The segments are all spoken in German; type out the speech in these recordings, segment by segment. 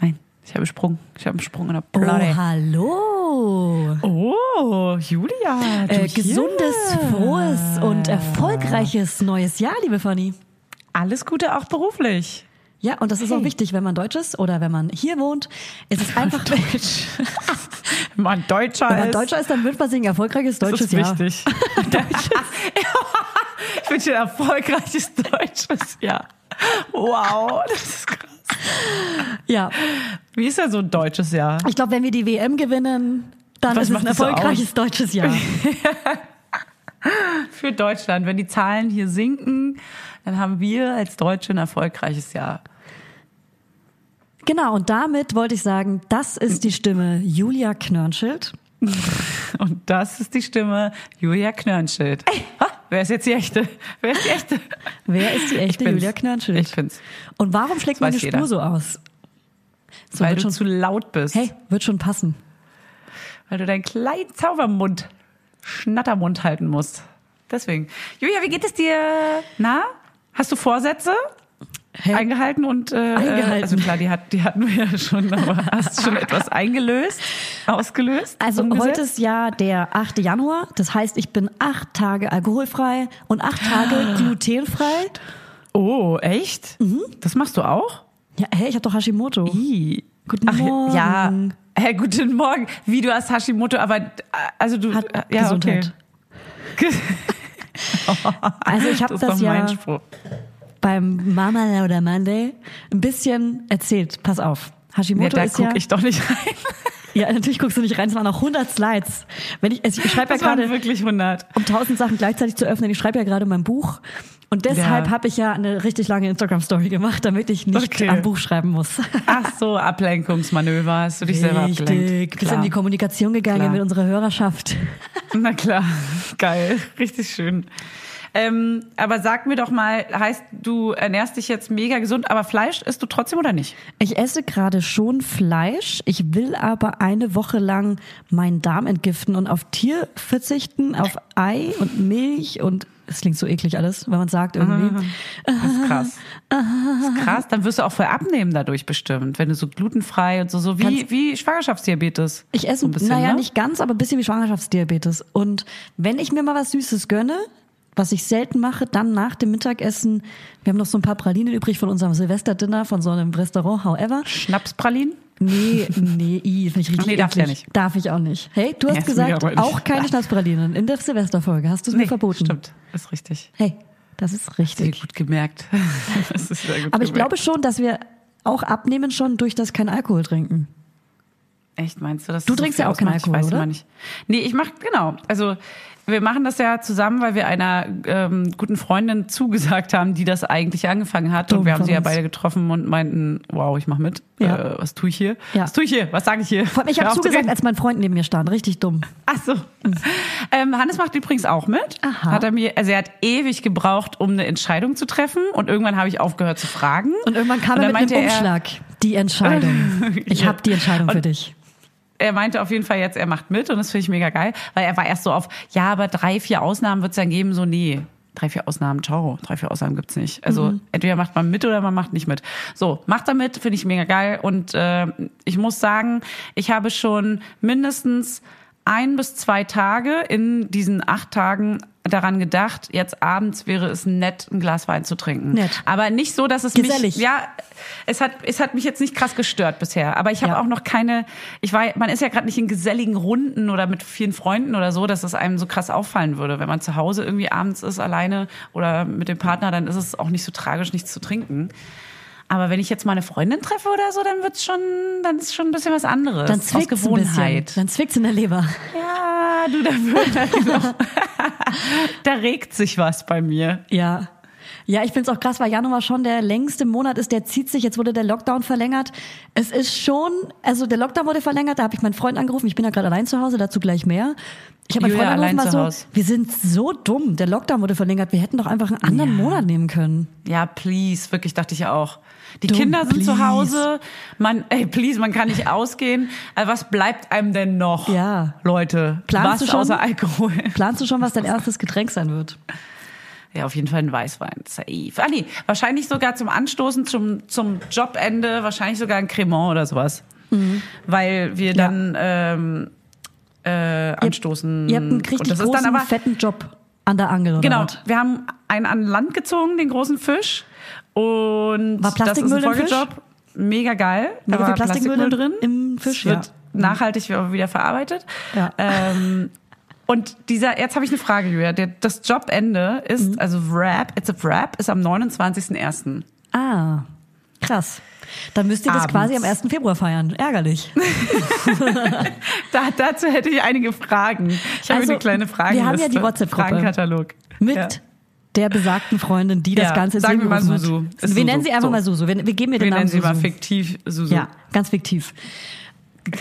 Nein. Ich habe einen Sprung. Ich habe einen Sprung in der Oh, Platte. hallo. Oh, Julia. du Äh, hier? gesundes, frohes und erfolgreiches neues Jahr, liebe Fanny. Alles Gute auch beruflich. Ja, und das ist auch wichtig, wenn man Deutsch ist oder wenn man hier wohnt. Es ist einfach, Mann, Deutscher wenn man ist. Deutscher ist, dann wünscht man sich ein erfolgreiches das deutsches ist Jahr. wichtig. Deutsches. ich wünsche dir ein erfolgreiches deutsches Jahr. Wow, das ist krass. Ja, Wie ist denn so ein deutsches Jahr? ich glaube, wenn wir die WM gewinnen, dann Was ist es macht ein das so erfolgreiches deutsches Jahr. Für Deutschland, wenn die Zahlen hier sinken, dann haben wir als Deutsche ein erfolgreiches Jahr. Genau, und damit wollte ich sagen, das ist die Stimme Julia Knörnschild. Und das ist die Stimme Julia Knörnschild. Ha, wer ist jetzt die echte? Wer ist die echte? Wer ist die echte bin's. Julia Knörnschild? Ich bin's. Und warum schlägt Das meine weiß Spur jeder. so aus? So Weil wird du schon, zu laut bist. hey, wird schon passen. Weil du deinen kleinen Zaubermund, Schnattermund halten musst. Deswegen. Julia, wie geht es dir? Na? Hast du Vorsätze? Hey. Eingehalten und äh, Eingehalten. also klar, die, hat, die hatten wir ja schon, aber hast schon etwas eingelöst, ausgelöst? Also umgesetzt? heute ist ja der 8. Januar. Das heißt, ich bin acht Tage alkoholfrei und acht Ah. Tage glutenfrei. Oh, echt? Mhm. Das machst du auch? Ja, hey, ich habe doch Hashimoto. I. Guten Morgen. Ja. Hey, guten Morgen. Wie du hast Hashimoto, aber äh, also du Hat äh, ja, Gesundheit. Okay. Also ich habe das, das, ist doch mein ja Spruch. beim Mama oder Monday ein bisschen erzählt. Pass auf. Nee, Hashimoto da ist gucke ja, ich doch nicht rein. ja, natürlich guckst du nicht rein, es waren auch 100 Slides. Wenn ich, also ich schreibe ja Das waren gerade wirklich 100. um tausend Sachen gleichzeitig zu öffnen. Ich schreibe ja gerade mein Buch. Und deshalb Ja. habe ich ja eine richtig lange Instagram-Story gemacht, damit ich nicht Okay. am Buch schreiben muss. Ach so, Ablenkungsmanöver. Hast du dich selber abgelenkt? Bist in die Kommunikation gegangen Klar. mit unserer Hörerschaft. Na klar, geil, richtig schön. Ähm, aber sag mir doch mal, heißt du ernährst dich jetzt mega gesund, aber Fleisch isst du trotzdem oder nicht? Ich esse gerade schon Fleisch. Ich will aber eine Woche lang meinen Darm entgiften und auf Tier verzichten, auf Äh. Ei und Milch und es klingt so eklig alles, wenn man sagt Ah. irgendwie. Das ist krass. Das ist krass. Dann wirst du auch voll abnehmen dadurch bestimmt, wenn du so glutenfrei und so, so wie, Kannst- wie Schwangerschaftsdiabetes. Ich esse, so ein bisschen, naja, ne? nicht ganz, aber ein bisschen wie Schwangerschaftsdiabetes. Und wenn ich mir mal was Süßes gönne, was ich selten mache, dann nach dem Mittagessen, wir haben noch so ein paar Pralinen übrig von unserem Silvesterdinner, von so einem Restaurant, however. Schnapspralinen? Nee, nee, i, finde ich richtig Nee, darf eklig. ja nicht. Darf ich auch nicht. Hey, du hast Ja, ist mir gesagt, aber nicht. auch keine Schnapspralinen in der Silvesterfolge. Hast du es mir verboten? Stimmt, ist richtig. Hey, das ist Sehr richtig. gut gemerkt. Das ist sehr gut Aber ich gemerkt. glaube schon, dass wir auch abnehmen schon durch das kein Alkohol trinken. Echt, meinst du das? Du so trinkst viel ja auch keinen ausmacht? Alkohol, ich weiß oder? Immer nicht. Nee, ich mach, genau. Also, wir machen das ja zusammen, weil wir einer ähm, guten Freundin zugesagt haben, die das eigentlich angefangen hat. Dumm und wir haben von sie ja uns. beide getroffen und meinten, wow, ich mach mit. Ja. Äh, was tue ich hier? Ja. Was tue ich hier? Was sage ich hier? Vor allem, ich Hör habe auf zu zugesagt, reden. als mein Freund neben mir stand. Richtig dumm. Ach so. Ähm, Hannes macht übrigens auch mit. Aha. Hat er mir, also er hat ewig gebraucht, um eine Entscheidung zu treffen. Und irgendwann habe ich aufgehört zu fragen. Und irgendwann kam Und er dann mit einem meinte er- Umschlag. Die Entscheidung. Ich Ja. habe die Entscheidung für Und- dich. er meinte auf jeden Fall jetzt, er macht mit und das finde ich mega geil, weil er war erst so auf, ja, aber drei, vier Ausnahmen wird es dann geben, so nee. Drei, vier Ausnahmen, ciao. Drei, vier Ausnahmen gibt's nicht. Also entweder macht man mit oder man macht nicht mit. So, macht er mit, finde ich mega geil. Und äh, ich muss sagen, ich habe schon mindestens ein bis zwei Tage in diesen acht Tagen daran gedacht, jetzt abends wäre es nett, ein Glas Wein zu trinken. Nett. Aber nicht so, dass es Gesellig. mich... Ja, es hat, es hat mich jetzt nicht krass gestört bisher. Aber ich habe Ja. auch noch keine... Ich war, man ist ja gerade nicht in geselligen Runden oder mit vielen Freunden oder so, dass es einem so krass auffallen würde. Wenn man zu Hause irgendwie abends ist, alleine oder mit dem Partner, dann ist es auch nicht so tragisch, nichts zu trinken. Aber wenn ich jetzt meine Freundin treffe oder so, dann wird's schon, dann ist schon ein bisschen was anderes. Dann Aus zwickt es ein bisschen. Gewohnheit. Dann zwickt in der Leber. Ja, du, da, wird da regt sich was bei mir. Ja. Ja, ich find's auch krass, weil Januar schon der längste Monat ist, der zieht sich. Jetzt wurde der Lockdown verlängert. Es ist schon, also der Lockdown wurde verlängert, da habe ich meinen Freund angerufen. Ich bin ja gerade allein zu Hause, dazu gleich mehr. Ich habe meinen Julia, Freund angerufen, allein war zu so, Hause. wir sind so dumm. Der Lockdown wurde verlängert. Wir hätten doch einfach einen anderen Monat nehmen können. Ja, please, wirklich dachte ich auch. Die Dumm, Kinder sind zu please. Hause. Man, ey, please, man kann nicht ausgehen. Also was bleibt einem denn noch? Ja. Leute, Planst was du schon? außer Alkohol? Planst du schon, was dein erstes Getränk sein wird? Ja, auf jeden Fall ein Weißwein. Safe. Ah, nee, wahrscheinlich sogar zum Anstoßen, zum, zum Jobende, wahrscheinlich sogar ein Cremant oder sowas. Mhm. Weil wir dann ähm, äh, anstoßen. Ihr habt einen richtig Und das ist großen, dann aber fetten Job an der Angel, oder Genau, was? wir haben einen an Land gezogen, den großen Fisch. Und War das ist Plastikmüll ein im Folgejob. Mega geil. Mega da viel war Plastikmüll Plastikmüll im- drin. im Fisch, Es wird ja. nachhaltig wieder verarbeitet. Ja. Ähm, und dieser, jetzt habe ich eine Frage, Julia. Der, das Jobende ist, Mhm. also Wrap, it's a Wrap, ist am 29.01. Ah, krass. Dann müsst ihr das Abends. quasi am 1. Februar feiern. Ärgerlich. Da, dazu hätte ich einige Fragen. Ich habe Also, hier eine kleine Frage. wir haben ja die WhatsApp-Gruppe. Fragenkatalog. Mit Ja. der besagten Freundin, die das Ja, Ganze ins sagen Leben wir mal gerufen Susu. Hat. Also Ist wir Susu. nennen sie einfach So. mal Susu. Wir, wir geben ihr den Wir Namen nennen sie mal Susu. fiktiv Susu. Ja, ganz fiktiv.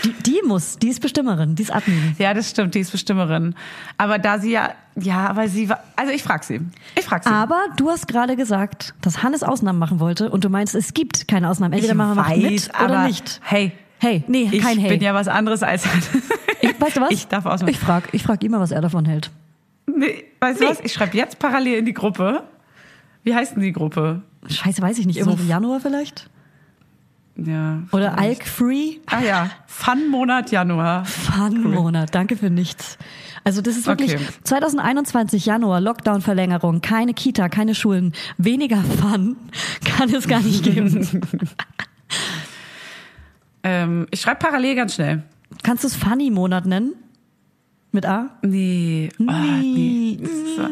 Die, die muss, die ist Bestimmerin, die ist Admin. Ja, das stimmt, die ist Bestimmerin. Aber da sie ja, ja, aber sie war, also ich frag sie. Ich frag sie. Aber du hast gerade gesagt, dass Hannes Ausnahmen machen wollte und du meinst, es gibt keine Ausnahmen. Entweder machen wir mit oder nicht. Hey, Hey, nee, ich kein Hey. bin ja was anderes als ich, weißt du was? Ich darf ausmachen. Ich frag, ich frag ihn mal, was er davon hält. nee, weißt du was? Ich schreibe jetzt parallel in die Gruppe. Wie heißt denn die Gruppe? Scheiße, weiß ich nicht. Irgendwas im Januar vielleicht? Ja. Oder Alk-Free? Ah ja, Fun-Monat Januar. Fun-Monat, danke für nichts. Also das ist wirklich Okay. 2021 Januar, Lockdown-Verlängerung, keine Kita, keine Schulen, weniger Fun kann es gar nicht geben. Ähm, ich schreibe parallel ganz schnell. Kannst du es Funny-Monat nennen? Mit A? Nee. Oh, nee. Das ist so-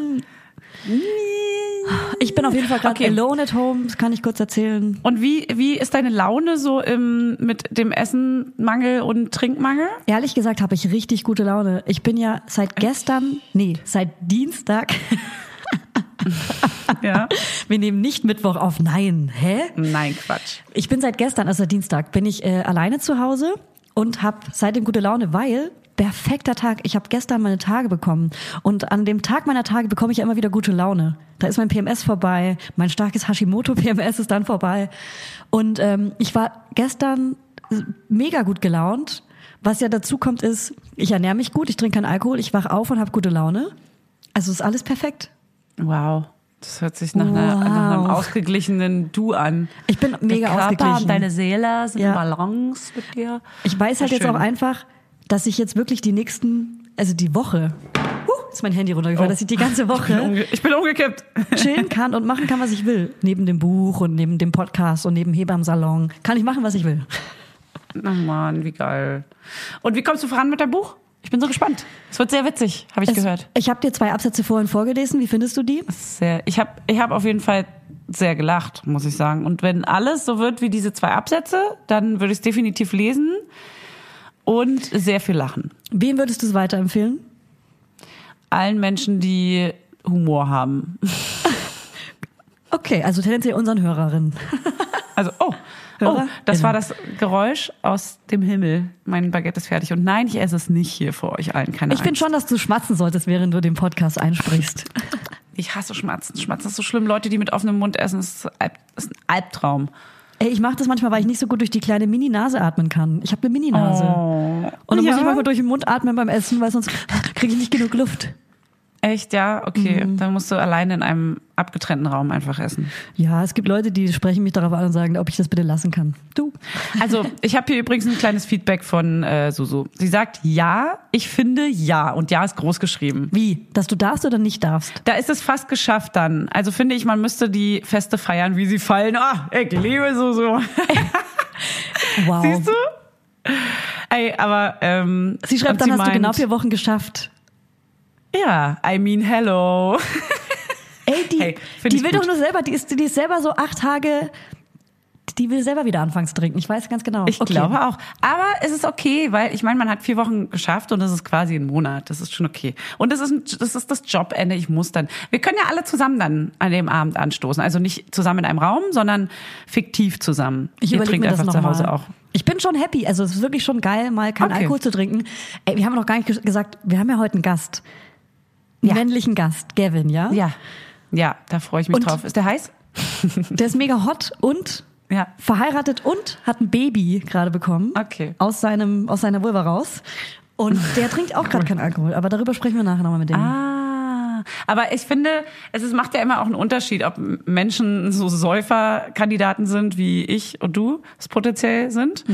Ich bin auf jeden Fall gerade Okay. alone at home, das kann ich kurz erzählen. Und wie, wie ist deine Laune so im, mit dem Essenmangel und Trinkmangel? Ehrlich gesagt habe ich richtig gute Laune. Ich bin ja seit gestern, nee, seit Dienstag, Ja. wir nehmen nicht Mittwoch auf, nein, hä? Nein, Quatsch. Ich bin seit gestern, also seit Dienstag, bin ich äh, alleine zu Hause und habe seitdem gute Laune, weil perfekter Tag. Ich habe gestern meine Tage bekommen und an dem Tag meiner Tage bekomme ich ja immer wieder gute Laune. Da ist mein PMS vorbei, mein starkes Hashimoto PMS ist dann vorbei und ähm, ich war gestern mega gut gelaunt. Was ja dazu kommt, ist, ich ernähre mich gut, ich trinke keinen Alkohol, ich wach auf und habe gute Laune. Also ist alles perfekt. Wow. Das hört sich nach, einer, Wow. nach einem ausgeglichenen Du an. Ich bin mega Der Körper ausgeglichen. und deine Seele sind Ja. in Balance mit dir. Ich weiß halt Sehr jetzt auch schön. einfach, dass ich jetzt wirklich die nächsten, also die Woche, huh, ist mein Handy runtergefallen, Oh. dass ich die ganze Woche Umge ich bin umgekippt. chillen kann und machen kann, was ich will. Neben dem Buch und neben dem Podcast und neben Hebammsalon kann ich machen, was ich will. Oh Mann, wie geil. Und wie kommst du voran mit deinem Buch? Ich bin so gespannt. Es wird sehr witzig, habe ich gehört. Ich habe dir zwei Absätze vorhin vorgelesen. Wie findest du die? Sehr, ich habe ich hab auf jeden Fall sehr gelacht, muss ich sagen. Und wenn alles so wird wie diese zwei Absätze, dann würde ich es definitiv lesen und sehr viel lachen. Wem würdest du es weiterempfehlen? Allen Menschen, die Humor haben. Okay, also tendenziell unseren Hörerinnen. Also, oh, oh Hörer? Genau. das Innen. war das Geräusch aus dem Himmel. Mein Baguette ist fertig. Und nein, ich esse es nicht hier vor euch allen. Keine Ich finde Angst. schon, dass du schmatzen solltest, während du den Podcast einsprichst. Ich hasse Schmerzen. Schmerzen ist so schlimm. Leute, die mit offenem Mund essen, ist, Alb ist ein Albtraum. Ey, ich mache das manchmal, weil ich nicht so gut durch die kleine Mini-Nase atmen kann. Ich habe eine Mini-Nase. Und dann muss Ja. ich manchmal durch den Mund atmen beim Essen, weil sonst kriege ich nicht genug Luft. Echt, ja? Okay. Mhm. Dann musst du alleine in einem abgetrennten Raum einfach essen. Ja, es gibt Leute, die sprechen mich darauf an und sagen, ob ich das bitte lassen kann. Du. Also, ich habe hier übrigens ein kleines Feedback von äh, Susu. Sie sagt, ja, ich finde ja. Und ja ist groß geschrieben. Wie? Dass du darfst oder nicht darfst? Da ist es fast geschafft dann. Also finde ich, man müsste die Feste feiern, wie sie fallen. Ah, ich liebe Susu. Wow. Siehst du? Ey, aber ähm, Sie schreibt, und dann hast du genau meint, vier Wochen geschafft. Ja, I mean hello. Ey, die, Hey, find die ich will gut. doch nur selber, die ist, die ist selber so acht Tage Die will selber wieder anfangen zu trinken. Ich weiß ganz genau. Ich glaube auch. Aber es ist okay, weil ich meine, man hat vier Wochen geschafft und das ist quasi ein Monat. Das ist schon okay. Und das ist, ein, das, ist das Jobende. Ich muss dann. Wir können ja alle zusammen dann an dem Abend anstoßen. Also nicht zusammen in einem Raum, sondern fiktiv zusammen. Ich Ihr überlege trinkt mir das einfach zu nochmal. Hause auch. Ich bin schon happy. Also es ist wirklich schon geil, mal keinen Okay. Alkohol zu trinken. Ey, wir haben noch gar nicht ges- gesagt, wir haben ja heute einen Gast. Einen Ja. männlichen Gast, Gavin, ja? Ja. Ja, da freue ich mich Und- drauf. Ist der heiß? Der ist mega hot und Ja. verheiratet und hat ein Baby gerade bekommen. Okay. Aus, seinem, aus seiner Vulva raus. Und der trinkt auch gerade keinen Alkohol. Aber darüber sprechen wir nachher nochmal mit dem. Ah, aber ich finde, es ist, macht ja immer auch einen Unterschied, ob Menschen so Säuferkandidaten sind, wie ich und du es potenziell sind,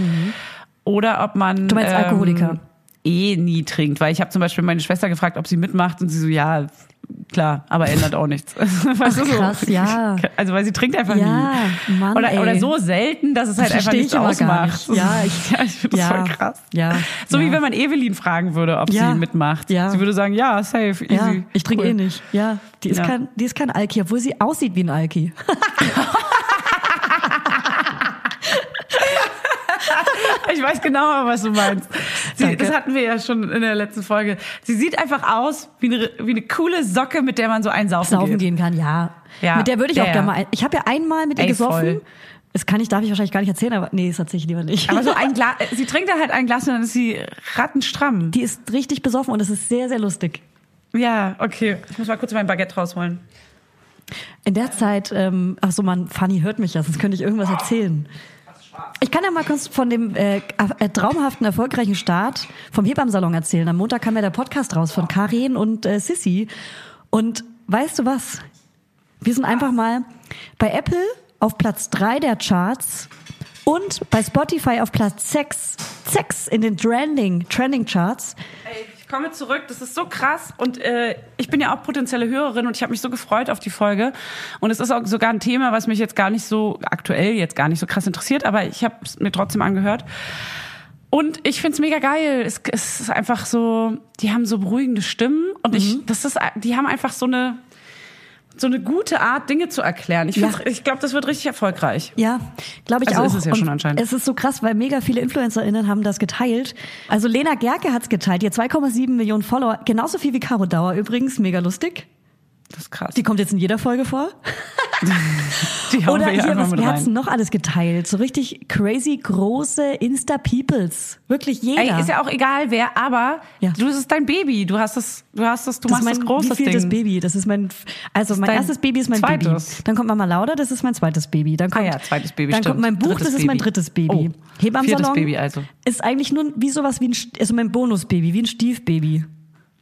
oder ob man Mhm. ähm, Du meinst Alkoholiker? eh nie trinkt. Weil ich habe zum Beispiel meine Schwester gefragt, ob sie mitmacht und sie so, ja, klar, aber ändert auch nichts. Weißt du, so. krass, ja. Also weil sie trinkt einfach Ah. Ja, nie. Mann, oder, ey. oder so selten, dass es halt einfach verstehe nichts ich aber gar ausmacht. nicht. Ja, ich- ja, ich finde das ja, voll krass. ja, so ja. wie wenn man Evelyn fragen würde, ob Ja, sie mitmacht. ja. Sie würde sagen, ja, safe, easy. ja, ich trinke cool. eh nicht. Ja, die ist, Ja. Kein, die ist kein Alki, obwohl sie aussieht wie ein Alki. Ich weiß genau, was du meinst. Sie, Danke. das hatten wir ja schon in der letzten Folge. Sie sieht einfach aus wie eine, wie eine coole Socke, mit der man so einsaufen Saufen geht. gehen kann, ja. Ja, Mit der würde ich ja, auch gerne ja. mal. Ein, ich habe ja einmal mit ihr Ey, gesoffen. voll. Das kann ich, darf ich wahrscheinlich gar nicht erzählen, aber nee, das erzähle ich lieber nicht. Aber so ein Glas, sie trinkt da halt ein Glas und dann ist sie rattenstramm. die ist richtig besoffen und es ist sehr, sehr lustig. Ja, okay. Ich muss mal kurz mein Baguette rausholen. In der Zeit, ähm, ach so, man, Fanny hört mich ja, sonst könnte ich irgendwas erzählen. Ich kann ja mal kurz von dem äh, äh, traumhaften, erfolgreichen Start vom Hebammsalon erzählen. Am Montag kam ja der Podcast raus von Karin und äh, Sissy. Und weißt du was? Wir sind einfach mal bei Apple auf Platz 3 der Charts und bei Spotify auf Platz 6, 6 in den Trending, Trending Charts. Ey, ich komme zurück. Das ist so krass. Und äh, ich bin ja auch potenzielle Hörerin und ich habe mich so gefreut auf die Folge. Und es ist auch sogar ein Thema, was mich jetzt gar nicht so aktuell jetzt gar nicht so krass interessiert, aber ich habe es mir trotzdem angehört. Und ich find's mega geil. Es, es ist einfach so, die haben so beruhigende Stimmen und ich, das ist, die haben einfach so eine so eine gute Art, Dinge zu erklären. Ich, find's- Ja. ich glaube, das wird richtig erfolgreich. Ja, glaube ich Also auch. ist es ja schon anscheinend. Es ist so krass, weil mega viele InfluencerInnen haben das geteilt. Also Lena Gerke hat's geteilt, ihr 2,7 Millionen Follower, genauso viel wie Caro Dauer übrigens, mega lustig. Das ist krass. Die kommt jetzt in jeder Folge vor. die hauen Oder wir hier hier, einfach was mit wir rein. hatten noch alles geteilt. So richtig crazy große Insta-Peoples. Wirklich jeder. Ey, ist ja auch egal wer, aber Ja. du es ist dein Baby, du hast es, du hast es, du das machst mein das große wie viel Ding. das Baby. Das ist mein, also mein dein erstes Baby ist mein Baby. zweites. Ah Dann kommt Mama Lauda, das ist mein zweites Baby. Dann kommt, ja, zweites Baby, Dann stimmt. kommt mein Buch, Drittes das ist mein Baby. drittes Baby. Oh, Hebammsalon viertes Baby also. ist eigentlich nur wie sowas wie ein, St- also mein Bonusbaby, wie ein Stiefbaby.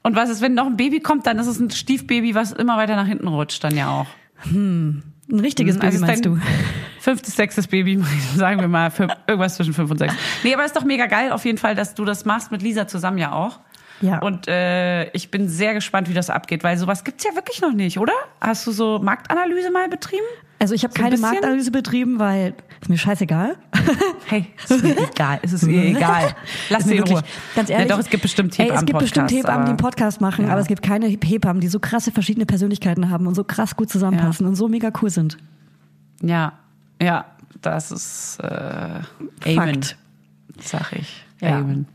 Und was ist, wenn noch ein Baby kommt, dann ist es ein Stiefbaby, was immer weiter nach hinten rutscht, dann ja auch. Also Ein richtiges Baby ist meinst dein du? Fünftes, sechstes Baby, sagen wir mal, fünf, irgendwas zwischen fünf und sechs. Nee, aber ist doch mega geil auf jeden Fall, dass du das machst mit Lisa zusammen ja auch. Ja. Und äh, ich bin sehr gespannt, wie das abgeht, weil sowas gibt's ja wirklich noch nicht, oder? Hast du so Marktanalyse mal betrieben? Also ich habe ein keine bisschen? Marktanalyse betrieben, weil ist mir scheißegal. Hey, ist mir egal, es ist mir egal. Lass Ist sie mir in wirklich- Ruhe. Ganz ehrlich. Ja, doch, es gibt bestimmt ey, Hebammen. Es gibt bestimmt Podcasts, Hebammen, die einen aber- Podcast machen, aber es gibt keine He- Hebammen, die so krasse verschiedene Persönlichkeiten haben und so krass gut zusammenpassen und so mega cool sind. Ja, ja, das ist äh, Amen, Fakt. sag ich. Ja. Amen.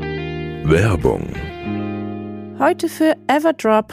Werbung. Heute für Everdrop.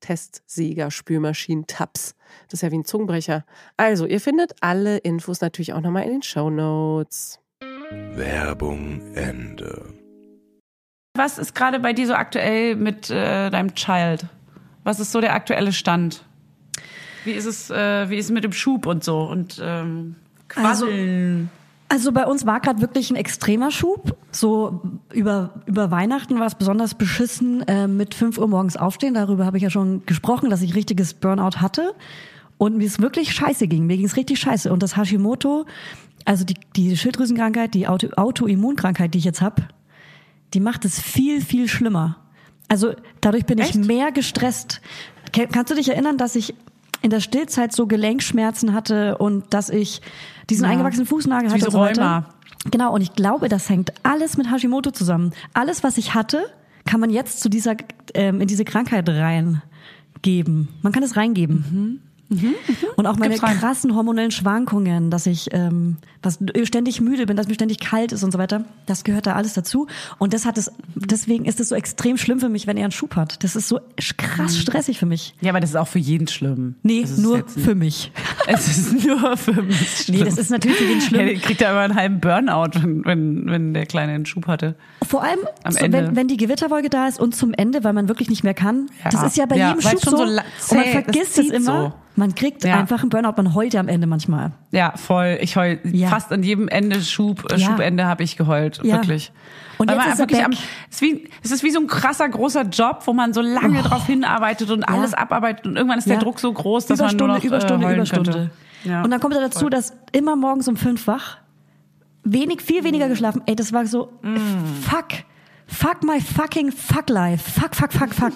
Testsieger, Spülmaschinen, Tabs. Das ist ja wie ein Zungenbrecher. Also, ihr findet alle Infos natürlich auch nochmal in den Show Notes. Werbung Ende. Was ist gerade bei dir so aktuell mit äh, deinem Child? Was ist so der aktuelle Stand? Wie ist es, äh, wie ist es mit dem Schub und so? Und ähm, Quasseln. Also bei uns war gerade wirklich ein extremer Schub. So über, über Weihnachten war es besonders beschissen äh, mit 5 Uhr morgens aufstehen. Darüber habe ich ja schon gesprochen, dass ich richtiges Burnout hatte. Und mir es wirklich scheiße ging. Mir ging es richtig scheiße. Und das Hashimoto, also die, die Schilddrüsenkrankheit, die Auto, Autoimmunkrankheit, die ich jetzt habe, die macht es viel, viel schlimmer. Also dadurch bin ich mehr gestresst. Ke- Kannst du dich erinnern, dass ich in der Stillzeit so Gelenkschmerzen hatte und dass ich diesen eingewachsenen Fußnagel Wie hatte so und so weiter? Rheuma. Genau, und ich glaube, das hängt alles mit Hashimoto zusammen. Alles, was ich hatte, kann man jetzt zu dieser, ähm, in diese Krankheit reingeben. Man kann es reingeben. Mhm. Und auch meine Gib's rein. krassen hormonellen Schwankungen, dass ich ähm, was ständig müde bin, dass mir ständig kalt ist und so weiter, das gehört da alles dazu. Und das hat es, deswegen ist es so extrem schlimm für mich, wenn er einen Schub hat. Das ist so sch- Mhm. krass stressig für mich. Ja, aber das ist auch für jeden schlimm. Nee, Das ist nur jetzt- für mich. Es ist nur für mich schlimm. Nee, das ist natürlich für den schlimm. Ja, der kriegt ja immer einen halben Burnout, wenn, wenn, wenn der Kleine einen Schub hatte. Vor allem, Am so, Ende. wenn, wenn die Gewitterwolke da ist und zum Ende, weil man wirklich nicht mehr kann. Ja. Das ist ja bei Ja, jedem weil es Schub schon so. so la- und man zäh, vergisst das es zieht immer. so. Man kriegt Ja. einfach einen Burnout, man heult ja am Ende manchmal. Ja, voll. Ich heul Ja. fast an jedem Ende Schub, äh, Ja. Schubende habe ich geheult, Ja. wirklich. Und Weil jetzt man ist er wirklich back. am, es, ist wie, es ist wie so ein krasser großer Job, wo man so lange drauf hinarbeitet und alles abarbeitet und irgendwann ist der Oh. Ja. Druck so groß, dass Überstunde, man nur noch, Überstunde, äh, heulen Überstunde. Könnte. Ja. Und dann kommt er dazu, Voll. dass immer morgens um fünf wach, wenig, viel weniger geschlafen. Ey, das war so, fuck, fuck my fucking fuck life, fuck, fuck, fuck, fuck.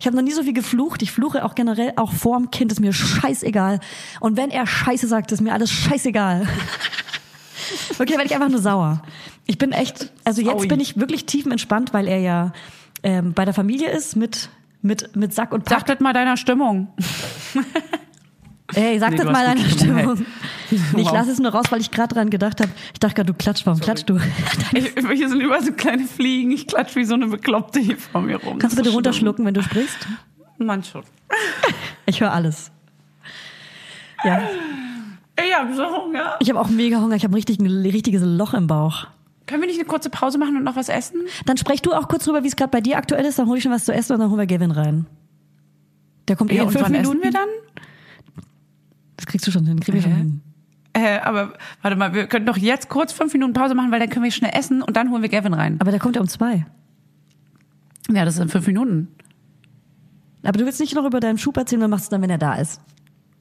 Ich habe noch nie so viel geflucht. Ich fluche auch generell, auch vorm Kind ist mir scheißegal. Und wenn er Scheiße sagt, ist mir alles scheißegal. Wirklich werde ich einfach nur sauer. Ich bin echt, also jetzt Aui. bin ich wirklich tiefenentspannt, weil er ja ähm, bei der Familie ist mit mit mit Sack und Pack. Sag das mal deiner Stimmung. Ey, sag Nee, das du mal hast deine gut gesungen, Stimmung. Nee, ich Wow. lasse es nur raus, weil ich gerade dran gedacht habe. Ich dachte gerade, du klatscht, warum klatscht du? Ich, hier sind überall so kleine Fliegen. Ich klatsche wie so eine Bekloppte hier vor mir rum. Kannst du Das bitte ist schlimm. runterschlucken, wenn du sprichst? Mann schon. Ich höre alles. Ja, Ich habe so Hunger. ich habe auch mega Hunger. Ich habe richtig ein richtiges Loch im Bauch. Können wir nicht eine kurze Pause machen und noch was essen? Dann sprech du auch kurz drüber, wie es gerade bei dir aktuell ist. Dann hol ich schon was zu essen und dann holen wir Gavin rein. Der kommt eh in und fünf wann Minuten. essen wir dann? Das kriegst du schon hin. Kriegen wir schon Hä? hin. Äh, aber warte mal, wir können doch jetzt kurz fünf Minuten Pause machen, weil dann können wir schnell essen und dann holen wir Gavin rein. Aber der kommt ja um zwei. Ja, das sind fünf Minuten. Aber du willst nicht noch über deinen Schub erzählen, dann machst du es dann, wenn er da ist.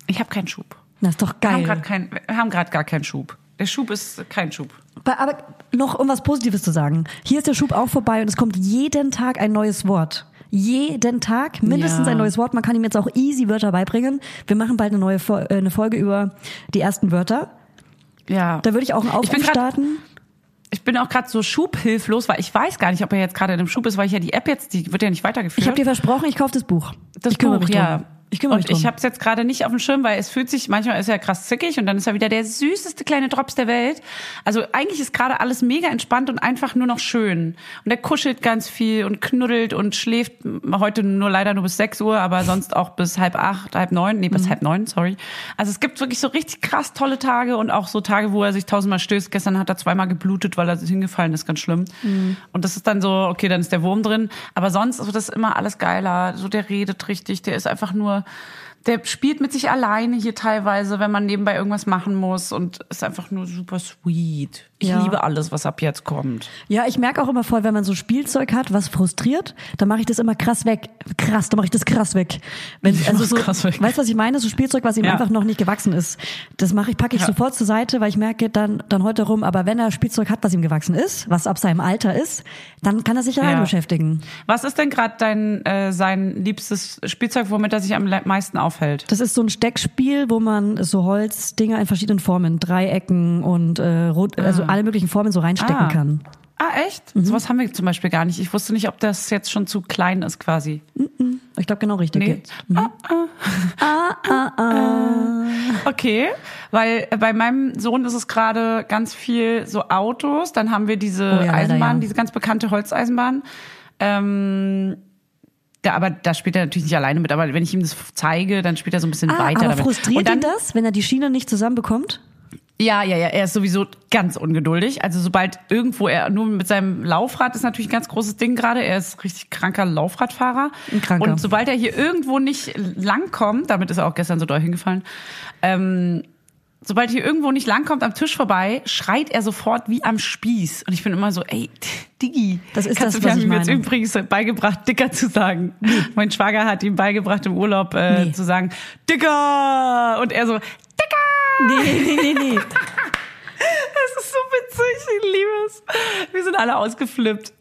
Ich habe keinen Schub. Das ist doch Wir haben gerade geil. kein, wir haben grad gar keinen Schub. Der Schub ist kein Schub. Ba- Aber noch um was Positives zu sagen. Hier ist der Schub auch vorbei und es kommt jeden Tag ein neues Wort. Jeden Tag mindestens Ja. ein neues Wort. Man kann ihm jetzt auch easy Wörter beibringen. Wir machen bald eine neue Fo äh, eine Folge über die ersten Wörter. Ja. Da würde ich auch einen Ich bin Aufruf grad- starten. Ich bin auch gerade so schubhilflos, weil ich weiß gar nicht, ob er jetzt gerade in einem Schub ist, weil ich ja die App jetzt, die wird ja nicht weitergeführt. Ich habe dir versprochen, ich kaufe das Buch. das ich kümmere Buch, mich drum. ja. Ich kümmere mich Und drum. ich habe es jetzt gerade nicht auf dem Schirm, weil es fühlt sich, manchmal ist er krass zickig und dann ist er wieder der süßeste kleine Drops der Welt. Also eigentlich ist gerade alles mega entspannt und einfach nur noch schön. Und er kuschelt ganz viel und knuddelt und schläft heute nur leider nur bis 6 Uhr, aber sonst auch bis halb acht, halb neun, nee, bis halb neun, sorry. Also es gibt wirklich so richtig krass tolle Tage und auch so Tage, wo er sich tausendmal stößt. Gestern hat er zweimal geblutet, weil er hingefallen ist, ganz schlimm. Und das ist dann so, okay, dann ist der Wurm drin. Aber sonst wird das immer alles geiler. So der redet richtig, der ist einfach nur, der spielt mit sich alleine hier teilweise, wenn man nebenbei irgendwas machen muss und ist einfach nur super sweet. Ich Ja. liebe alles, was ab jetzt kommt. Ja, ich merke auch immer voll, wenn man so Spielzeug hat, was frustriert, dann mache ich das immer krass weg. Krass, dann mache ich das krass weg. Wenn, Ich also mach's so, krass weg. Weißt du, was ich meine? So Spielzeug, was ihm Ja. einfach noch nicht gewachsen ist. Das mache ich, packe ich Ja. sofort zur Seite, weil ich merke dann, dann heute rum, aber wenn er Spielzeug hat, was ihm gewachsen ist, was ab seinem Alter ist, dann kann er sich allein Ja. beschäftigen. Was ist denn gerade dein äh, sein liebstes Spielzeug, womit er sich am le- meisten aufhält? Das ist so ein Steckspiel, wo man so Holzdinger in verschiedenen Formen, Dreiecken und äh, rot, also alle möglichen Formen so reinstecken Ah. kann. Ah, echt? Sowas haben wir zum Beispiel gar nicht. Ich wusste nicht, ob das jetzt schon zu klein ist quasi. Ich glaube genau richtig. Nee. Ah, geht's. Ah, Äh, Okay, weil äh, bei meinem Sohn ist es gerade ganz viel so Autos. Dann haben wir diese Oh ja, leider, Eisenbahn, ja. diese ganz bekannte Holzeisenbahn. Ähm, da, aber da spielt er natürlich nicht alleine mit. Aber wenn ich ihm das zeige, dann spielt er so ein bisschen Ah, weiter aber damit. frustriert Und dann, ihn das, wenn er die Schiene nicht zusammenbekommt? Ja, ja, ja. Er ist sowieso ganz ungeduldig. Also sobald irgendwo er nur mit seinem Laufrad ist natürlich ein ganz großes Ding gerade. Er ist richtig kranker Laufradfahrer. Ein kranker. Und sobald er hier irgendwo nicht langkommt, damit ist er auch gestern so doll hingefallen. Ähm, sobald hier irgendwo nicht langkommt am Tisch vorbei, schreit er sofort wie am Spieß. Und ich bin immer so, ey, Diggi. Das ist kannst das, du, was wir haben ich ihm jetzt meine. übrigens beigebracht, Dicker zu sagen. Mein Schwager hat ihm beigebracht im Urlaub äh, Nee. zu sagen, Dicker! Und er so, Dicker! Nee, nee, nee, nee. Das ist so witzig, ich liebe es. Wir sind alle ausgeflippt.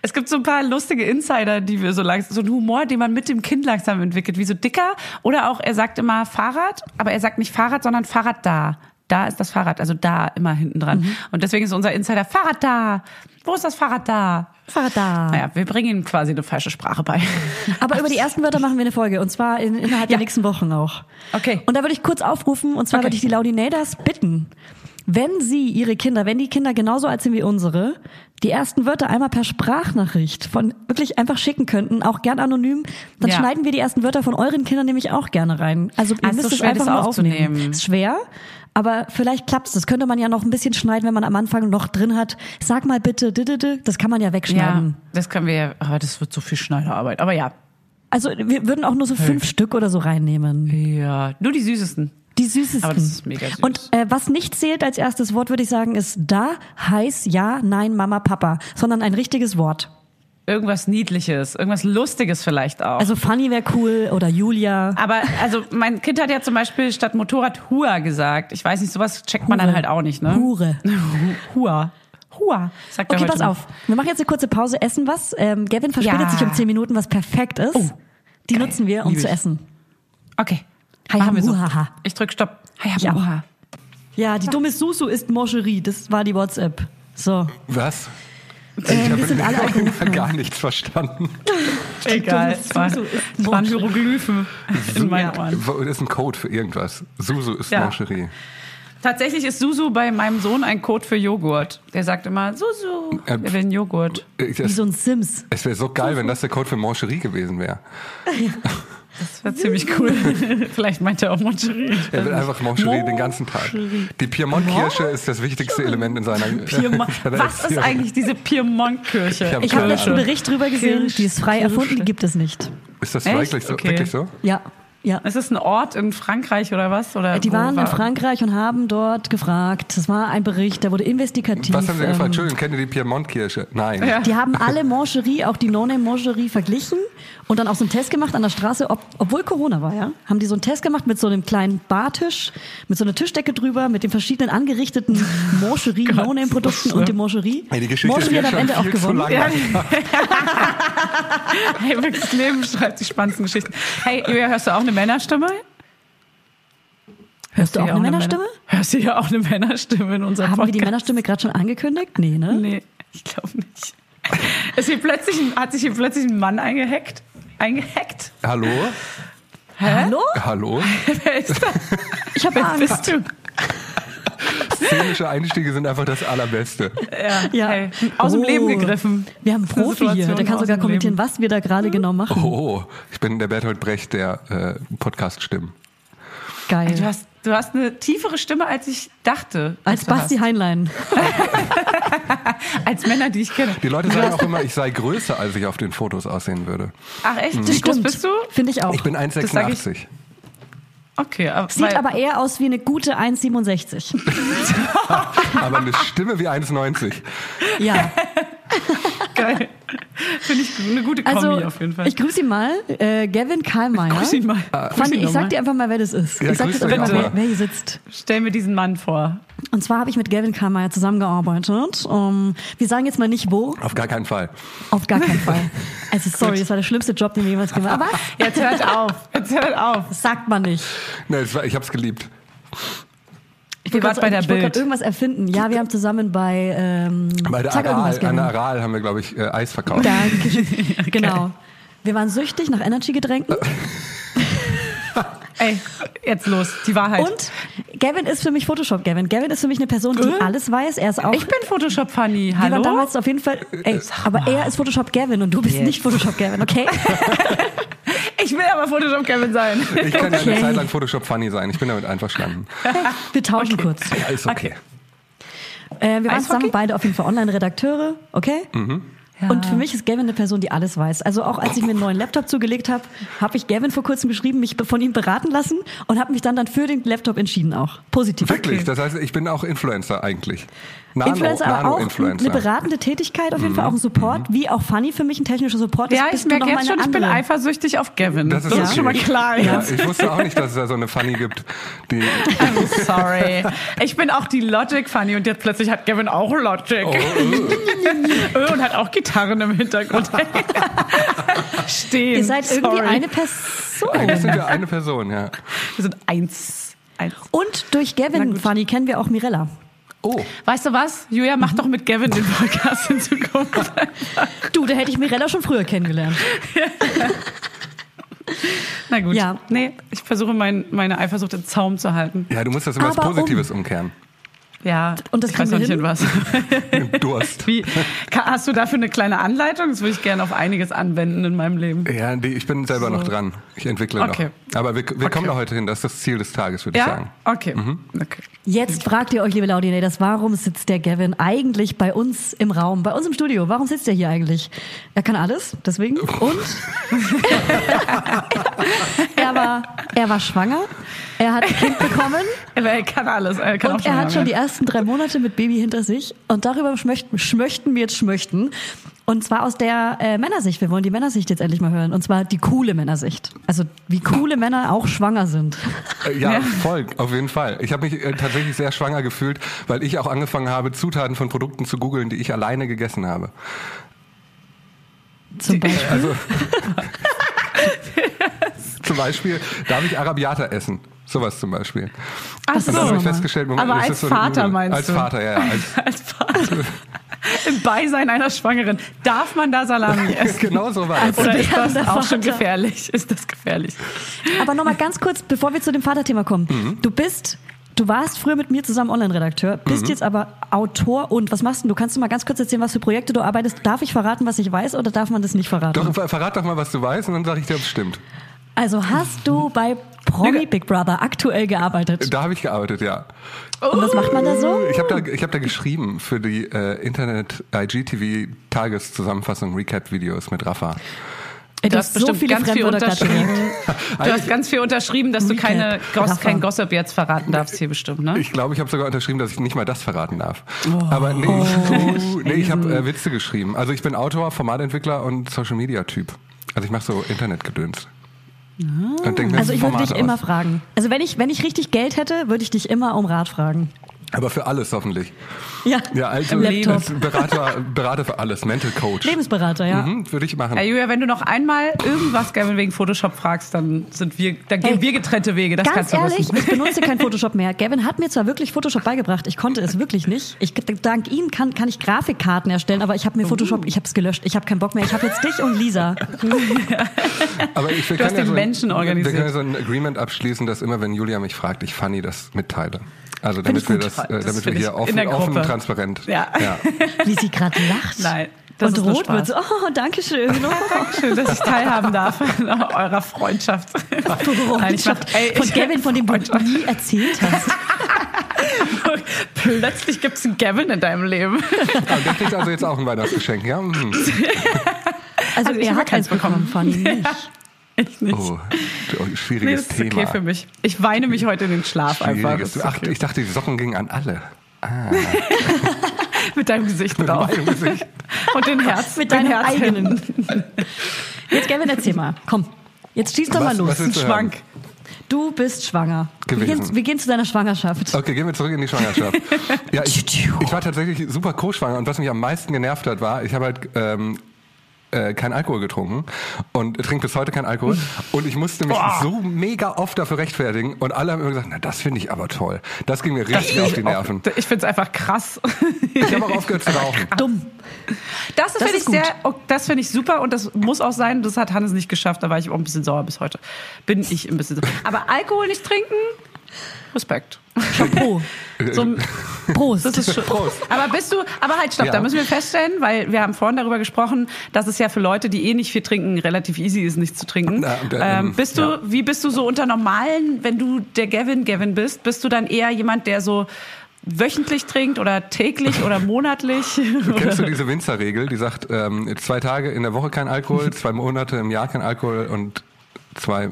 Es gibt so ein paar lustige Insider, die wir so langsam, so einen Humor, den man mit dem Kind langsam entwickelt, wie so dicker. Oder auch, er sagt immer Fahrrad, aber er sagt nicht Fahrrad, sondern Fahrrad da. Da ist das Fahrrad, also da immer hinten dran. Und deswegen ist unser Insider Fahrrad da. Wo ist das Fahrrad da? Fahrrad da. Naja, wir bringen ihm quasi eine falsche Sprache bei. Aber über die ersten Wörter machen wir eine Folge und zwar in, innerhalb der Ja. nächsten Wochen auch. Okay. Und da würde ich kurz aufrufen und zwar Okay. würde ich die Laudinators bitten, wenn sie ihre Kinder, wenn die Kinder genauso alt sind wie unsere, die ersten Wörter einmal per Sprachnachricht von wirklich einfach schicken könnten, auch gern anonym, dann Ja. schneiden wir die ersten Wörter von euren Kindern nämlich auch gerne rein. Also ihr Ah, ist müsst so es schwer, einfach das nur aufnehmen. aufzunehmen. Ist schwer, aber vielleicht klappt es. Das könnte man ja noch ein bisschen schneiden, wenn man am Anfang noch drin hat. Sag mal bitte, didede. das kann man ja wegschneiden. Ja, das können wir, aber das wird so viel Schneiderarbeit. Aber ja, Also wir würden auch nur so fünf Stück oder so reinnehmen. ja, nur die süßesten. Die süßesten. Aber das ist mega süß. Und äh, was nicht zählt als erstes Wort, würde ich sagen, ist da, heiß, ja, nein, Mama, Papa, sondern ein richtiges Wort. Irgendwas Niedliches, irgendwas Lustiges vielleicht auch. Also Fanny wäre cool oder Julia. Aber also mein Kind hat ja zum Beispiel statt Motorrad Hua gesagt. Ich weiß nicht, sowas checkt man dann halt auch nicht, ne? Hure. Hua. Hua. Sagt er Okay, heute pass noch. auf. Wir machen jetzt eine kurze Pause, essen was. Ähm, Gavin verspätet Ja. sich um zehn Minuten, was perfekt ist. Die nutzen wir, um Lieb zu Oh. ich. essen. Okay. Hi, Machen wir so. Huhaha. Ich drück Stopp. Hi, Ich auch. Huha. Ja, die dumme Susu ist Morcherie. Das war die WhatsApp. So, Was? äh, wir sind alle aufgerufen. Gar nichts verstanden. Egal. Es war- Susu ist es waren Morsche. Hieroglyphen in meinen Ohren. Das ist ein Code für irgendwas. Susu ist Ja. Mancherie. Tatsächlich ist Susu bei meinem Sohn ein Code für Joghurt. Der sagt immer, Susu, Äh, wir will einen Joghurt. Ich- Wie Es, so ein Sims. es wäre so geil, wenn das der Code für Mancherie gewesen wäre. Das wäre ziemlich cool. Vielleicht meint er auch Moncherie. Er will einfach Mancherie den ganzen Tag. Die Piemont-Kirsche ist das wichtigste Element in seiner Piemont. seiner Was ist Erziehung. eigentlich diese Piemont-Kirche? Ich Ich habe Keine letzten Ahnung. Bericht drüber gesehen, die ist frei erfunden, die gibt es nicht. Ist das Echt? wirklich so? Okay. Wirklich so? Ja, ja. Ist das ein Ort in Frankreich oder was? Oder Die wo waren in Also, war- Frankreich und haben dort gefragt. Das war ein Bericht, der wurde investigativ. Was haben Sie gefragt? ähm, Entschuldigung, kennt ihr die Piemont-Kirsche? Nein. Die haben alle Mancherie, auch die No-Name-Mancherie, verglichen und dann auch so einen Test gemacht an der Straße, ob, obwohl Corona war, ja? Haben die so einen Test gemacht mit so einem kleinen Bartisch, mit so einer Tischdecke drüber, mit den verschiedenen angerichteten Mancherie, No-Name-Produkten und dem Mancherie. Ey, die Geschichte ist Mancherie jetzt hat am schon Ende auch viel zu gewonnen. lang. Hey, wirklich Leben schreibt die spannendsten Geschichten. Hey, Julia, hörst du auch eine Männerstimme? Hörst du auch eine Männerstimme? Hörst du hier auch eine Männerstimme in unserem Haben wir Podcast? die Männerstimme gerade schon angekündigt? Nee, ne? Nee, ich glaube nicht. Ist hier plötzlich, ein- hat sich hier plötzlich ein Mann eingehackt? Eingehackt? Hallo? Hallo? Hallo? Wer ist das? Ich habe Wer Angst. bist du? Szenische Einstiege sind einfach das Allerbeste. Ja. Hey, aus dem Oh. Leben gegriffen. Wir haben einen Eine Profi hier, Situation Hm. der kann aus sogar dem kommentieren, Leben. was wir da gerade genau machen. Oh, ich bin der Berthold Brecht der äh, Podcast-Stimmen. Geil. Du hast, du hast eine tiefere Stimme, als ich dachte. Als dass du Basti Heinlein. hast. Als Männer, die ich kenne. Die Leute sagen auch immer, ich sei größer, als ich auf den Fotos aussehen würde. Ach echt? Wie groß bist du? Finde ich auch. Ich bin Das sag ich- 1,86. Okay. Aber, Sieht weil- aber eher aus wie eine gute 1,67. Aber eine Stimme wie 1,90. Ja. geil. Finde ich eine gute Kombi Also, auf jeden Fall. ich grüße ihn mal. Äh, Gavin Karlmeier. Grüß ihn mal. Grüß Fanny, ihn ich doch sag mal. dir einfach mal, wer das ist. Ja, ich sag grüß dir einfach ihn mal, doch wer, mal. wer hier sitzt. Stell mir diesen Mann vor. Und zwar habe ich mit Gavin Karlmeier zusammengearbeitet. Ähm, wir sagen jetzt mal nicht wo, Auf gar keinen Fall. auf gar keinen Fall. Also sorry, das war der schlimmste Job, den wir jemals gemacht haben. Aber was? Jetzt hört auf. Jetzt hört auf. Das sagt man nicht. Nee, es war, ich hab's geliebt. Ich Ihr wollte wart grad- bei der ich wollte grad Bild. irgendwas erfinden. Ja, wir haben zusammen bei ähm, Bei der sag Aral, irgendwas, an Gavin. der Aral haben wir, glaube ich, äh, Eis verkauft. Danke. Genau. Wir waren süchtig nach Energy-Getränken Äh, Ey, jetzt los. Die Wahrheit. und Gavin ist für mich Photoshop, Gavin. Gavin ist für mich eine Person, die Äh? alles weiß. Er ist auch. Ich bin Photoshop-Fanny. wir waren Hallo? damals auf jeden Fall. Äh, Ey, aber er ist Photoshop Gavin und du bist nicht Photoshop Gavin, okay? Ich will aber Photoshop-Kevin sein. Ich kann ja eine Okay. Zeit lang Photoshop funny sein. Ich bin damit einverstanden. Wir tauschen kurz. Ja, ist okay. Äh, wir waren Eishockey? zusammen beide auf jeden Fall Online-Redakteure, okay? Mhm. Und für mich ist Gavin eine Person, die alles weiß. Also auch als ich mir einen neuen Laptop zugelegt habe, habe ich Gavin vor kurzem geschrieben, mich von ihm beraten lassen und habe mich dann dann für den Laptop entschieden auch. Positiv. Wirklich, das heißt, ich bin auch Influencer eigentlich. Nano, Influencer, aber auch Nano-Influencer. Mhm. eine beratende Tätigkeit, auf jeden Fall auch ein Support, wie auch Funny für mich ein technischer Support ist. Ja, ich bist du merke noch jetzt meine schon, ich bin andere. eifersüchtig auf Gavin. Das ist, okay. schon mal klar. Ja, Jetzt. ich wusste auch nicht, dass es da so eine Funny gibt. Die, I'm sorry. Ich bin auch die Logic-Funny und jetzt plötzlich hat Gavin auch Logic. Oh, und hat auch Gitarren im Hintergrund. Stehen. Ihr seid sorry. irgendwie eine eigentlich sind Person. wir eine Person, ja. Wir sind eins. eins. Und durch Gavin, Funny, kennen wir auch Mirella. Oh, Weißt du was? Julia, mach doch mit Gavin den Podcast in Zukunft. Du, da hätte ich Mirella schon früher kennengelernt. Na gut. Ja. Nee, ich versuche mein, meine Eifersucht im Zaum zu halten. ja, du musst das immer als Aber um- Positives umkehren. Ja. Und das ich weiß kriegen noch wir nicht in was. Durst. Wie, ka- hast du dafür eine kleine Anleitung? Das würde ich gerne auf einiges anwenden in meinem Leben. Ja, die, ich bin selber noch dran. Ich entwickle Okay. noch. Aber wir, wir Okay. kommen da heute hin. Das ist das Ziel des Tages, würde ich Ja? sagen. Mhm. Okay. okay. Jetzt fragt ihr euch, liebe Laudinators, warum sitzt der Gavin eigentlich bei uns im Raum, bei uns im Studio? Warum sitzt er hier eigentlich? Er kann alles, deswegen. Und er war, er war schwanger, er hat ein Kind bekommen Aber er kann alles. Er kann auch und Genau schon er hat lange. schon die ersten drei Monate mit Baby hinter sich. Und darüber schmöchten, schmöchten wir jetzt schmöchten. Und zwar aus der äh, Männersicht. Wir wollen die Männersicht jetzt endlich mal hören. Und zwar die coole Männersicht. Also wie coole Männer auch schwanger sind. Äh, Ja, voll, auf jeden Fall. Ich habe mich äh, tatsächlich sehr schwanger gefühlt, weil ich auch angefangen habe, Zutaten von Produkten zu googeln, die ich alleine gegessen habe. Zum Beispiel. Also zum Beispiel, darf ich Arabiata essen? Sowas zum Beispiel. Ach Das Und dann ist habe ich nochmal. so. festgestellt, Aber das als ist so eine Vater Nudel. meinst als du? Als Vater, ja, ja. Als, Als Vater. Im Beisein einer Schwangeren. Darf man da Salami essen? genau so war das. Oder ist Während das der auch schon Vater. gefährlich? Ist das gefährlich? Aber nochmal ganz kurz, bevor wir zu dem Vaterthema kommen. Mhm. Du bist, du warst früher mit mir zusammen Online-Redakteur, Mhm. bist jetzt aber Autor und was machst du? Du kannst du mal ganz kurz erzählen, was für Projekte du arbeitest. Darf ich verraten, was ich weiß oder darf man das nicht verraten? Doch, ver- verrat doch mal, was du weißt, und dann sage ich dir, ob es stimmt. Also hast du bei Promi Big Brother aktuell gearbeitet? Da habe ich gearbeitet, ja. Und was macht man da so? Ich habe da, ich hab da geschrieben für die äh, Internet-IGTV-Tageszusammenfassung Recap-Videos mit Rafa. Ey, Du hast bestimmt ganz viel Fremdwörter gerade gelernt. unterschrieben. Du hast ganz viel unterschrieben, dass du Recap. keine Goss, Rafa. kein Gossip jetzt verraten darfst hier bestimmt, ne? Ich glaube, ich habe sogar unterschrieben, dass ich nicht mal das verraten darf. Aber nee, Oh, ich, nee, ich habe äh, Witze geschrieben. Also ich bin Autor, Formatentwickler und Social-Media-Typ. Also ich mache so Internetgedöns. Und denk mir Also ich würde Formate dich immer aus. fragen. Also wenn ich, wenn ich richtig Geld hätte, würde ich dich immer um Rat fragen. Aber für alles hoffentlich. Ja, Ja, also im Laptop. als Berater, Berater für alles, Mental Coach. Lebensberater, ja. Mhm, würde ich machen. Hey, Julia, wenn du noch einmal irgendwas Gavin wegen Photoshop fragst, dann sind wir, dann gehen Hey, wir getrennte Wege. Das Ganz kannst du ehrlich, wissen. ich benutze kein Photoshop mehr. Gavin hat mir zwar wirklich Photoshop beigebracht. Ich konnte es wirklich nicht. Ich, dank ihm kann, kann ich Grafikkarten erstellen, aber ich habe mir Photoshop, ich habe es gelöscht. Ich habe keinen Bock mehr. Ich habe jetzt dich und Lisa. Aber Aber ich, wir Du hast können ja den so ein- Menschen organisiert. Wir können ja so ein Agreement abschließen, dass immer, wenn Julia mich fragt, ich Fanny das mitteile. Also damit ich wir gut. das, äh, Das damit wir find ich hier in offen, der offen Gruppe. transparent. Ja. Wie sie gerade lacht. Nein, das und ist nur rot wird. Spaß. so, Oh, danke schön. Schön, dass ich teilhaben darf an eurer Freundschaft. Nein, ich mach- ey, von ich- Gavin, von dem du nie erzählt hast. Plötzlich gibt es einen Gavin in deinem Leben. Ah, der kriegt also jetzt auch ein Weihnachtsgeschenk, ja? Mhm. Also, ich er habe hat keins eins bekommen, Fanny. Nicht. Ich nicht. Oh, schwieriges nee, das ist Thema. okay für mich. Ich weine mich heute in den Schlaf einfach. Das Schwieriges. ist Ach, okay. ich dachte, die Socken gingen an alle. Mit deinem Gesicht Mit drauf. meinem Gesicht. Und den Herz. Mit dein deinem Herz eigenen. hinten. Jetzt, Gavin, erzähl mal. Komm, jetzt schieß doch mal Was- los. was willst du hören? Schwank. Du bist schwanger. Wir Gewesen. gehen, wir gehen zu deiner Schwangerschaft. Okay, gehen wir zurück in die Schwangerschaft. ja, ich, ich war tatsächlich super co-schwanger und was mich am meisten genervt hat, war, ich habe halt ähm, äh, keinen Alkohol getrunken und trinke bis heute keinen Alkohol und ich musste mich so mega oft dafür rechtfertigen und alle haben immer gesagt, na das finde ich aber toll. Das ging mir richtig auf die Nerven. Ich finde es einfach krass. Ich habe auch aufgehört zu rauchen. Dumm. Das, finde ist ich gut. sehr, oh, das finde ich super und das muss auch sein. Das hat Hannes nicht geschafft. Da war ich auch ein bisschen sauer bis heute. Bin ich ein bisschen sauer. Aber Alkohol nicht trinken, Respekt. Chapeau. So, ein- Prost. das ist schon, aber bist du, aber halt, stopp, Ja. da müssen wir feststellen, weil wir haben vorhin darüber gesprochen, dass es ja für Leute, die eh nicht viel trinken, relativ easy ist, nichts zu trinken. Na, und, ähm, ähm, bist du, ja. wie bist du so unter normalen, wenn du der Gavin Gavin bist, bist du dann eher jemand, der so wöchentlich trinkt oder täglich oder monatlich? Kennst du diese Winzerregel, die sagt, ähm, zwei Tage in der Woche kein Alkohol, zwei Monate im Jahr kein Alkohol und zwei W-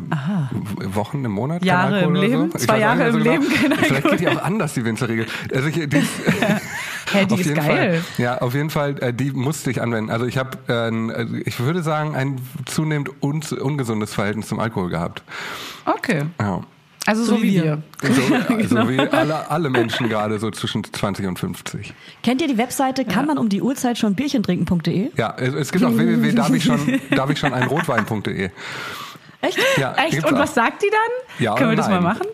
Wochen im Monat Jahre kein im Alkohol oder Leben, so? Ich zwei weiß auch Jahre nicht im mehr so genau. Leben kein Vielleicht Alkohol. geht die auch anders, die Winzerregel. Also ich, die, ist- Hä, die auf ist jeden geil. Fall, ja, auf jeden Fall, äh, die musste ich anwenden. Also ich habe, äh, ein, also ich würde sagen, ein zunehmend un ungesundes Verhältnis zum Alkohol gehabt. Okay. Ja. Also so, wie wir. So, also Genau. wie alle, alle Menschen gerade so zwischen 20 und 50. Kennt ihr die Webseite kann man um die Uhrzeit schon Bierchen trinken.de? Ja, es, es gibt auch www.darfichschoneinrotwein.de. Echt? Ja, die Echt? gibt's Und auch. was sagt die dann? Ja Können wir oder das mal nein? machen?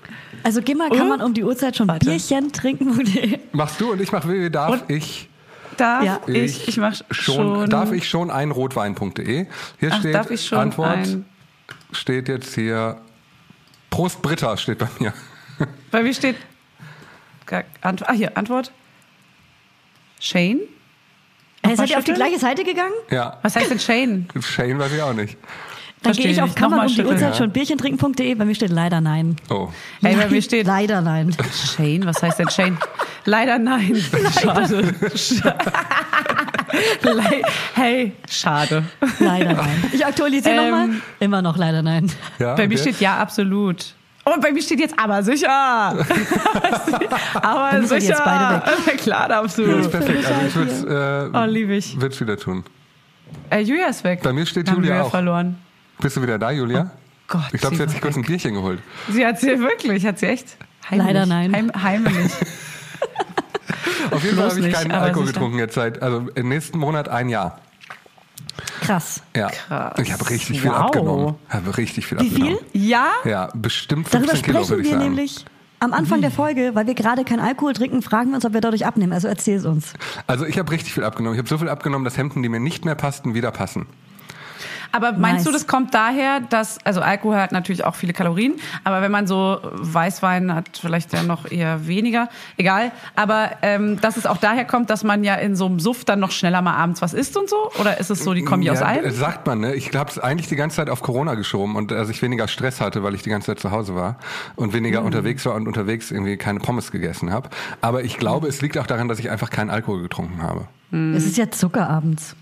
Also geh mal, kann man um die Uhrzeit schon Bierchen trinken.de? Machst du und ich mach www. darf Und- ich Darf Ja. ich, ich mach schon. darf ich schon ein Rotwein.de. Hier Ach, steht darf ich schon Antwort ein- steht jetzt hier Prost Britta steht bei mir. Bei mir steht. Gar- Ant- Ah, hier, Antwort. Shane? Hey, seid ihr auf die schütteln? gleiche Seite gegangen? Ja, Was heißt denn Shane? Shane weiß ich auch nicht. Dann Verstehe gehe ich auf nicht. kann man Nochmal um die schütteln. Uhrzeit schon Bierchen trinken.de. E? Bei mir steht leider nein. Oh. Ey, bei Nein, mir steht. Leider nein. Shane? Was heißt denn Shane? Leider nein. Schade. Le- hey, schade. Leider nein. Ich aktualisiere Ähm. nochmal. Immer noch leider nein. Ja, bei und mir jetzt? steht ja, absolut. Und bei mir steht jetzt aber sicher. aber Dann sind sicher. die jetzt beide weg. Na Klar, Das ist absolut. perfekt. Also ich würde es Oh, äh, lieb ich. würd's wieder tun. Äh, Julia ist weg. Bei mir steht Wir haben Julia Julia auch. verloren. Bist du wieder da, Julia? Gott, ich glaube, sie sie hat war sich kurz ein Bierchen geholt. Sie hat sie wirklich, hat sie echt? Leider nein. Heim, heimlich. Auf jeden Fall Bloß habe ich nicht, keinen aber Alkohol sicher. getrunken jetzt seit, also im nächsten Monat ein Jahr. Krass. Ja. Krass. Ich habe richtig viel Wow. abgenommen. Habe richtig viel Wie abgenommen. viel? Ja? Ja, bestimmt 15 Darüber Kilo, würde sprechen ich wir sagen. nämlich am Mhm. Anfang der Folge, weil wir gerade keinen Alkohol trinken, fragen wir uns, ob wir dadurch abnehmen. Also erzähl es uns. Also ich habe richtig viel abgenommen. Ich habe so viel abgenommen, dass Hemden, die mir nicht mehr passten, wieder passen. Aber Nice. meinst du, das kommt daher, dass, also Alkohol hat natürlich auch viele Kalorien, aber wenn man so Weißwein hat, vielleicht ja noch eher weniger, egal. Aber ähm, dass es auch daher kommt, dass man ja in so einem Suff dann noch schneller mal abends was isst und so? Oder ist es so, die kommen ja aus das allem? Sagt man, ne? Ich habe es eigentlich die ganze Zeit auf Corona geschoben und dass ich weniger Stress hatte, weil ich die ganze Zeit zu Hause war und weniger Mhm. unterwegs war und unterwegs irgendwie keine Pommes gegessen habe. Aber ich glaube, es liegt auch daran, dass ich einfach keinen Alkohol getrunken habe. Mhm. Es ist ja Zucker abends.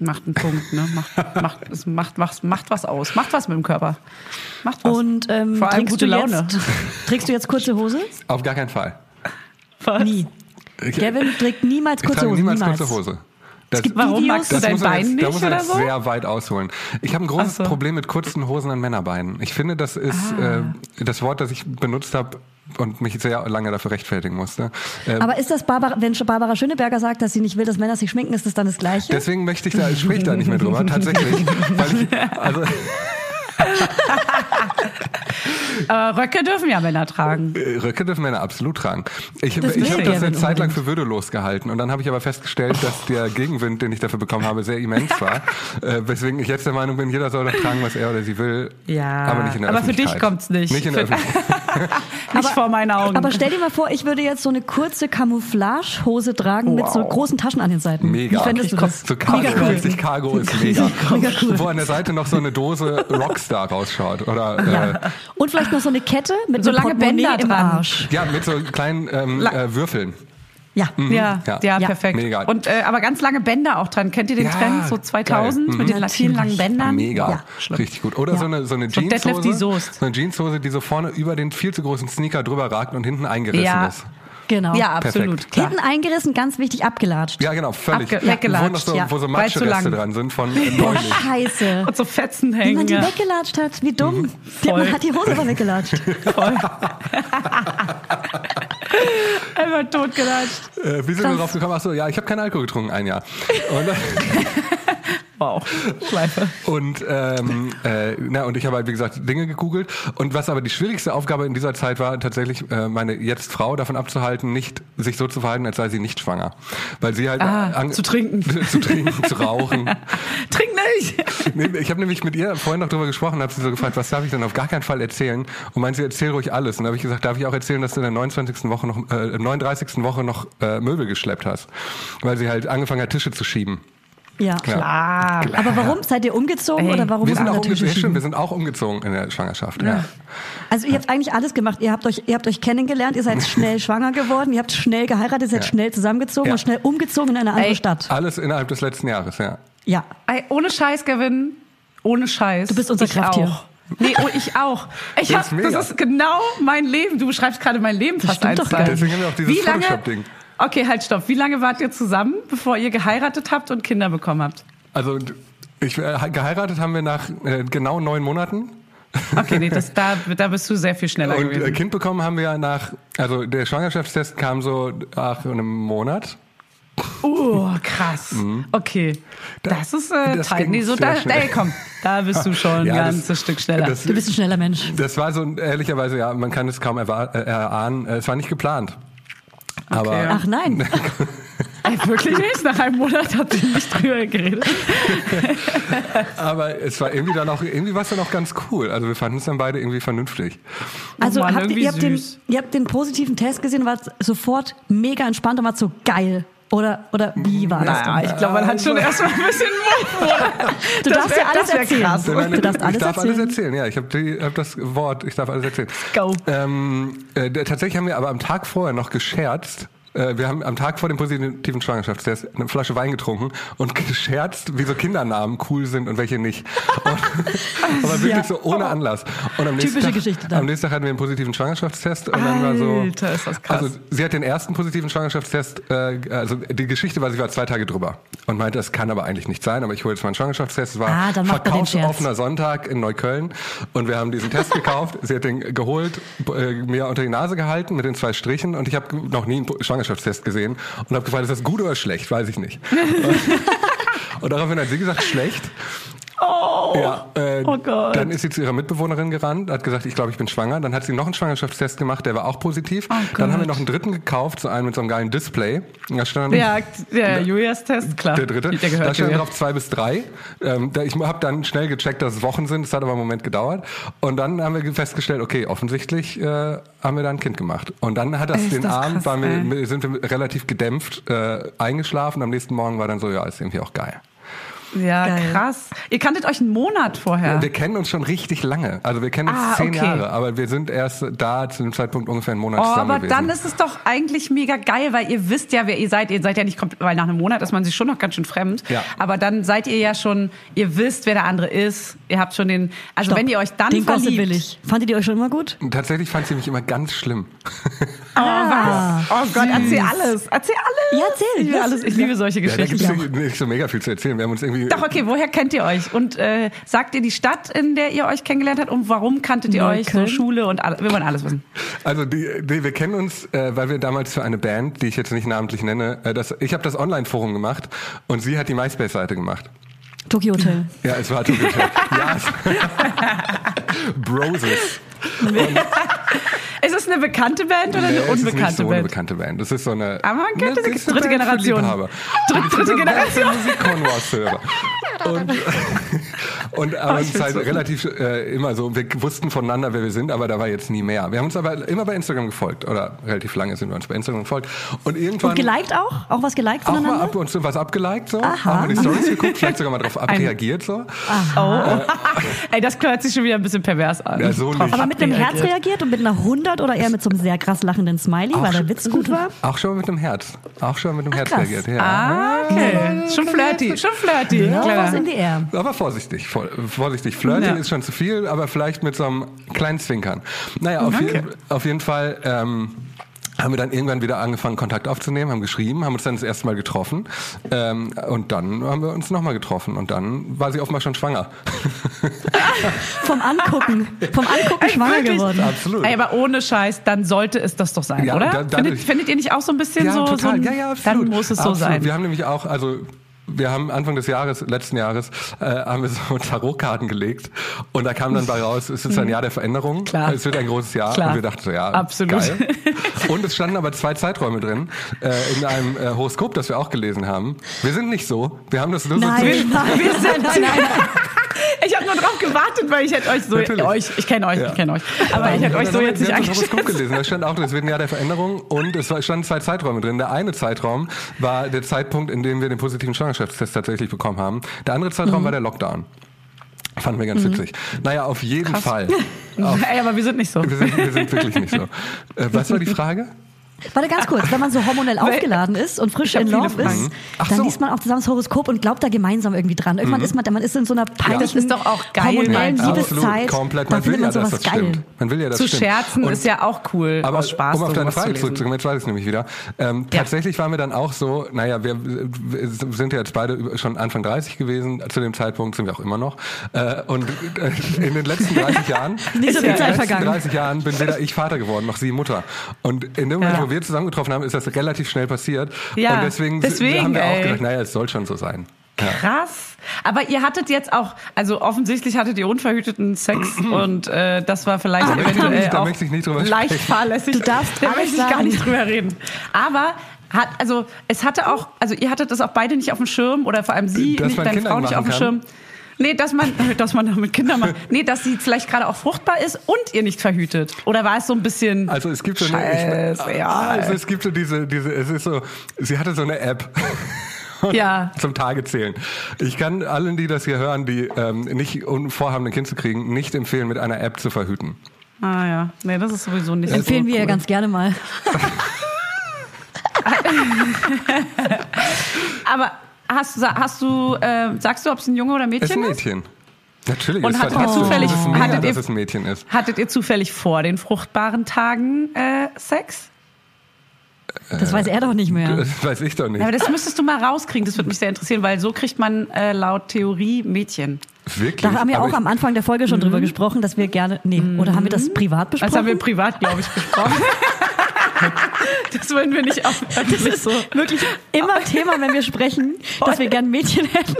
Macht einen Punkt, ne? Macht, macht, es macht, was, macht was aus. Macht was mit dem Körper. Macht was. Und ähm, Vor allem trinkst, gute du Laune. Jetzt, trägst du jetzt kurze Hose? Auf gar keinen Fall. Was? Nie. Gavin trägt niemals Ich kurze trage Hose. niemals, kurze Hose. Das, gibt Warum Videos? magst du Das dein muss man Bein jetzt, da muss nicht man oder jetzt so? sehr weit ausholen. Ich habe ein großes Ach so. Problem mit kurzen Hosen an Männerbeinen. Ich finde, das ist Ah. äh, das Wort, das ich benutzt habe und mich sehr lange dafür rechtfertigen musste. Äh, Aber ist das Barbara, wenn Barbara Schöneberger sagt, dass sie nicht will, dass Männer sich schminken, ist das dann das Gleiche? äh, deswegen möchte ich da, ich sprich da nicht mehr drüber, tatsächlich. Weil ich, also, Aber Äh, Röcke dürfen ja Männer tragen. Äh, Röcke dürfen Männer absolut tragen. Ich, Das ich habe will das Gavin eine Zeit lang für würdelos gehalten und dann habe ich aber festgestellt, dass der Gegenwind, den ich dafür bekommen habe, sehr immens war. Äh, weswegen ich jetzt der Meinung bin, jeder soll doch tragen, was er oder sie will. Ja. Aber nicht in der Aber für dich Öffentlichkeit. kommt's nicht. Nicht in der Für- Öffentlichkeit. Nicht vor meinen Augen. Aber stell dir mal vor, ich würde jetzt so eine kurze Camouflage-Hose tragen mit so großen Taschen an den Seiten. Mega. Wie fändest du das? So Cargo, Mega cool. richtig Cargo ist mega. Mega cool. Wo an der Seite noch so eine Dose Rockstar rausschaut. Oder äh, Und vielleicht noch so eine Kette mit So einem lange Portemonnaie Bänder im dran. Arsch. ja, mit so kleinen ähm, äh, Würfeln. Ja. ja, Hm? Ja. ja, Ja. perfekt. Mega. Und äh, aber ganz lange Bänder auch dran. Kennt ihr den Ja, Trend so geil. Mhm. 2000 mit den vielen langen Bändern? Mega, Ähm, Ja, schlimm. richtig gut. Oder so eine, so eine So Jeanshose, Deadlift die Soest. so eine Jeanshose, die so vorne über den viel zu großen Sneaker drüber ragt und hinten eingerissen Ja. ist. Genau. Ja, Perfekt. absolut. Klar. Hinten eingerissen, ganz wichtig, abgelatscht. Ja, genau, völlig. Abge- wo, weggelatscht, noch so, ja. wo so Weil zu Matschreste lang. dran sind von äh, Boah, neulich. scheiße. Und so Fetzen Wie man hängen. die ja. weggelatscht hat, wie Mhm. dumm. Die, man Voll. hat die Hose aber weggelatscht. Voll. Einfach totgelatscht. Äh, wie sind wir drauf gekommen? Ach so, ja, ich habe keinen Alkohol getrunken, ein Jahr. Und, Wow. Schleife. und, ähm, äh, na, und ich habe halt, wie gesagt, Dinge gegoogelt. Und was aber die schwierigste Aufgabe in dieser Zeit war, tatsächlich äh, meine jetzt Frau davon abzuhalten, nicht sich so zu verhalten, als sei sie nicht schwanger. Weil sie halt... Ah, äh, an- zu trinken. zu trinken, zu rauchen. Trink nicht. Nee, Ich habe nämlich mit ihr vorhin noch drüber gesprochen und habe sie so gefragt, was darf ich denn auf gar keinen Fall erzählen? Und meinte sie, erzähl ruhig alles. Und habe ich gesagt, darf ich auch erzählen, dass du in der 29. Woche noch, äh, im 39. Woche noch äh, Möbel geschleppt hast? Weil sie halt angefangen hat, Tische zu schieben. Ja. Ah. Klar. Aber warum? Seid ihr umgezogen Ey, oder warum wir, sind an auch der Tische umgezogen, Ja, stimmt, schieben? wir sind auch umgezogen in der Schwangerschaft. Ja. Also ihr habt eigentlich alles gemacht. Ihr habt euch, ihr habt euch kennengelernt, ihr seid schnell schwanger geworden, ihr habt schnell geheiratet, ihr seid Ja. schnell zusammengezogen Ja. und schnell umgezogen in eine andere Ey. Stadt. Alles innerhalb des letzten Jahres, ja. Ja. Ey, ohne Scheiß, Gavin. Ohne Scheiß. Du bist unser ich Krafttier. Auch. Nee, oh, ich auch. Ich Das hab, ist mega. das ist genau mein Leben. Du beschreibst gerade mein Leben fast stimmt eins doch zu gar eins. nicht. Deswegen haben wir auch dieses Wie lange- Photoshop-Ding. Okay, halt, stopp. Wie lange wart ihr zusammen, bevor ihr geheiratet habt und Kinder bekommen habt? Also ich, äh, geheiratet haben wir nach äh, genau neun Monaten. Okay, nee, das, da, da bist du sehr viel schneller Und äh, gewesen. Kind bekommen haben wir ja nach, also der Schwangerschaftstest kam so nach einem Monat. Oh, krass. Okay. Das ist äh, Mhm. das tight. ging Nee, so sehr da, schnell. ey, komm, da bist du schon Ja, ein das- ganzes Stück schneller. Das, Du bist ein schneller Mensch. Das war so, ein- ehrlicherweise, ja, man kann es kaum erwar- äh, erahnen. Äh, Es war nicht geplant. Aber Okay. Ach nein. ey, wirklich nicht? Nach einem Monat habt ihr nicht drüber geredet. Aber es war irgendwie dann auch, irgendwie war es dann auch ganz cool. Also wir fanden es dann beide irgendwie vernünftig. Also Mann, habt ihr, irgendwie ihr, habt den, süß. ihr habt den positiven Test gesehen, wart sofort mega entspannt und wart so geil. Oder, oder wie war das? Naja, ich glaube, man hat schon erstmal ein bisschen Mut. Du Das darfst wär- ja alles das wär erzählen. krass. Denn meine- Du darfst alles ich darf erzählen. alles erzählen, ja. Ich habe hab das Wort, ich darf alles erzählen. Go. Ähm, äh, der- tatsächlich haben wir aber am Tag vorher noch gescherzt. Äh, Wir haben am Tag vor dem positiven Schwangerschaftstest eine Flasche Wein getrunken und gescherzt, wie so Kindernamen cool sind und welche nicht. Und, aber wirklich Ja. so ohne Anlass. Und am Typische nächsten Tag, Geschichte dann. Am nächsten Tag hatten wir einen positiven Schwangerschaftstest und dann war so. Alter, ist das krass. Also sie hat den ersten positiven Schwangerschaftstest, äh, also die Geschichte war, sie war zwei Tage drüber und meinte, das kann aber eigentlich nicht sein, aber ich hole jetzt meinen Schwangerschaftstest. Es war Ah, dann macht man den Scherz. verkaufsoffener Sonntag in Neukölln und wir haben diesen Test gekauft. Sie hat den geholt, äh, mir unter die Nase gehalten mit den zwei Strichen und ich habe noch nie einen Schwangerschaftstest gesehen und habe gefragt, ist das gut oder schlecht? Weiß ich nicht. Und daraufhin hat sie gesagt, schlecht. Oh, ja, äh, oh Gott. Dann ist sie zu ihrer Mitbewohnerin gerannt, hat gesagt, ich glaube, ich bin schwanger. Dann hat sie noch einen Schwangerschaftstest gemacht, der war auch positiv. Oh dann haben wir noch einen dritten gekauft, so einen mit so einem geilen Display. Und Da stand dann Ja, der Julias Test, klar. der dritte. Der da gehört stand Julia. drauf zwei bis drei. Ähm, da, ich habe dann schnell gecheckt, dass es Wochen sind. Es hat aber einen Moment gedauert. Und dann haben wir festgestellt, okay, offensichtlich äh, haben wir da ein Kind gemacht. Und dann hat das Ist den das Abend, krass, waren ey. wir, sind wir relativ gedämpft äh, eingeschlafen. Am nächsten Morgen war dann so, ja, ist irgendwie auch geil. Ja, Geil. krass. Ihr kanntet euch einen Monat vorher. Wir kennen uns schon richtig lange. Also wir kennen uns Ah, zehn okay. Jahre, aber wir sind erst da zu dem Zeitpunkt ungefähr einen Monat Oh, zusammen aber gewesen. dann ist es doch eigentlich mega geil, weil ihr wisst ja, wer ihr seid. Ihr seid ja nicht komplett, weil nach einem Monat ist man sich schon noch ganz schön fremd. Ja. Aber dann seid ihr ja schon, ihr wisst, wer der andere ist. Ihr habt schon den, also Stopp. wenn ihr euch dann Den Gossip verliebt. will ich. Fandet ihr euch schon immer gut? Tatsächlich fand sie mich immer ganz schlimm. Oh, was? Oh Gott, erzähl alles. Erzähl alles. Ah. Ja, erzähl. Ich liebe, Das- alles. Ich liebe solche Ja, da Geschichten. gibt's nicht, nicht so mega viel zu erzählen. Wir haben uns irgendwie Doch, okay, woher kennt ihr euch? Und äh, sagt ihr die Stadt, in der ihr euch kennengelernt habt? Und warum kanntet ihr euch? So Neukölln. Schule und alles. Wir wollen alles wissen. Also die, die, wir kennen uns, äh, weil wir damals für eine Band, die ich jetzt nicht namentlich nenne, äh, das, ich habe das Online-Forum gemacht und sie hat die MySpace-Seite gemacht. Tokyo Hotel. Ja, es war Tokyo Hotel. ja. es- Broses. Ist es eine bekannte Band oder eine Nee, es ist nicht unbekannte so eine Band? bekannte Band. Das ist so eine. Aber man kennt Ne, sie, das ist dritte eine Band für Generation. Liebhaber. Dritte- Das ist dritte eine Band für Generation. Musikkonnoisseurer. Und, und aber es ist Oh, find's halt so gut. relativ äh, immer so, wir wussten voneinander, wer wir sind, aber da war jetzt nie mehr. Wir haben uns aber immer bei Instagram gefolgt. Oder relativ lange sind wir uns bei Instagram gefolgt. Und irgendwann. Und geliked auch? Auch was geliked auch mal voneinander? ab und zu was abgeliked, so. Aha. Ah. Auch mal die Stories geguckt, vielleicht sogar mal drauf abreagiert, so. Oh. Ey, das hört sich schon wieder ein bisschen pervers an. Ja, so nicht. Aber mit einem Herz reagiert und mit einer 100 oder eher mit so einem sehr krass lachenden Smiley, weil der Witz gut war? Auch schon mit einem Herz. Auch schon mit einem Herz krass. reagiert, ja. Ah, okay. Schon flirty, schon flirty. Ja, Kleiner. was in die Air. Aber vorsichtig, vor, vorsichtig. Flirting Ja. ist schon zu viel, aber vielleicht mit so einem kleinen Zwinkern. Naja, auf, Danke. jeden- auf jeden Fall ähm, haben wir dann irgendwann wieder angefangen, Kontakt aufzunehmen, haben geschrieben, haben uns dann das erste Mal getroffen ähm, und dann haben wir uns nochmal getroffen und dann war sie offenbar schon schwanger. Vom Angucken. Vom Angucken schwanger wirklich? geworden. Absolut. Ey, aber ohne Scheiß, dann sollte es das doch sein, Ja, oder? da- dadurch- findet, findet ihr nicht auch so ein bisschen so, so ein, ja, ja, absolut. dann muss es absolut. so sein. Wir haben nämlich auch, also wir haben Anfang des Jahres, letzten Jahres, äh, haben wir so Tarotkarten gelegt und da kam dann bei raus, es ist ein Jahr der Veränderung, Hm. Klar. es wird ein großes Jahr Klar. und wir dachten so, ja, Absolut. geil. Und es standen aber zwei Zeiträume drin äh, in einem äh, Horoskop, das wir auch gelesen haben. Wir sind nicht so, wir haben das nur so Nein, zwischen- nein, Wir sind- Ich habe nur drauf gewartet, weil ich hätte euch so Natürlich. euch, ich kenne euch, Ja. ich kenne euch, aber ich hätte euch so Wir jetzt nicht haben das Horoskop angeschaut. gelesen. Da stand auch, es wird ein Jahr der Veränderung und es war- standen zwei Zeiträume drin. Der eine Zeitraum war der Zeitpunkt, in dem wir den positiven Schwangerschaftstest tatsächlich bekommen haben. Der andere Mhm. Zeitraum war der Lockdown. Fanden wir ganz witzig. Naja, auf jeden Fall. Ey, aber wir sind nicht so. Wir sind, wir sind wirklich nicht so. Äh, was war die Frage? Warte ganz kurz, wenn man so hormonell aufgeladen ist und frisch in viele Love ist, Fragen. dann Ach so. Mhm. liest man auch zusammen das Horoskop und glaubt da gemeinsam irgendwie dran. Irgendwann ist man, man ist in so einer peinlichen, Das ist doch auch geil, hormonellen Mann. Liebeszeit. Komplett. Da Man will findet ja, man dass sowas das geil. stimmt. Man will ja, dass Zu stimmt. scherzen Und- ist ja auch cool, Aber aus Spaß. um auf deine sowas Frage zu lesen. zurückzukommen, jetzt weiß ich es nämlich wieder. Ähm, Tatsächlich waren wir dann auch so, naja, wir, wir sind ja jetzt beide über- schon Anfang 30 gewesen, zu dem Zeitpunkt sind wir auch immer noch. Äh, und äh, in den letzten 30 Jahren, Nicht so in viel den Zeit letzten vergangen. 30 Jahren bin weder ich Vater geworden, noch sie Mutter. Und in dem Moment, Ja. wo wir zusammengetroffen haben, ist das relativ schnell passiert. Ja, und deswegen, deswegen, haben wir auch ey. gedacht, naja, es soll schon so sein. Krass. Aber ihr hattet jetzt auch, also offensichtlich hattet ihr unverhüteten Sex und äh, das war vielleicht Ah, Da möchte ich eventuell nicht- da auch möchte ich nicht drüber leicht sprechen. fahrlässig. Du darfst da alles möchte ich gar sagen. nicht drüber reden. Aber hat, also es hatte auch, also ihr hattet das auch beide nicht auf dem Schirm oder vor allem sie, Dass nicht, man deine Kinder Frau nicht auf dem machen Schirm. Nee, dass man, dass man damit Kinder macht. Nee, dass sie vielleicht gerade auch fruchtbar ist und ihr nicht verhütet. Oder war es so ein bisschen. Also es gibt so eine, Scheiße, ja. also es gibt so diese, diese, es ist so, sie hatte so eine App. Ja. Zum Tage zählen. Ich kann allen, die das hier hören, die ähm, nicht un- vorhaben, ein Kind zu kriegen, nicht empfehlen, mit einer App zu verhüten. Ah ja. Nee, das ist sowieso nicht Empfehlen wir ja ganz gerne mal. Aber hast, du- hast du, äh, sagst du, ob es ein Junge oder ein Mädchen Es ist? ist ein Mädchen. Natürlich Und ist hattet ihr fantastisch. zufällig- es ist mega, hattet ihr- dass es ein Mädchen ist. Hattet ihr zufällig vor den fruchtbaren Tagen äh, Sex? Das weiß er doch nicht mehr. Das weiß ich doch nicht. Aber das müsstest du mal rauskriegen, das würde mich sehr interessieren, weil so kriegt man äh, laut Theorie Mädchen. Wirklich. Da haben wir Aber Mhm. auch am Anfang der Folge schon drüber gesprochen, dass wir gerne, nee, oder haben wir das privat Also besprochen? Das haben wir privat, glaube ich, besprochen. das würden wir nicht auf öffentlich so. wirklich immer Thema, wenn wir sprechen, dass wir gerne Mädchen hätten.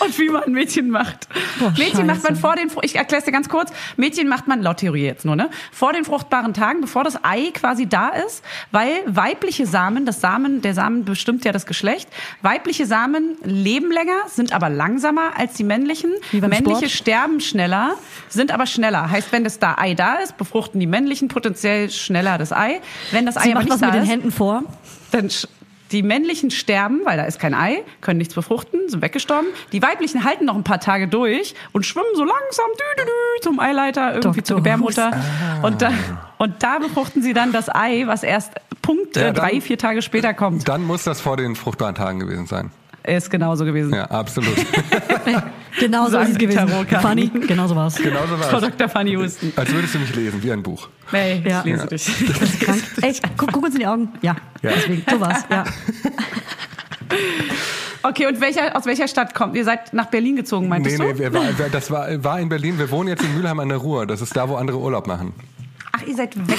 Und wie man ein Mädchen macht. Boah, Mädchen Scheiße. macht man vor den, Fr- ich erkläre es dir ganz kurz, Mädchen macht man, laut Theorie jetzt nur, ne? Vor den fruchtbaren Tagen, bevor das Ei quasi da ist, weil weibliche Samen, das Samen, der Samen bestimmt ja das Geschlecht, weibliche Samen leben länger, sind aber langsamer als die männlichen, Wie beim männliche Sport. sterben schneller, sind aber schneller. Heißt, wenn das da Ei da ist, befruchten die männlichen potenziell schneller das Ei. Wenn das Sie Ei Ah, aber macht nicht was da mit den ist, Händen vor. dann sch- die männlichen sterben, weil da ist kein Ei, können nichts befruchten, sind weggestorben. Die weiblichen halten noch ein paar Tage durch und schwimmen so langsam dü, dü, dü, zum Eileiter, irgendwie Dr. zur Gebärmutter. Und, da, und da befruchten sie dann das Ei, was erst Punkt Ja, äh, dann- drei, vier Tage später kommt. Dann muss das vor den fruchtbaren Tagen gewesen sein. Ist genauso gewesen. Ja, absolut. Genau so Sagen ist es die gewesen. Tarotkarten. Funny, genau so war es. Genauso Frau war es. Dr. Fanny Husten. Als würdest du mich lesen, wie ein Buch. Hey, Ja. ich lese dich. Krank. Ey, guck, guck uns in die Augen. Ja, Ja. deswegen, so war's. Ja. Okay, und welcher, aus welcher Stadt kommt? Ihr seid nach Berlin gezogen, meintest nee, nee, du? wir war, wir- das war, war in Berlin. Wir wohnen jetzt in Mülheim an der Ruhr. Das ist da, wo andere Urlaub machen. Ach, Ach, ihr seid weg.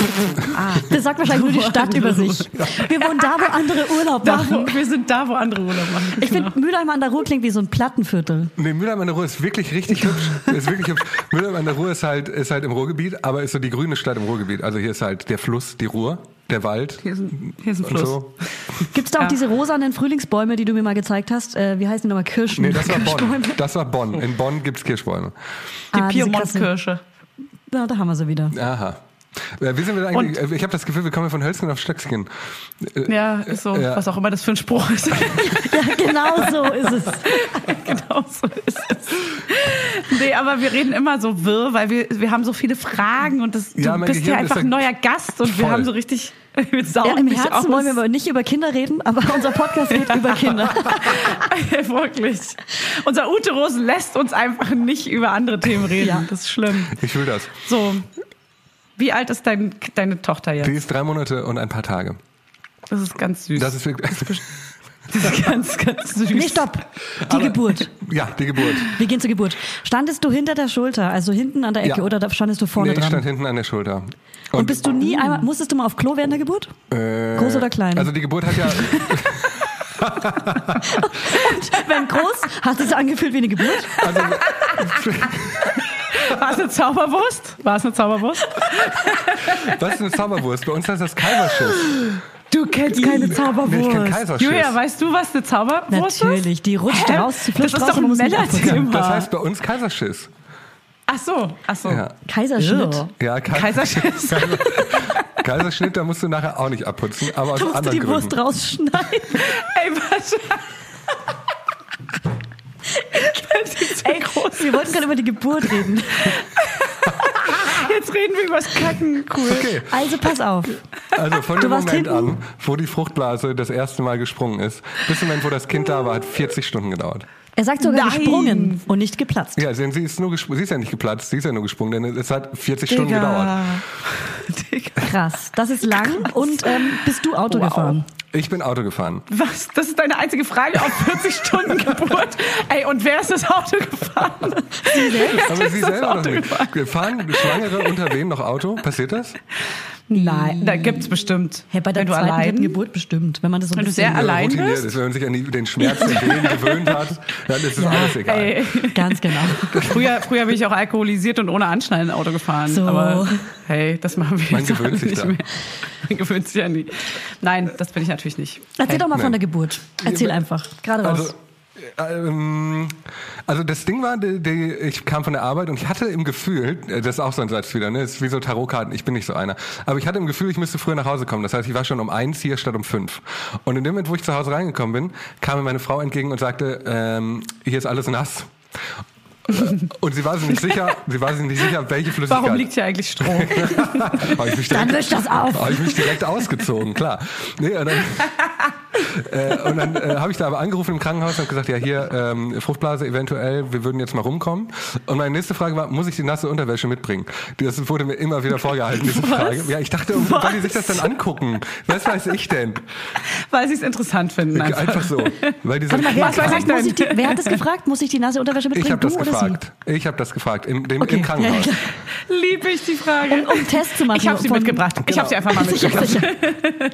Ah. Das sagt wahrscheinlich nur die Stadt über sich. Wir wohnen da, wo andere Urlaub Da, machen. wo, Genau. wir sind da, wo andere Urlaub machen. ne? Ich finde, Mülheim an der Ruhr klingt wie so ein Plattenviertel. Nee, Mülheim an der Ruhr ist wirklich richtig hübsch. Ist wirklich hübsch. Mülheim an der Ruhr ist halt, ist halt im Ruhrgebiet, aber ist so die grüne Stadt im Ruhrgebiet. Also hier ist halt der Fluss, die Ruhr, der Wald. Hier ist ein- hier ist ein und Fluss. So. Gibt's da auch diese rosanen Frühlingsbäume, die du mir mal gezeigt hast? Äh, wie heißen die nochmal? Kirschen? Nee, das war Bonn. Kirschbäume. Das war Bonn. In Bonn gibt's Kirschbäume. Die Ah, diese Piemont-Kirsche. Na, da haben wir sie wieder. Aha. Äh, Wie sind wir denn eigentlich? äh, ich habe das Gefühl, wir kommen von Hölzchen auf Stöckchen. Äh, Ja, ist so, Ja. was auch immer das für ein Spruch ist. Genau so ist es. genau so ist es. Nee, aber wir reden immer so wirr, weil wir, wir haben so viele Fragen und das, du Ja, mein bist Gehirn ja einfach ist ein ja neuer Gast und wir voll. haben so richtig, wir saugen Ja, Im dich aus. Herzen wollen wir aber nicht über Kinder reden, aber unser Podcast geht über Kinder. Wirklich. Unser Uterus lässt uns einfach nicht über andere Themen reden. Ja. Das ist schlimm. Ich will das. So. Wie alt ist dein, deine Tochter Die jetzt? ist drei Monate und ein paar Tage. Das ist ganz süß. Das ist wirklich. Das ist ganz, ganz süß. Nee, stopp. Die Geburt. Ja, die Geburt. Wir gehen zur Geburt. Standest du hinter der Schulter, also hinten an der Ecke, Ja. oder da standest du vorne nee, ich dran? stand hinten an der Schulter. und bist du nie einmal, musstest du mal auf Klo während der Geburt? äh, groß oder klein? Also die Geburt hat ja. Wenn groß, hat es sich angefühlt wie eine Geburt? Also, War es eine Zauberwurst? War es eine Zauberwurst? was ist eine Zauberwurst? Bei uns heißt das Kaiserschiss. Du kennst keine Nee, ich kenn Zauberwurst. Kaiserschiss. Julia, weißt du, was eine Zauberwurst ist? Natürlich, die rutscht Hä? raus, die Das flutscht ist raus doch und ein muss nicht abputzen. Männerthema. Das heißt bei uns Kaiserschiss. Ach so, ach so. Ja. Kaiserschnitt. Irr. Ja, Kaiser- Kaiserschiss. Kaiser- Kaiserschnitt, da musst du nachher auch nicht abputzen, aber aus Da musst du anderen die Gründen. Brust rausschneiden. Ey, was? Ey, wir wollten gerade über die Geburt reden. Jetzt reden wir über das Kacken. Cool. Okay, Also pass auf. also von dem warst Moment hinten? an, wo die Fruchtblase das erste Mal gesprungen ist, bis zum Moment, wo das Kind da war, hat 40 Stunden gedauert. Er sagt sogar Nein. gesprungen und nicht geplatzt. Ja, sie, sie, ist nur gespr- sie ist ja nicht geplatzt, sie ist ja nur gesprungen, denn es hat 40 Stunden gedauert. Digga. Digga. Krass. Das ist lang. Und ähm, bist du Auto gefahren? Ich bin Auto gefahren. Was? Das ist deine einzige Frage auf 40 Stunden Geburt. Ey, und wer ist das Auto gefahren? Sie selbst. Ja, Aber das sie ist das selber noch Auto gefahren. nicht. Wir fahren Schwangere unter wen noch Auto? Passiert das? Nein. Da gibt's bestimmt. Hey, bei der wenn du zweiten dritten allein. Geburt bestimmt. Wenn man das so ein Wenn du sehr bisschen, allein Äh, Routiniert bist? ist, wenn man sich an die, den Schmerz der Wehen gewöhnt hat, dann ist es alles egal. Ey, ganz genau. früher, früher bin ich auch alkoholisiert und ohne Anschnallen Auto gefahren. So. Aber hey, das machen wir Man jetzt gewöhnt alle sich nicht da. mehr. Man gewöhnt sich ja nie. Nein, das bin ich natürlich nicht. Erzähl doch mal Nein. von der Geburt. Erzähl einfach. Gerade raus. Also, ähm, also das Ding war, die, die, ich kam von der Arbeit und ich hatte im Gefühl, äh, das ist auch so ein Satz wieder, ne? Das ist wie so Tarotkarten, ich bin nicht so einer. Aber ich hatte im Gefühl, ich müsste früher nach Hause kommen. Das heißt, ich war schon um eins hier statt um fünf. Und in dem Moment, wo ich zu Hause reingekommen bin, kam mir meine Frau entgegen und sagte, ähm, hier ist alles nass. Äh, und sie war sich nicht sicher, sie war sich nicht sicher, welche Flüssigkeit. Warum liegt hier eigentlich Stroh? Habe ich mich Dann direkt- wisch das auf. Habe Ah, ich mich direkt ausgezogen, klar. Nee, und dann, äh, und dann äh, habe ich da aber angerufen im Krankenhaus und gesagt, ja hier, ähm, Fruchtblase eventuell, wir würden jetzt mal rumkommen. Und meine nächste Frage war, muss ich die nasse Unterwäsche mitbringen? Die- Das wurde mir immer wieder vorgehalten, diese Frage. Ja, ich dachte, weil die sich das dann angucken. Was weiß ich denn? Weil sie es interessant finden. Einfach. Einfach so. Weil die Warte sind mal, wer, Was weiß ich hat gefragt, denn? muss ich die, wer hat das gefragt? Muss ich die Nase Unterwäsche ich mitbringen? habe das du gefragt. Ich habe das gefragt. Im, dem, Okay. im Krankenhaus. Ja, Lieb ich die oder sie? Frage. Um, um einen Test zu machen. ich habe sie von- mitgebracht. Ich habe sie einfach mal Sicher, mitgebracht. sicher.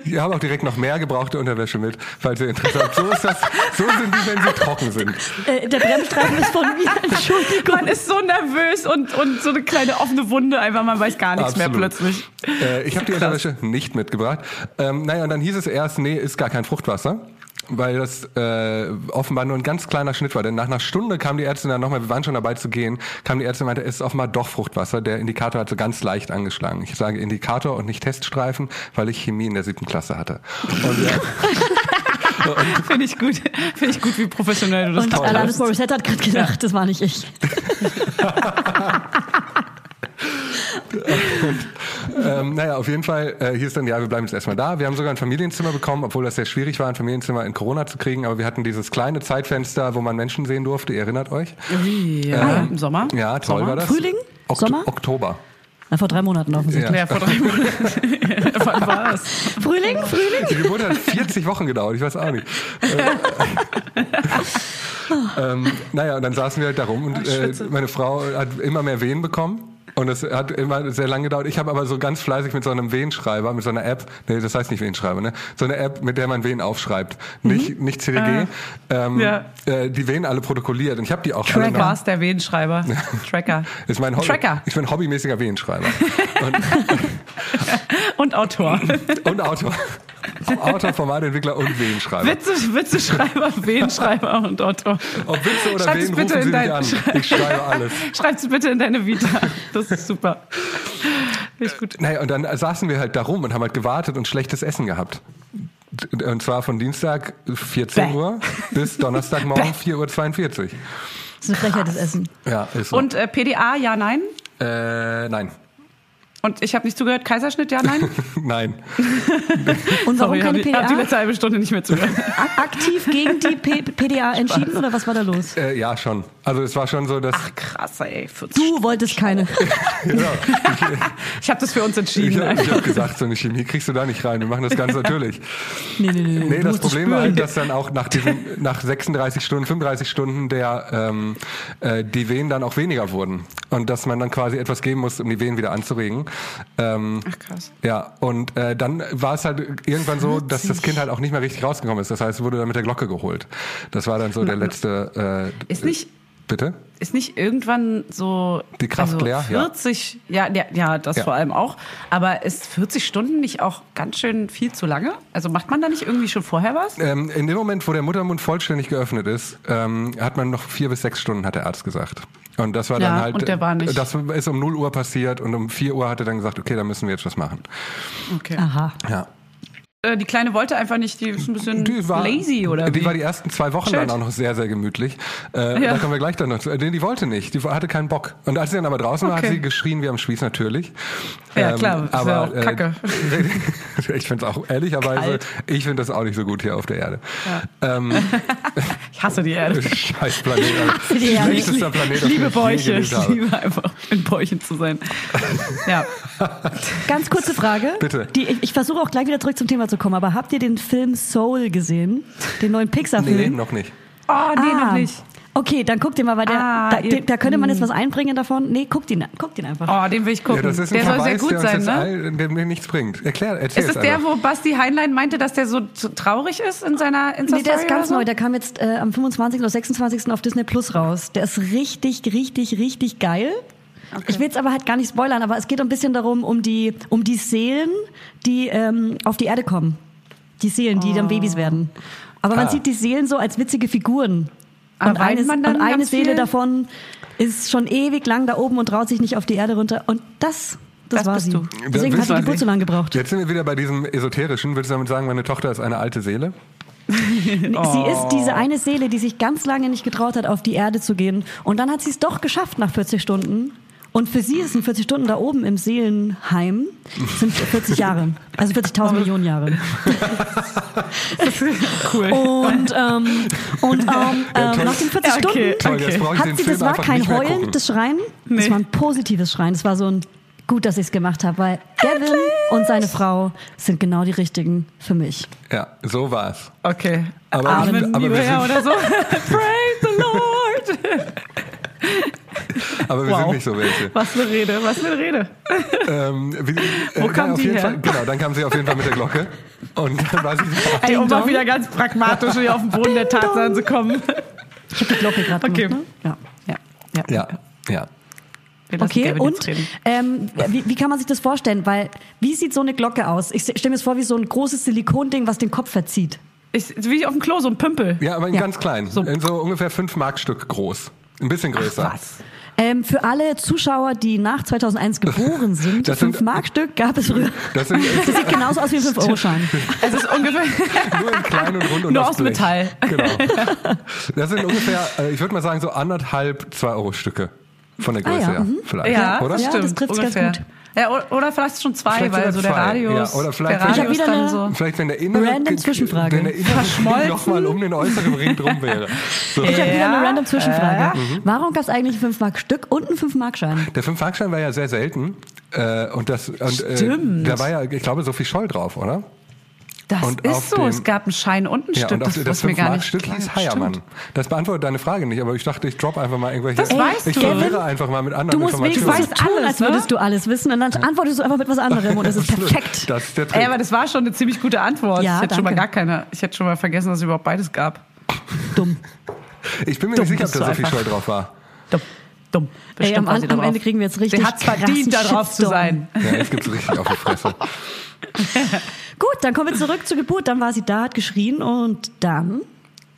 Ich habe auch direkt noch mehr gebrauchte Unterwäsche mit, falls ihr Interesse habt. So ist das. So sind die, wenn sie trocken sind. Äh, der Bremsstreifen ist von mir. Entschuldigung. Man ist so nervös und, und so eine kleine offene Wunde einfach, man weiß gar nichts mehr Absolut. plötzlich. Äh, ich habe die Krass. Unterwäsche nicht mitgebracht. Ähm, naja, und dann hieß es erst, nee, ist gar kein Fruchtwasser. Weil das äh, offenbar nur ein ganz kleiner Schnitt war. Denn nach einer Stunde kam die Ärztin dann nochmal, wir waren schon dabei zu gehen, kam die Ärztin und meinte, es ist offenbar doch Fruchtwasser. Der Indikator hat so ganz leicht angeschlagen. Ich sage Indikator und nicht Teststreifen, weil ich Chemie in der siebten Klasse hatte. Und, äh, Finde ich gut. Finde ich gut, wie professionell du das Und gemacht Alanis hast. Morissette hat gerade gedacht, das war nicht ich. Ähm, naja, auf jeden Fall äh, hieß dann, ja, wir bleiben jetzt erstmal da. Wir haben sogar ein Familienzimmer bekommen, obwohl das sehr schwierig war, ein Familienzimmer in Corona zu kriegen. Aber wir hatten dieses kleine Zeitfenster, wo man Menschen sehen durfte. Ihr erinnert euch? Ah Ja, im Sommer. Äh, Ja, toll Sommer? war das. Frühling? Okt Sommer? Oktober. Na, vor drei Monaten offensichtlich. Ja, vor drei Monaten. Wann war es? Frühling, Frühling. Die Geburt hat 40 Wochen gedauert, ich weiß auch nicht. Äh, Ah, ähm, naja, und dann saßen wir halt da rum und äh, meine Frau hat immer mehr Wehen bekommen. Und es hat immer sehr lange gedauert. Ich habe aber so ganz fleißig mit so einem Wehenschreiber, mit so einer App, nee, das heißt nicht Wehenschreiber, ne? So eine App, mit der man Wehen aufschreibt. Nicht, nicht CDG. ähm, Mhm. Ah. ja. äh, die Wehen alle protokolliert. Und ich habe die auch alle Tracker. noch. War's der Wehenschreiber. Tracker. Ist mein Hobby. Tracker Ich bin hobbymäßiger Wehenschreiber. und Autor. und Autor. Autor, Formatentwickler und Wehenschreiber. Witze, Witzeschreiber, Wehenschreiber und Autor. Ob Witze oder Schreib's Wehen, bitte rufen in Sie mich dein- an. Ich schreibe alles. Schreib's bitte in deine Vita. Das ist super. Finde ich gut. Naja, und dann saßen wir halt da rum und haben halt gewartet und schlechtes Essen gehabt. Und zwar von Dienstag 14 Bäh. Uhr bis Donnerstagmorgen 4.42 Uhr. Das ist eine Frechheit, das Essen. Ja, ist so. Und äh, PDA, ja, nein. Äh, nein. Und ich habe nicht zugehört, Kaiserschnitt, ja, nein. nein. Und warum Sorry, habe keine die, hab die PDA? letzte halbe Stunde nicht mehr zugehört. Ak- Aktiv gegen die P PDA entschieden oder was war da los? Äh, ja, schon. Also es war schon so, dass Ach krass, ey. 40. Du wolltest keine. Ich habe das für uns ich, entschieden. ich habe gesagt, so eine Chemie kriegst du da nicht rein. Wir machen das ganz natürlich. Nee, nee, Äh, nee. Nee, du das musst Problem spüren. war halt, dass dann auch nach diesen, nach 36 Stunden, 35 Stunden der ähm, äh, die Wehen dann auch weniger wurden und dass man dann quasi etwas geben musste, um die Wehen wieder anzuregen. Ähm, Ach krass. Ja, und äh, dann war es halt irgendwann so, dass das Kind halt auch nicht mehr richtig rausgekommen ist. Das heißt, es wurde dann mit der Glocke geholt. Das war dann so der letzte. Äh, Ist nicht- Bitte? Ist nicht irgendwann so Die Kraft also leer, ja. 40, ja. Ja, ja, das Ja. vor allem auch. Aber ist 40 Stunden nicht auch ganz schön viel zu lange? Also macht man da nicht irgendwie schon vorher was? Ähm, in dem Moment, wo der Muttermund vollständig geöffnet ist, ähm, hat man noch vier bis sechs Stunden, hat der Arzt gesagt. Und das war Ja, dann halt. und der war nicht- Das ist um 0 Uhr passiert und um 4 Uhr hat er dann gesagt, okay, da müssen wir jetzt was machen. Okay. Aha. Ja. Äh, die kleine wollte einfach nicht, die ist ein bisschen Die war, lazy oder Die wie? war die ersten zwei Wochen Schild. dann auch noch sehr, sehr gemütlich. Äh, Ja. Da kommen wir gleich dann noch zu. Äh, Nee, die wollte nicht. Die hatte keinen Bock. Und als sie dann aber draußen war, hat Okay. sie geschrien wie am Spieß natürlich. Ja, klar, das wär auch äh, Kacke. ich finde es auch, ehrlicherweise, ich finde das auch nicht so gut hier auf der Erde. Ähm, ich hasse die Erde. Scheiß Planet. Alter. die Erde. Schlechtester Planet, ich liebe auf dem ich Bäuche. je gelebt Ich habe. liebe einfach, in Bäuchen zu sein. Ja. Ganz kurze Frage. Bitte. Die, ich, ich versuche auch gleich wieder zurück zum Thema zu kommen, aber habt ihr den Film Soul gesehen? Den neuen Nee, Pixar-Film? noch nicht. Oh, nee, Ah. noch nicht. Okay, dann guckt den mal, weil der, Ah, da, ihr- den, da könnte man jetzt was einbringen davon. Nee, guckt ihn, guckt ihn einfach. Oh, den will ich Ja, gucken. das ist ein der soll Verweis, sehr gut der uns sein, jetzt ne? all- der mir nichts bringt. Erklär, erzähl Ist es es der, einfach. wo Basti Heinlein meinte, dass der so t- traurig ist in seiner Insta Nee, der ist ganz so? neu. Der kam jetzt äh, am 25. oder 26. auf Disney Plus raus. Der ist richtig, richtig, richtig geil. Ich will jetzt aber halt gar nicht spoilern, aber es geht ein bisschen darum, um die, um die Seelen, die ähm, auf die Erde kommen. Die Seelen, die Oh. dann Babys werden. Aber man Ah. sieht die Seelen so als witzige Figuren. Aber und eine, Ah, weint man dann und eine ganz Seele viel? davon ist schon ewig lang da oben und traut sich nicht auf die Erde runter. Und das, das, Das war bist sie. du. Deswegen Dann hat die wissen Geburt wir- so lange gebraucht. Jetzt sind wir wieder bei diesem Esoterischen. Willst du damit sagen, meine Tochter ist eine alte Seele? Sie ist Oh. diese eine Seele, die sich ganz lange nicht getraut hat, auf die Erde zu gehen. Und dann hat sie es doch geschafft nach 40 Stunden. Und für sie sind 40 Stunden da oben im Seelenheim sind 40 Jahre. Also 40.000 Millionen Jahre. Cool. Und, ähm, und ähm, Ja, ähm, toll. nach den 40 Ja, okay. Stunden Toll, jetzt brauche ich hat den sie, Film das war einfach kein nicht mehr gucken. heulendes Schreien, das Nee. war ein positives Schreien. Das war so ein, gut, dass ich es gemacht habe, weil Gavin und seine Frau sind genau die richtigen für mich. Ja, so war's. Okay. Aber Amen, ich- aber lieber wir Herr, sind- oder so. Praise the Lord. Aber wir Wow. sind nicht so welche. Was eine Rede, was eine Rede. Ähm, wie, Wo kam auf die jeden her? Fall, genau, dann kam sie auf jeden Fall mit der Glocke. Und dann war sie Ey, um mal Dong. wieder ganz pragmatisch hier auf den Boden der Tatsachen zu kommen. Ich habe die Glocke gerade Okay. gemacht. Ne? Ja. Ja, ja. Ja, ja. Wir lassen Okay, Gavin und jetzt reden. ähm, wie, wie kann man sich das vorstellen? Weil, wie sieht so eine Glocke aus? Ich stelle mir das vor wie so ein großes Silikonding, was den Kopf verzieht. Ich, wie auf dem Klo, so ein Pümpel. Ja, aber in Ja. ganz klein. So. So. In so ungefähr fünf Markstück groß. Ein bisschen größer. Was? Ähm, für alle Zuschauer, die nach 2001 geboren sind, Das sind- 5 Markstück gab es früher. Das sind Das sieht genauso aus wie ein 5-Euro-Schein. Es ist ungefähr. nur in klein und rund und Nur aus aus Blech. Metall. Genau. Das sind ungefähr, äh, ich würde mal sagen, so anderthalb, zwei Euro Stücke. Von der Ah, Größe ja, her, mhm. vielleicht. Ja, Ja, oder? das das stimmt. trifft's ganz ungefähr. gut. Ja, o- oder vielleicht schon zwei, Vielleicht weil sogar so der zwei. Radius. Ja, oder der vielleicht- Ich hab Radius wieder dann eine- so. Vielleicht, wenn der innere, Random Zwischenfrage. Wenn der innere Verschmolzen. nochmal um den äußeren Ring drum wäre. So. Ich habe wieder Ja. eine random Zwischenfrage. Warum gab es eigentlich ein 5-Mark-Stück und einen 5-Mark-Schein? Der Fünf-Markschein war ja sehr selten. Äh, und das, und, äh, Stimmt. da war ja, ich glaube, Sophie Scholl drauf, oder? Das Und auf ist so. dem- es gab einen Schein und ein Ja, Stück, und auf das, das, was das mir gar nicht Stück klar- hieß Heiermann. Stimmt. Das beantwortet deine Frage nicht, aber ich dachte, ich drop einfach mal irgendwelche. Das weißt ich du. verwirre einfach mal mit anderen Du musst wenigstens so Informationen. weißt tun, alles, als ne? würdest du alles wissen und dann antwortest du einfach mit was anderem und es ist perfekt. Das ist der Trick. Ey, aber das war schon eine ziemlich gute Antwort. Ja, ich hätte schon mal danke. gar keine. Ich hätte schon mal vergessen, dass es überhaupt beides gab. Dumm. ich bin mir nicht sicher, ob bist da du so viel einfach. Scheu drauf war. Dumm. Dumm. Ey, am, war sie am darauf. Ende kriegen wir jetzt richtig Sie hat es verdient, krassen darauf zu Shitstorm. sein. Ja, jetzt gibt's richtig auf die Fresse. Gut, dann kommen wir zurück zur Geburt. Dann war sie da, hat geschrien und dann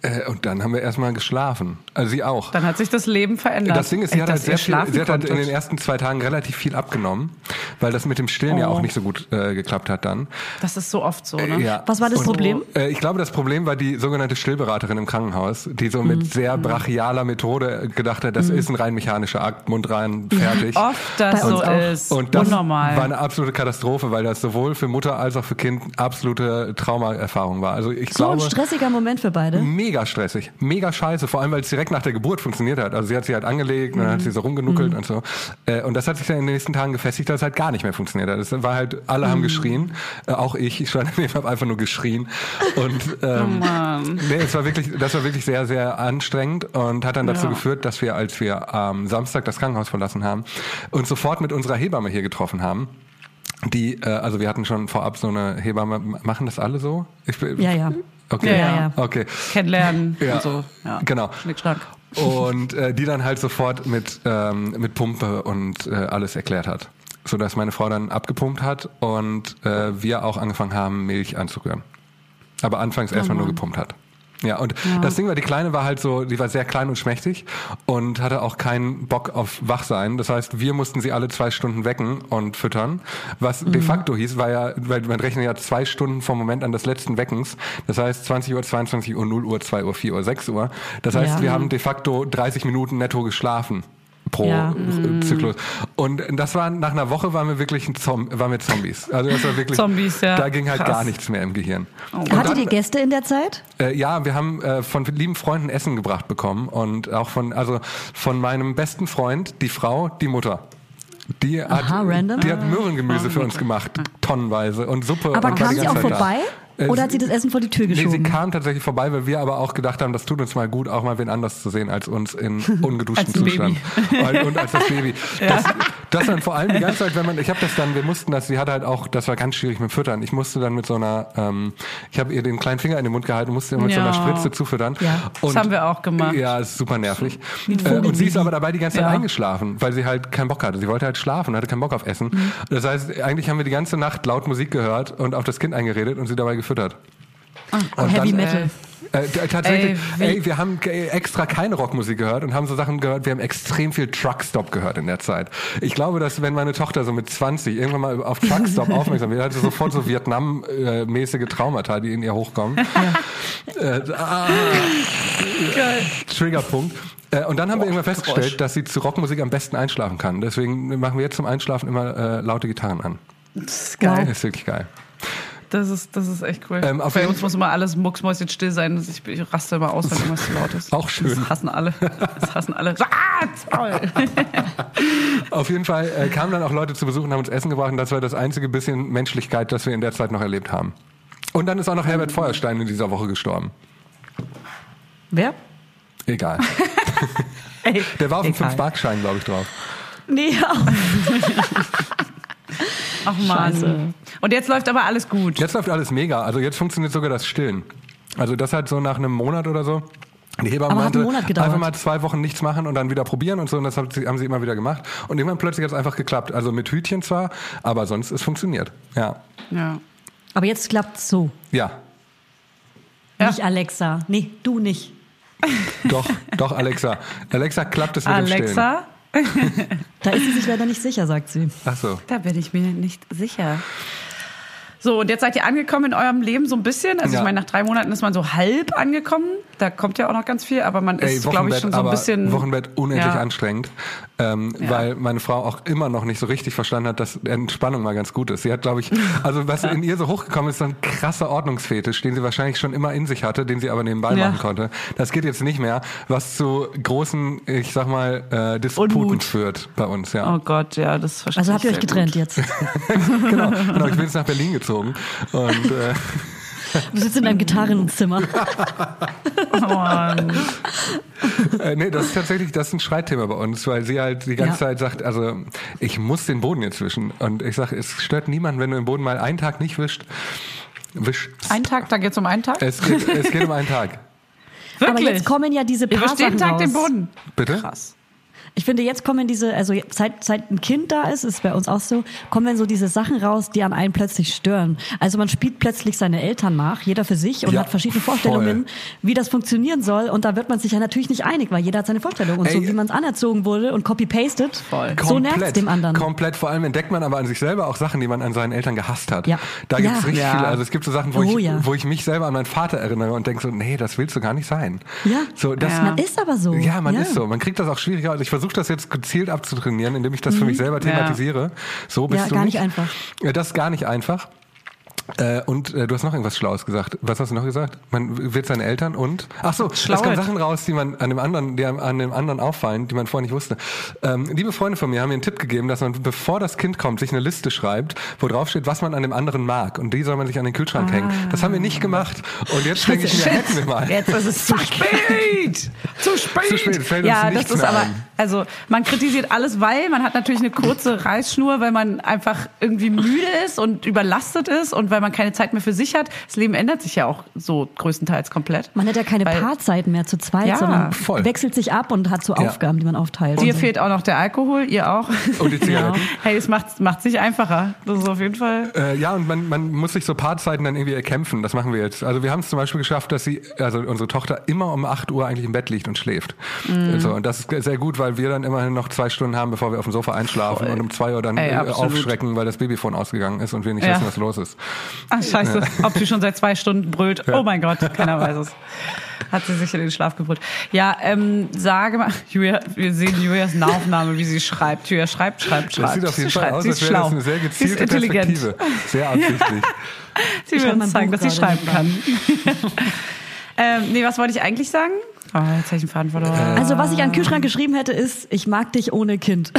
Äh, und dann haben wir erstmal geschlafen. Also sie auch. Dann hat sich das Leben verändert. Das Ding ist, sie Ey, hat halt dass sehr ihr viel, schlafen sie hat halt in konntet. den ersten zwei Tagen relativ viel abgenommen, weil das mit dem Stillen ja auch nicht so gut äh, geklappt hat dann. Das ist so oft so, ne? Ja. Was war das Und, Problem? Äh, ich glaube, das Problem war die sogenannte Stillberaterin im Krankenhaus, die so mit sehr brachialer Methode gedacht hat, das ist ein rein mechanischer Akt, Mund rein, fertig. Oft das Bei uns so auch. ist. Und das Unnormal. war eine absolute Katastrophe, weil das sowohl für Mutter als auch für Kind absolute Traumaerfahrung war. Also ich so ein glaube, stressiger Moment für beide. mega stressig, mega scheiße, vor allem weil es direkt nach der Geburt funktioniert hat. Also sie hat sie halt angelegt, und Mhm. dann hat sie so rumgenuckelt und so. Äh, Und das hat sich dann in den nächsten Tagen gefestigt, dass es halt gar nicht mehr funktioniert hat. Es war halt, alle Mhm. haben geschrien, äh, auch ich, ich habe einfach nur geschrien. Und Oh ähm, nee, es war wirklich, das war wirklich sehr, sehr anstrengend und hat dann dazu geführt, dass wir, als wir am Samstag das Krankenhaus verlassen haben, uns sofort mit unserer Hebamme hier getroffen haben. Die, äh, also wir hatten schon vorab so eine Hebamme, machen das alle so? Ich, bin- Ja, ja. Okay. Ja, ja. Okay. Kennenlernen Ja, und so. Ja. genau. Schnickschnack. Und äh, die dann halt sofort mit, ähm, mit Pumpe und äh, alles erklärt hat. So dass meine Frau dann abgepumpt hat und äh, wir auch angefangen haben, Milch anzurühren. Aber anfangs erstmal nur gepumpt hat. Ja, und das Ding war, die Kleine war halt so, die war sehr klein und schmächtig und hatte auch keinen Bock auf Wachsein. Das heißt, wir mussten sie alle zwei Stunden wecken und füttern. Was de facto hieß, war ja, weil man rechnet ja zwei Stunden vom Moment an des letzten Weckens. Das heißt 20 Uhr, 22 Uhr, 0 Uhr, 2 Uhr, 4 Uhr, 6 Uhr. Das heißt, Ja. wir haben de facto 30 Minuten netto geschlafen pro Ja. äh, Zyklus. Und das war, nach einer Woche waren wir wirklich ein Zom waren wir Zombies. Also das war wirklich, Zombies, ja. da ging halt Krass. gar nichts mehr im Gehirn. Und Oh Hattet dann- ihr Gäste in der Zeit? äh, ja, wir haben äh, von lieben Freunden Essen gebracht bekommen und auch von, also von meinem besten Freund, die Frau, die Mutter. Die hat, Aha, random. Ah, Die hat Möhrengemüse für uns gemacht, tonnenweise und Suppe. Aber und war kam die sie auch ganze Zeit vorbei? da. Äh, Oder hat sie das Essen vor die Tür Nee, sie geschoben? kam tatsächlich vorbei, weil wir aber auch gedacht haben, das tut uns mal gut, auch mal wen anders zu sehen als uns in ungeduschten Als ein Zustand. Und, und als das Baby. Das, das dann vor allem die ganze Zeit, wenn man, ich habe das dann, wir mussten das, sie hat halt auch, das war ganz schwierig mit Füttern. Ich musste dann mit so einer, ähm, ich habe ihr den kleinen Finger in den Mund gehalten, musste ihr mit so einer Ja. Spritze zufüttern. Ja. Und, Das haben wir auch gemacht. Ja, ist super nervig. Äh, und sie ist aber dabei die ganze Zeit Ja. eingeschlafen, weil sie halt keinen Bock hatte. Sie wollte halt schlafen, hatte keinen Bock auf Essen. Mhm. Das heißt, eigentlich haben wir die ganze Nacht laut Musik gehört und auf das Kind eingeredet und sie dabei gefüttert. Und Heavy dann, Metal. Äh, t- tatsächlich, Ey, wie- ey, wir haben ge- extra keine Rockmusik gehört und haben so Sachen gehört, wir haben extrem viel Truckstop gehört in der Zeit. Ich glaube, dass wenn meine Tochter so mit 20 irgendwann mal auf Truckstop aufmerksam wird, hat sie sofort so Vietnam-mäßige Traumata, die in ihr hochkommen. Äh, ah, Triggerpunkt. Äh, Und dann haben wir irgendwann festgestellt, dass sie zu Rockmusik am besten einschlafen kann. Deswegen machen wir jetzt zum Einschlafen immer äh, laute Gitarren an. Das ist geil. Ist wirklich geil. Das ist, das ist echt cool. Ähm, auf Bei jeden- uns muss immer alles mucksmäuschen still sein. Ich, ich raste immer aus, wenn irgendwas zu laut ist. Auch schön. Das hassen alle. Das hassen alle. Ah, toll. Auf jeden Fall äh, kamen dann auch Leute zu Besuch und haben uns Essen gebracht und das war das einzige bisschen Menschlichkeit, das wir in der Zeit noch erlebt haben. Und dann ist auch noch Herbert Feuerstein in dieser Woche gestorben. Wer? Egal. Der war auf dem 5-Mark-Schein, glaube ich, drauf. Nee, auch. Ach Mann. Und jetzt läuft aber alles gut. Jetzt läuft alles mega. Also jetzt funktioniert sogar das Stillen. Also das hat so nach einem Monat oder so. Die Hebamme Aber hat meinte, einen Monat gedauert. einfach mal zwei Wochen nichts machen und dann wieder probieren und so. Und das hat sie, haben sie immer wieder gemacht. Und irgendwann plötzlich hat es einfach geklappt. Also mit Hütchen zwar, aber sonst es funktioniert. Ja. Ja. Aber jetzt klappt's so. Ja. Ja. Nicht Alexa. Nee, du nicht. Doch, doch, Alexa. Alexa klappt es mit dem Stillen. Alexa, Da ist sie sich leider nicht sicher, sagt sie. Ach so. da bin ich mir nicht sicher. So, und jetzt seid ihr angekommen in eurem Leben so ein bisschen. Also Ja. ich meine, nach drei Monaten ist man so halb angekommen. Da kommt ja auch noch ganz viel, aber man Ey, ist, glaube Wochenbett, ich, schon so ein aber bisschen. Wochenbett unendlich Ja. anstrengend, ähm, weil meine Frau auch immer noch nicht so richtig verstanden hat, dass Entspannung mal ganz gut ist. Sie hat, glaube ich, also was in ihr so hochgekommen ist, so ein krasser Ordnungsfetisch, den sie wahrscheinlich schon immer in sich hatte, den sie aber nebenbei Ja. machen konnte. Das geht jetzt nicht mehr, was zu großen, ich sag mal, äh, Disputen Unmut. führt bei uns. Ja. Oh Gott, ja, das verstehe Also ich habt ihr euch sehr gut. getrennt jetzt. genau, genau, ich bin jetzt nach Berlin gezogen und äh, Du sitzt in einem Gitarrenzimmer. Oh, Mann. Äh, nee, das ist tatsächlich, das ist ein Streitthema bei uns, weil sie halt die ganze Ja. Zeit sagt, also ich muss den Boden jetzt wischen. Und ich sage, es stört niemanden, wenn du den Boden mal einen Tag nicht wischt. Wisch. Ein Tag, da geht's um einen Tag? Es geht, es geht um einen Tag. Aber jetzt kommen ja diese Ihr paar wischt jeden Sachen raus. Tag den Boden. Bitte? Krass. Ich finde, jetzt kommen diese, also seit, seit ein Kind da ist, ist bei uns auch so, kommen dann so diese Sachen raus, die an einen plötzlich stören. Also man spielt plötzlich seine Eltern nach, jeder für sich und Ja, hat verschiedene voll. Vorstellungen, wie das funktionieren soll. Und da wird man sich ja natürlich nicht einig, weil jeder hat seine Vorstellung. Und so Ey, wie man es anerzogen wurde und copy-pasted, so Komplett, nervt es dem anderen. Komplett. Vor allem entdeckt man aber an sich selber auch Sachen, die man an seinen Eltern gehasst hat. Ja. Da gibt's Ja. richtig Ja. viele. Also es gibt so Sachen, wo, Oh, ich, ja. wo ich mich selber an meinen Vater erinnere und denke so, nee, das willst du gar nicht sein. Ja. So, das, Man ist aber so. Ja, man ist so. Man kriegt das auch schwieriger. Also ich versuche das jetzt gezielt abzutrainieren, indem ich das für mich selber thematisiere. So Mhm. bist Ja, du gar nicht einfach. Ja, Das ist gar nicht einfach. Äh, und äh, du hast noch irgendwas Schlaues gesagt. Was hast du noch gesagt? Man wird seine Eltern und ach so, es kommen Sachen raus, die man an dem anderen, die einem- an dem anderen auffallen, die man vorher nicht wusste. Ähm, liebe Freunde von mir haben mir einen Tipp gegeben, dass man bevor das Kind kommt, sich eine Liste schreibt, wo drauf steht, was man an dem anderen mag und die soll man sich an den Ah. Kühlschrank hängen. Das haben wir nicht gemacht und jetzt denke ich mir, hätten wir mal. Jetzt ist es zu spät. Zu spät. Zu spät, fällt uns ja, nichts das ist mehr aber, ein. also man kritisiert alles, weil man hat natürlich eine kurze Reißschnur, weil man einfach irgendwie müde ist und überlastet ist und weil man keine Zeit mehr für sich hat. Das Leben ändert sich ja auch so größtenteils komplett. Man hat ja keine Weil- Paarzeiten mehr zu zweit, Ja. sondern Voll. wechselt sich ab und hat so Ja. Aufgaben, die man aufteilt. Dir Und so. fehlt auch noch der Alkohol, ihr auch. Und die Zigaretten. Hey, es macht, macht sich einfacher. Das ist auf jeden Fall. Äh, ja, und man, man muss sich so Paarzeiten dann irgendwie erkämpfen. Das machen wir jetzt. Also wir haben es zum Beispiel geschafft, dass sie, also unsere Tochter immer um 8 Uhr eigentlich im Bett liegt und schläft. Mhm. So, und das ist sehr gut, weil wir dann immerhin noch zwei Stunden haben, bevor wir auf dem Sofa einschlafen und um 2 Uhr dann Ey, äh, absolut. aufschrecken, weil das Babyfon ausgegangen ist und wir nicht Ja. wissen, was los ist. Ach, Ah, scheiße. Ob sie schon seit zwei Stunden brüllt. Ja. Oh mein Gott, keiner weiß es. Hat sie sich in den Schlaf gebrüllt. Ja, ähm, sage mal, Julia, wir sehen Julias Nachname, wie sie schreibt. Julia schreibt, schreibt, schreibt. Das sieht auf jeden Sie Fall schreibt. aus, Sie ist als wäre schlau. das eine sehr sie ist gezielte intelligent. Perspektive. Sehr absichtlich. Sie schreib will mein uns zeigen, Buch dass sie gerade schreiben kann. ähm, nee, was wollte ich eigentlich sagen? Oh, jetzt habe ich einen Faden Äh. verloren. Also was ich an den Kühlschrank geschrieben hätte, ist, ich mag dich ohne Kind.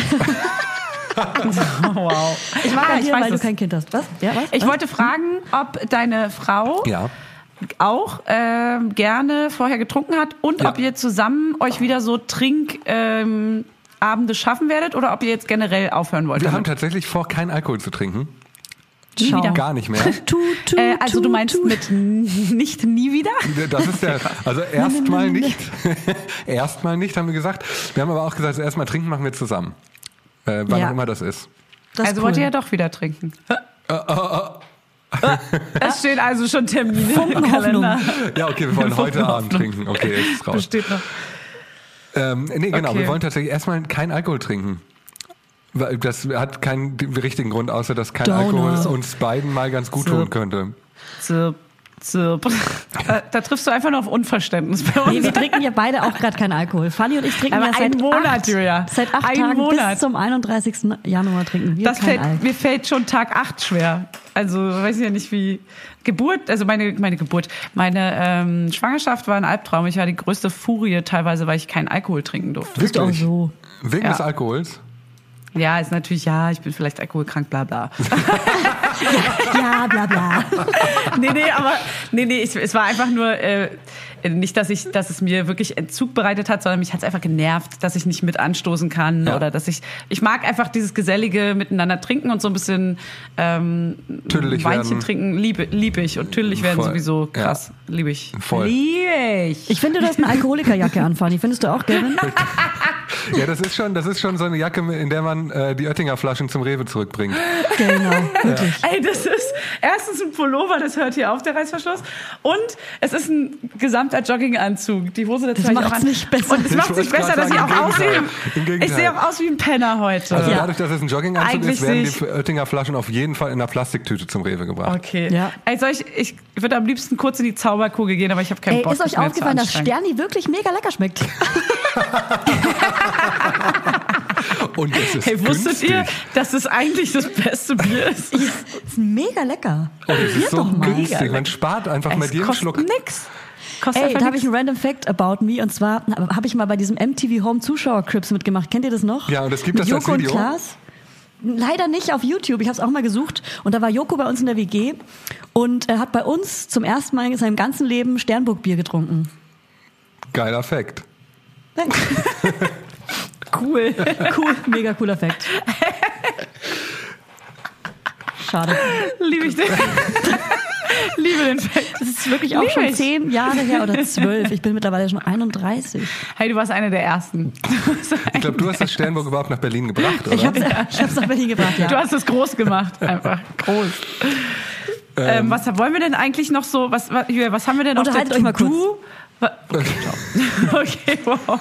wow. Ich mag Ah, an ich dir, weiß weil du es. kein Kind hast. Was? Ja, was? Ich was? wollte fragen, ob deine Frau ja. auch ähm, gerne vorher getrunken hat und Ja. ob ihr zusammen euch wieder so Trinkabende ähm, Abende schaffen werdet oder ob ihr jetzt generell aufhören wollt. Wir haben damit. tatsächlich vor, keinen Alkohol zu trinken. Schau. wieder. Gar nicht mehr. Tu, tu, Äh, also tu, du meinst tu. mit nicht nie wieder? Das ist der, also erstmal nicht, erstmal nicht, haben wir gesagt. Wir haben aber auch gesagt, also erstmal trinken machen wir zusammen. Äh, wann Ja. auch immer das ist. Das ist also wollt cool. ihr ja doch wieder trinken. Es stehen also schon Termine im Kalender. Ja, okay, wir wollen heute Abend Hoffnung. trinken. Okay, jetzt ist raus. Besteht noch. Ähm, nee, genau, Okay. wir wollen tatsächlich erstmal keinen Alkohol trinken. Weil Das hat keinen richtigen Grund, außer dass kein Downer. Alkohol uns beiden mal ganz gut tun könnte. Zirp, zirp. Da, da triffst du einfach nur auf Unverständnis bei uns. Nee, wir trinken ja beide auch gerade keinen Alkohol. Fanny und ich trinken Aber ja einen seit Monat, acht, Julia. Seit acht Einen Tagen Monat. bis zum 31. Januar trinken wir Das keinen fällt, Alkohol. mir fällt schon Tag 8 schwer. Also weiß ich ja nicht wie. Geburt, also meine, meine Geburt, meine ähm, Schwangerschaft war ein Albtraum. Ich war die größte Furie teilweise, weil ich keinen Alkohol trinken durfte. Bist du auch Wirklich? so. Wegen Ja. des Alkohols? Ja, ist natürlich, ja, ich bin vielleicht alkoholkrank, bla bla. Ja, bla bla. nee, nee, aber nee, nee, ich, es war einfach nur äh, nicht, dass ich, dass es mir wirklich Entzug bereitet hat, sondern mich hat es einfach genervt, dass ich nicht mit anstoßen kann Ja. oder dass ich ich mag einfach dieses gesellige miteinander trinken und so ein bisschen ähm, Tüdelig Weinchen werden. trinken, liebe lieb ich und tüdelig werden Voll. sowieso Ja. krass, lieb ich. Voll. Lieb ich. Ich finde, du hast eine Alkoholikerjacke an, Fanny. Findest du auch, Gavin? Ja, das ist schon, das ist schon so eine Jacke, in der man äh, die Oettinger Flaschen zum Rewe zurückbringt. genau, wirklich. Ey, das ist erstens ein Pullover, das hört hier auf, der Reißverschluss. Und es ist ein gesamter Jogginganzug. Die Hose dazu Das habe ich auch macht's an. nicht besser. Und es Ich macht wollte sich besser, gerade dass ich sagen, auch im aussehe. Gegenteil. Im Gegenteil. Ich sehe auch aus wie ein Penner heute. Also Ja. dadurch, dass es ein Jogginganzug Eigentlich ist, sehe werden ich- die Oettinger Flaschen auf jeden Fall in einer Plastiktüte zum Rewe gebracht. Okay. Ja. Ey, soll ich, ich würde am liebsten kurz in die Zauberkugel gehen, aber ich habe keinen Ey, Bock. ist euch mir zu aufgefallen, dass anstrengend. Sterni wirklich mega lecker schmeckt? Und es ist Hey, wusstet günstig. ihr, dass es eigentlich das beste Bier ist? ist mega lecker. Und es ist so doch mal. günstig. Man spart einfach Ey, mit jedem kostet Schluck. nix. Kostet Ey, einfach da habe ich nix. einen random Fact about me und zwar habe ich mal bei diesem MTV Home Zuschauer Crips mitgemacht. Kennt ihr das noch? Ja, und es gibt Mit das als Joko und Video. Klaas. Leider nicht auf YouTube. Ich habe es auch mal gesucht. Und da war Joko bei uns in der WG und er hat bei uns zum ersten Mal in seinem ganzen Leben Sternburg-Bier getrunken. Geiler Fact. cool. Cool. Mega cooler Fact. Schade. Liebe ich den. Liebe den Fact. Das ist wirklich auch schon Liebig. zehn Jahre her oder zwölf. Ich bin mittlerweile schon 31. Hey, du warst einer der ersten. Ich glaube, du hast das Sternburg überhaupt nach Berlin gebracht, oder? Ich habe ich hab's nach Berlin gebracht, ja. Du hast es groß gemacht, einfach groß. Ähm, was wollen wir denn eigentlich noch so? Was, was, Julia, was haben wir denn auf der Unterhaltet euch mal To-Do? Wa- Okay, wow.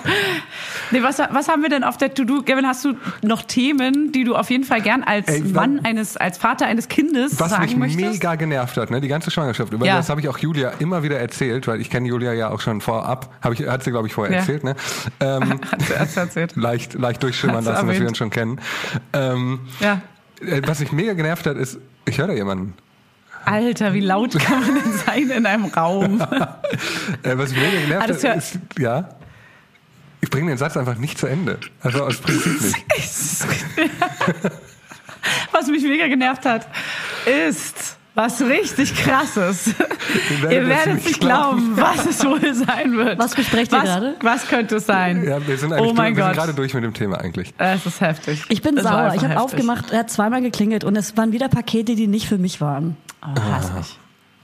Nee, was, was haben wir denn auf der To-Do? Gavin, hast du noch Themen, die du auf jeden Fall gern als Ey, wa- Mann eines, als Vater eines Kindes Was mich sagen möchtest? mega genervt hat, ne? die ganze Schwangerschaft. Über Ja. das habe ich auch Julia immer wieder erzählt, weil ich kenne Julia ja auch schon vorab. Hab ich, hat sie, glaube ich, vorher Ja. erzählt. Ne? Ähm, Hat sie erst erzählt. leicht, leicht durchschimmern Hat's lassen, dass wir erwähnt. uns schon kennen. Ähm, Ja. äh, Was mich mega genervt hat, ist, ich höre da jemanden. Alter, wie laut kann man denn sein in einem Raum? Äh, was mich mega Ah, genervt das hat, hör- ist, ja, ich bringe den Satz einfach nicht zu Ende. Also aus Prinzip nicht. Was mich mega genervt hat, ist was richtig krasses. Ihr werdet Ihr es werdet nicht es nicht glauben, was es wohl sein wird. Was besprecht ihr Was- gerade? Was könnte es sein? Ja, wir sind eigentlich oh mein durch, wir sind Gott, gerade durch mit dem Thema eigentlich. es ist heftig. Ich bin Es war sauer. einfach Ich habe heftig. aufgemacht, er hat zweimal geklingelt und es waren wieder Pakete, die nicht für mich waren. Oh, hasse Ah. mich.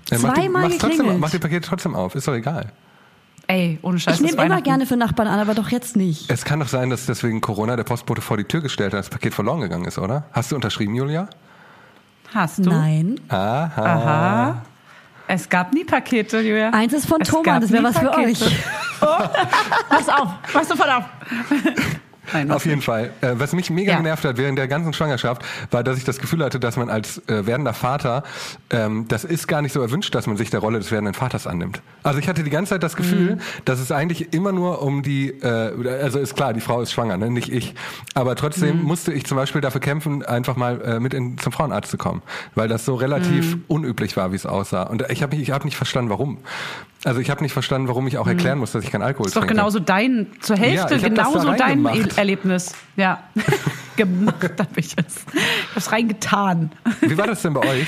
Ja, mach Äh, die, Zweimal mach's trotzdem, geklingelt. mach die Pakete trotzdem auf, ist doch egal. Ey, ohne Scheiß. Ich nehme das immer Weihnachten- gerne für Nachbarn an, aber doch jetzt nicht. Es kann doch sein, dass deswegen Corona der Postbote vor die Tür gestellt hat, das Paket verloren gegangen ist, oder? Hast du unterschrieben, Julia? Hast du? Ah. Nein. Aha. Ah. Aha. Es gab nie Pakete, Julia. Eins ist von Es Thomas, gab das wäre nie was für Pakete. euch. Pass auf, pass sofort auf. Nein, Auf jeden Fall. Äh, was mich mega Ja. genervt hat während der ganzen Schwangerschaft, war, dass ich das Gefühl hatte, dass man als äh, werdender Vater, ähm, das ist gar nicht so erwünscht, dass man sich der Rolle des werdenden Vaters annimmt. Also ich hatte die ganze Zeit das Mhm. Gefühl, dass es eigentlich immer nur um die, äh, also ist klar, die Frau ist schwanger, ne? nicht ich. Aber trotzdem Mhm. musste ich zum Beispiel dafür kämpfen, einfach mal äh, mit in, zum Frauenarzt zu kommen, weil das so relativ Mhm. unüblich war, wie es aussah. Und ich habe ich hab nicht verstanden, warum. Also ich habe nicht verstanden, warum ich auch erklären muss, dass ich keinen Alkohol Mhm. Ist doch trinke. genauso dein, zur Hälfte ich hab das da genauso dein reingemacht. E- Erlebnis. Ja. gemacht habe ich es. Ich hab's reingetan. Wie war das denn bei euch?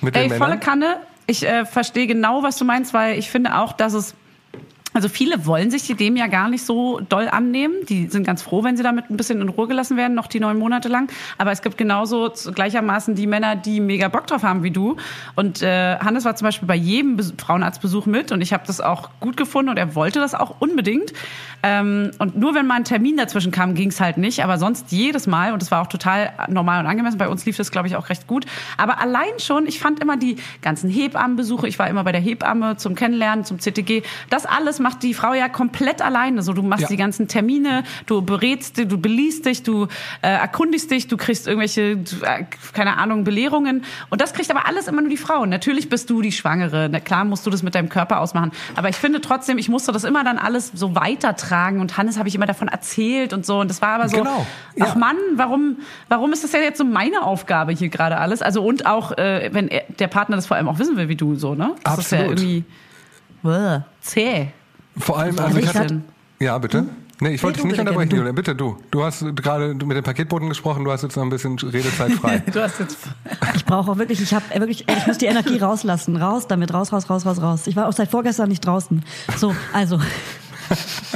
Mit den Ey, Männern? volle Kanne. Ich äh, verstehe genau, was du meinst, weil ich finde auch, dass es also viele wollen sich die dem ja gar nicht so doll annehmen. Die sind ganz froh, wenn sie damit ein bisschen in Ruhe gelassen werden, noch die neun Monate lang. Aber es gibt genauso zu- gleichermaßen die Männer, die mega Bock drauf haben wie du. Und äh, Hannes war zum Beispiel bei jedem Bes Frauenarztbesuch mit und ich habe das auch gut gefunden und er wollte das auch unbedingt. Ähm, und nur wenn mal ein Termin dazwischen kam, ging es halt nicht. Aber sonst jedes Mal und es war auch total normal und angemessen. Bei uns lief das, glaube ich, auch recht gut. Aber allein schon, ich fand immer die ganzen Hebammenbesuche, ich war immer bei der Hebamme zum Kennenlernen, zum CTG, das alles macht die Frau ja komplett alleine. So, du machst Ja. die ganzen Termine, du berätst, dich, du beliest dich, du äh, erkundigst dich, du kriegst irgendwelche, du, äh, keine Ahnung, Belehrungen. Und das kriegt aber alles immer nur die Frau. Natürlich bist du die Schwangere. Na klar musst du das mit deinem Körper ausmachen. Aber ich finde trotzdem, ich musste das immer dann alles so weitertragen. Und Hannes habe ich immer davon erzählt und so. Und das war aber so, Genau. Ja. ach Mann, warum, warum ist das ja jetzt so meine Aufgabe hier gerade alles? Also und auch, äh, wenn er, der Partner das vor allem auch wissen will, wie du so, ne? Das ist ja Absolut. irgendwie Bäh, zäh. Vor allem, also ich ich hatte, ja bitte. Nee, ich wollte Nee, Hm? du dich nicht bitte, unterbrechen, du. Julia. Bitte du. Du hast gerade mit dem Paketboten gesprochen, du hast jetzt noch ein bisschen Redezeit frei. Du hast jetzt Ich brauche auch wirklich, ich habe wirklich, ich muss die Energie rauslassen. Raus damit, raus, raus, raus, raus, raus. Ich war auch seit vorgestern nicht draußen. So, also. ich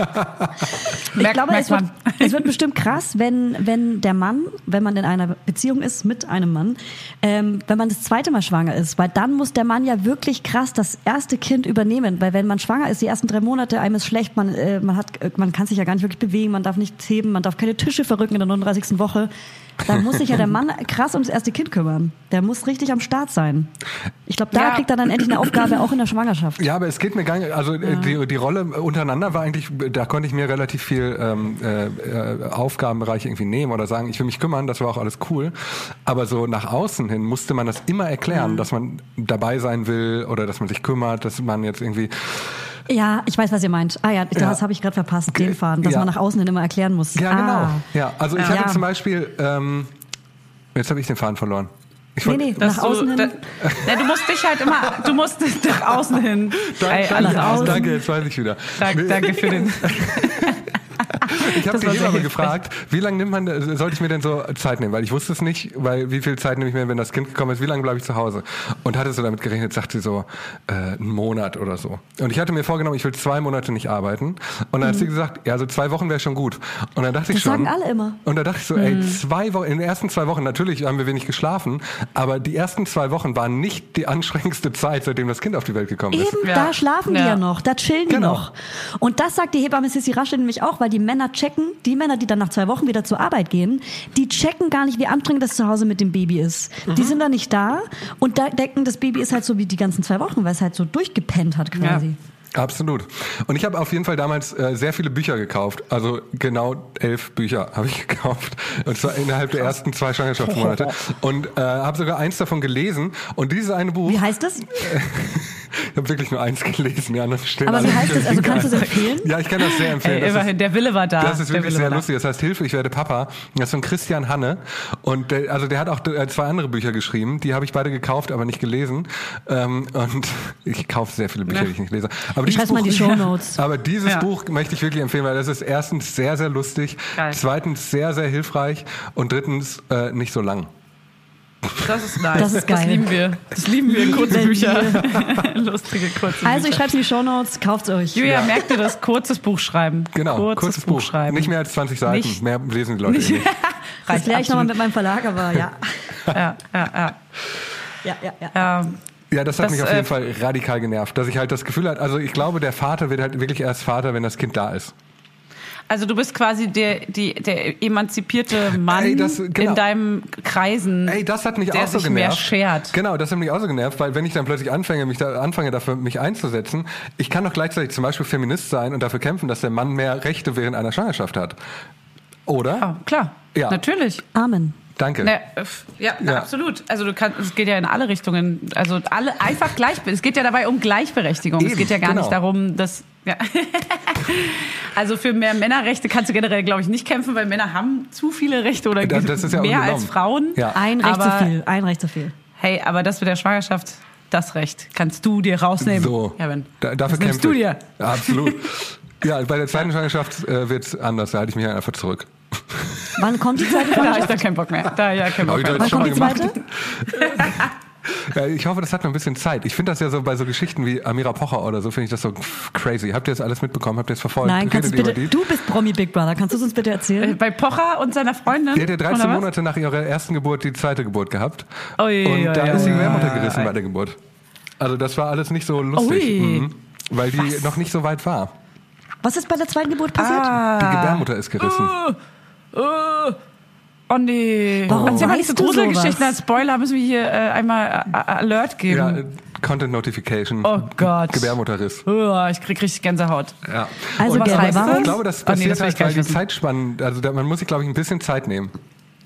Merkt- glaube, merkt es wird, man. es wird bestimmt krass, wenn, wenn der Mann, wenn man in einer Beziehung ist mit einem Mann, ähm, wenn man das zweite Mal schwanger ist, weil dann muss der Mann ja wirklich krass das erste Kind übernehmen, weil wenn man schwanger ist, die ersten drei Monate, einem ist schlecht, man, äh, man, hat, äh, man kann sich ja gar nicht wirklich bewegen, man darf nichts heben, man darf keine Tische verrücken in der 39. Woche. Da muss sich ja der Mann krass ums erste Kind kümmern. Der muss richtig am Start sein. Ich glaube, da Ja. kriegt er dann endlich eine Aufgabe, auch in der Schwangerschaft. Ja, aber es geht mir gar nicht, also äh, Ah. die, die Rolle untereinander war eigentlich, da konnte ich mir relativ viel ähm, äh, äh, Aufgabenbereich irgendwie nehmen oder sagen, ich will mich kümmern, das war auch alles cool. Aber so nach außen hin musste man das immer erklären, dass man dabei sein will oder dass man sich kümmert, dass man jetzt irgendwie, Ja, ich weiß, was ihr meint. Ah ja, das Ja. habe ich gerade verpasst, den Faden, dass Ja. man nach außen hin immer erklären muss. Ja, genau. Ah. Ja, also ich Ja. hatte zum Beispiel, ähm, jetzt habe ich den Faden verloren. Ich Nee, wollt- nee, dass nach außen du, hin. da- Na, du musst dich halt immer, du musst nach außen hin. Danke, Ey, alles danke, außen. danke, jetzt weiß ich wieder. Dank, danke für den. Ich habe Das die war sehr Hebamme hilfreich. gefragt, wie lange nimmt man, äh, sollte ich mir denn so Zeit nehmen? Weil ich wusste es nicht, weil wie viel Zeit nehme ich mir, wenn das Kind gekommen ist, wie lange bleibe ich zu Hause? Und hatte so damit gerechnet, sagte sie so, äh, einen Monat oder so. Und ich hatte mir vorgenommen, ich will zwei Monate nicht arbeiten. Und dann hat Mhm. sie gesagt, ja, so zwei Wochen wäre schon gut. Und dann dachte ich Das schon. sagen alle immer. Und da dachte ich so, Mhm. ey, zwei Wochen, in den ersten zwei Wochen, natürlich haben wir wenig geschlafen, aber die ersten zwei Wochen waren nicht die anstrengendste Zeit, seitdem das Kind auf die Welt gekommen ist. Eben, Ja. da schlafen die Ja. ja noch, da chillen Genau. die noch. Und das sagt die Hebamme Sissy Raschel nämlich auch, weil die Männer checken, die Männer, die dann nach zwei Wochen wieder zur Arbeit gehen, die checken gar nicht, wie anstrengend das zu Hause mit dem Baby ist. Mhm. Die sind da nicht da und da denken, das Baby ist halt so wie die ganzen zwei Wochen, weil es halt so durchgepennt hat quasi. Absolut. Und ich habe auf jeden Fall damals äh, sehr viele Bücher gekauft. Also genau elf Bücher habe ich gekauft. Und zwar innerhalb der ersten zwei Schwangerschaftsmonate. Und äh, habe sogar eins davon gelesen. Und dieses eine Buch, Wie heißt das? ich habe wirklich nur eins gelesen. Die anderen stehen Aber alle wie heißt nicht das? Also im kannst du das Regal. empfehlen? Ja, ich kann das sehr empfehlen. Ey, Das ist- immerhin, der Wille war da. Das Der ist wirklich Wille sehr war da. lustig. Das heißt Hilfe, ich werde Papa. Das ist von Christian Hanne. Und der, also der hat auch äh, zwei andere Bücher geschrieben. Die habe ich beide gekauft, aber nicht gelesen. Ähm, und ich kaufe sehr viele Ne? Bücher, die ich nicht lese. Aber Ich dieses schreib's mal in die Buch- Shownotes. Aber dieses Ja. Buch möchte ich wirklich empfehlen, weil das ist erstens sehr, sehr lustig, Geil. zweitens sehr, sehr hilfreich und drittens äh, nicht so lang. Das ist nice. Das ist geil. Das lieben wir. Das lieben wir. Kurze Lieben Bücher. Lustige kurze Bücher. Also ich schreib's in die Shownotes, kauft's euch. Julia, merkt ihr das? Kurzes Buch schreiben. Genau, Kurzes, Buch, schreiben. Nicht mehr als 20 Seiten. Nicht- Mehr lesen die Leute eh nicht. Das Reicht kläre ich nochmal absolut. mit meinem Verlag, aber ja. Ja, ja, ja. Ja, ja, ja. Ja, Ja, das hat Das, mich auf äh, jeden Fall radikal genervt, dass ich halt das Gefühl hatte, also ich glaube, der Vater wird halt wirklich erst Vater, wenn das Kind da ist. Also du bist quasi der, die, der emanzipierte Mann Ey, das- genau. in deinem Kreisen. Ey, das hat mich der auch so sich genervt. mehr schert. Genau, das hat mich auch so genervt, weil wenn ich dann plötzlich anfange, mich da, anfange dafür mich einzusetzen, ich kann doch gleichzeitig zum Beispiel Feminist sein und dafür kämpfen, dass der Mann mehr Rechte während einer Schwangerschaft hat. Oder? Ja, Oh, klar. Ja. Natürlich. Amen. Danke. Na, äh, f- ja, na, Ja. absolut. Also du kannst, es geht ja in alle Richtungen. Also alle einfach gleich. Es geht ja dabei um Gleichberechtigung. es Eben, geht ja gar genau. nicht darum, dass. Ja. also für mehr Männerrechte kannst du generell, glaube ich, nicht kämpfen, weil Männer haben zu viele Rechte oder Da- das ist ja mehr ungenommen. als Frauen. Ja. Ein Recht Aber- zu viel, ein Recht zu viel. Hey, aber das mit der Schwangerschaft, das Recht kannst du dir rausnehmen. So. Kevin. Da, dafür das nimmst kämpfe du ich. dir. Ja, absolut. ja, bei der zweiten Schwangerschaft äh, wird's anders, da halte ich mich einfach zurück. Wann kommt die zweite Da habe ich Schwangerschaft? da keinen Bock mehr. Da ja keinen Hab Bock ich mehr. doch jetzt Wann schon kommt die mal zweite? Ja, ich hoffe, das hat noch ein bisschen Zeit. Ich finde das ja so bei so Geschichten wie Amira Pocher oder so, finde ich das so crazy. Habt ihr das alles mitbekommen? Habt ihr das verfolgt? Nein, kannst du Redet ihr bitte. über die? Du bist Promi Big Brother. Kannst du es uns bitte erzählen? Bei Pocher und seiner Freundin. Die hat ja 13 oder was? Monate nach ihrer ersten Geburt die zweite Geburt gehabt. Oh, je, und je, da je, ist die je. Gebärmutter gerissen bei der Geburt. Also das war alles nicht so lustig. Ui. Mhm. Weil die noch nicht so weit war. Was ist bei der zweiten Geburt passiert? Ah. Die Gebärmutter ist gerissen. Oh. Äh, Oh nee. Warum Erzähl mal nicht so weißt du Gruselgeschichten sowas? als Spoiler, müssen wir hier äh, einmal äh, Alert Ja, geben. äh, Content Notification. Oh Gott. Gebärmutterriss. Uah, ich krieg richtig Gänsehaut. Ja. Also, Und- Gerda, aber warum- Ich glaube, das Ah, nee, passiert das will ich halt, gar weil nicht die wissen. Zeitspannen, also da, man muss sich, glaube ich, ein bisschen Zeit nehmen.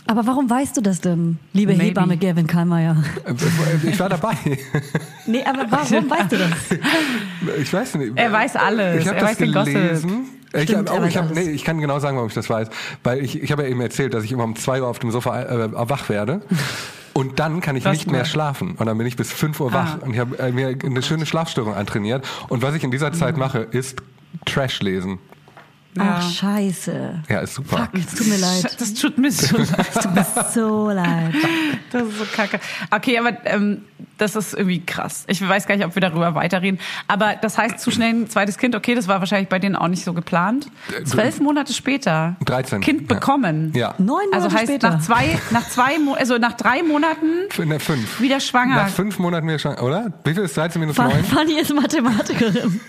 Aber warum weißt du das denn, liebe Maybe. Hebamme Gavin Kalmeier? Äh, Ich war dabei. Nee, aber warum weißt du das? Ich weiß nicht. Er weiß alles. Ich habe Er das weiß den Gossip. gelesen. Ich, Stimmt, hab, er oh, weiß ich, hab, alles. nee, ich kann genau sagen, warum ich das weiß. Weil ich, ich habe ja eben erzählt, dass ich immer um 2 Uhr auf dem Sofa äh, wach werde. Und dann kann ich Das nicht mehr mal. schlafen. Und dann bin ich bis 5 Uhr wach. Ah. Und ich habe äh, mir eine schöne Schlafstörung antrainiert. Und was ich in dieser Zeit mache, ist Trash lesen. Ach, scheiße. Ja, ist super. Fuck, es tut mir leid. Das tut mir so leid. Es tut mir so leid. Das ist so kacke. Okay, aber ähm, das ist irgendwie krass. Ich weiß gar nicht, ob wir darüber weiterreden. Aber das heißt, zu schnell ein zweites Kind, okay, das war wahrscheinlich bei denen auch nicht so geplant. Zwölf Monate später. 13, Kind Äh, ja. bekommen. Ja. Neun Monate Also heißt, später. nach zwei, nach zwei, Mo also nach drei Monaten F- Ne, fünf. wieder schwanger. Nach fünf Monaten wieder schwanger, oder? Wie viel ist 13 minus Fan- 9? Fanny ist Mathematikerin.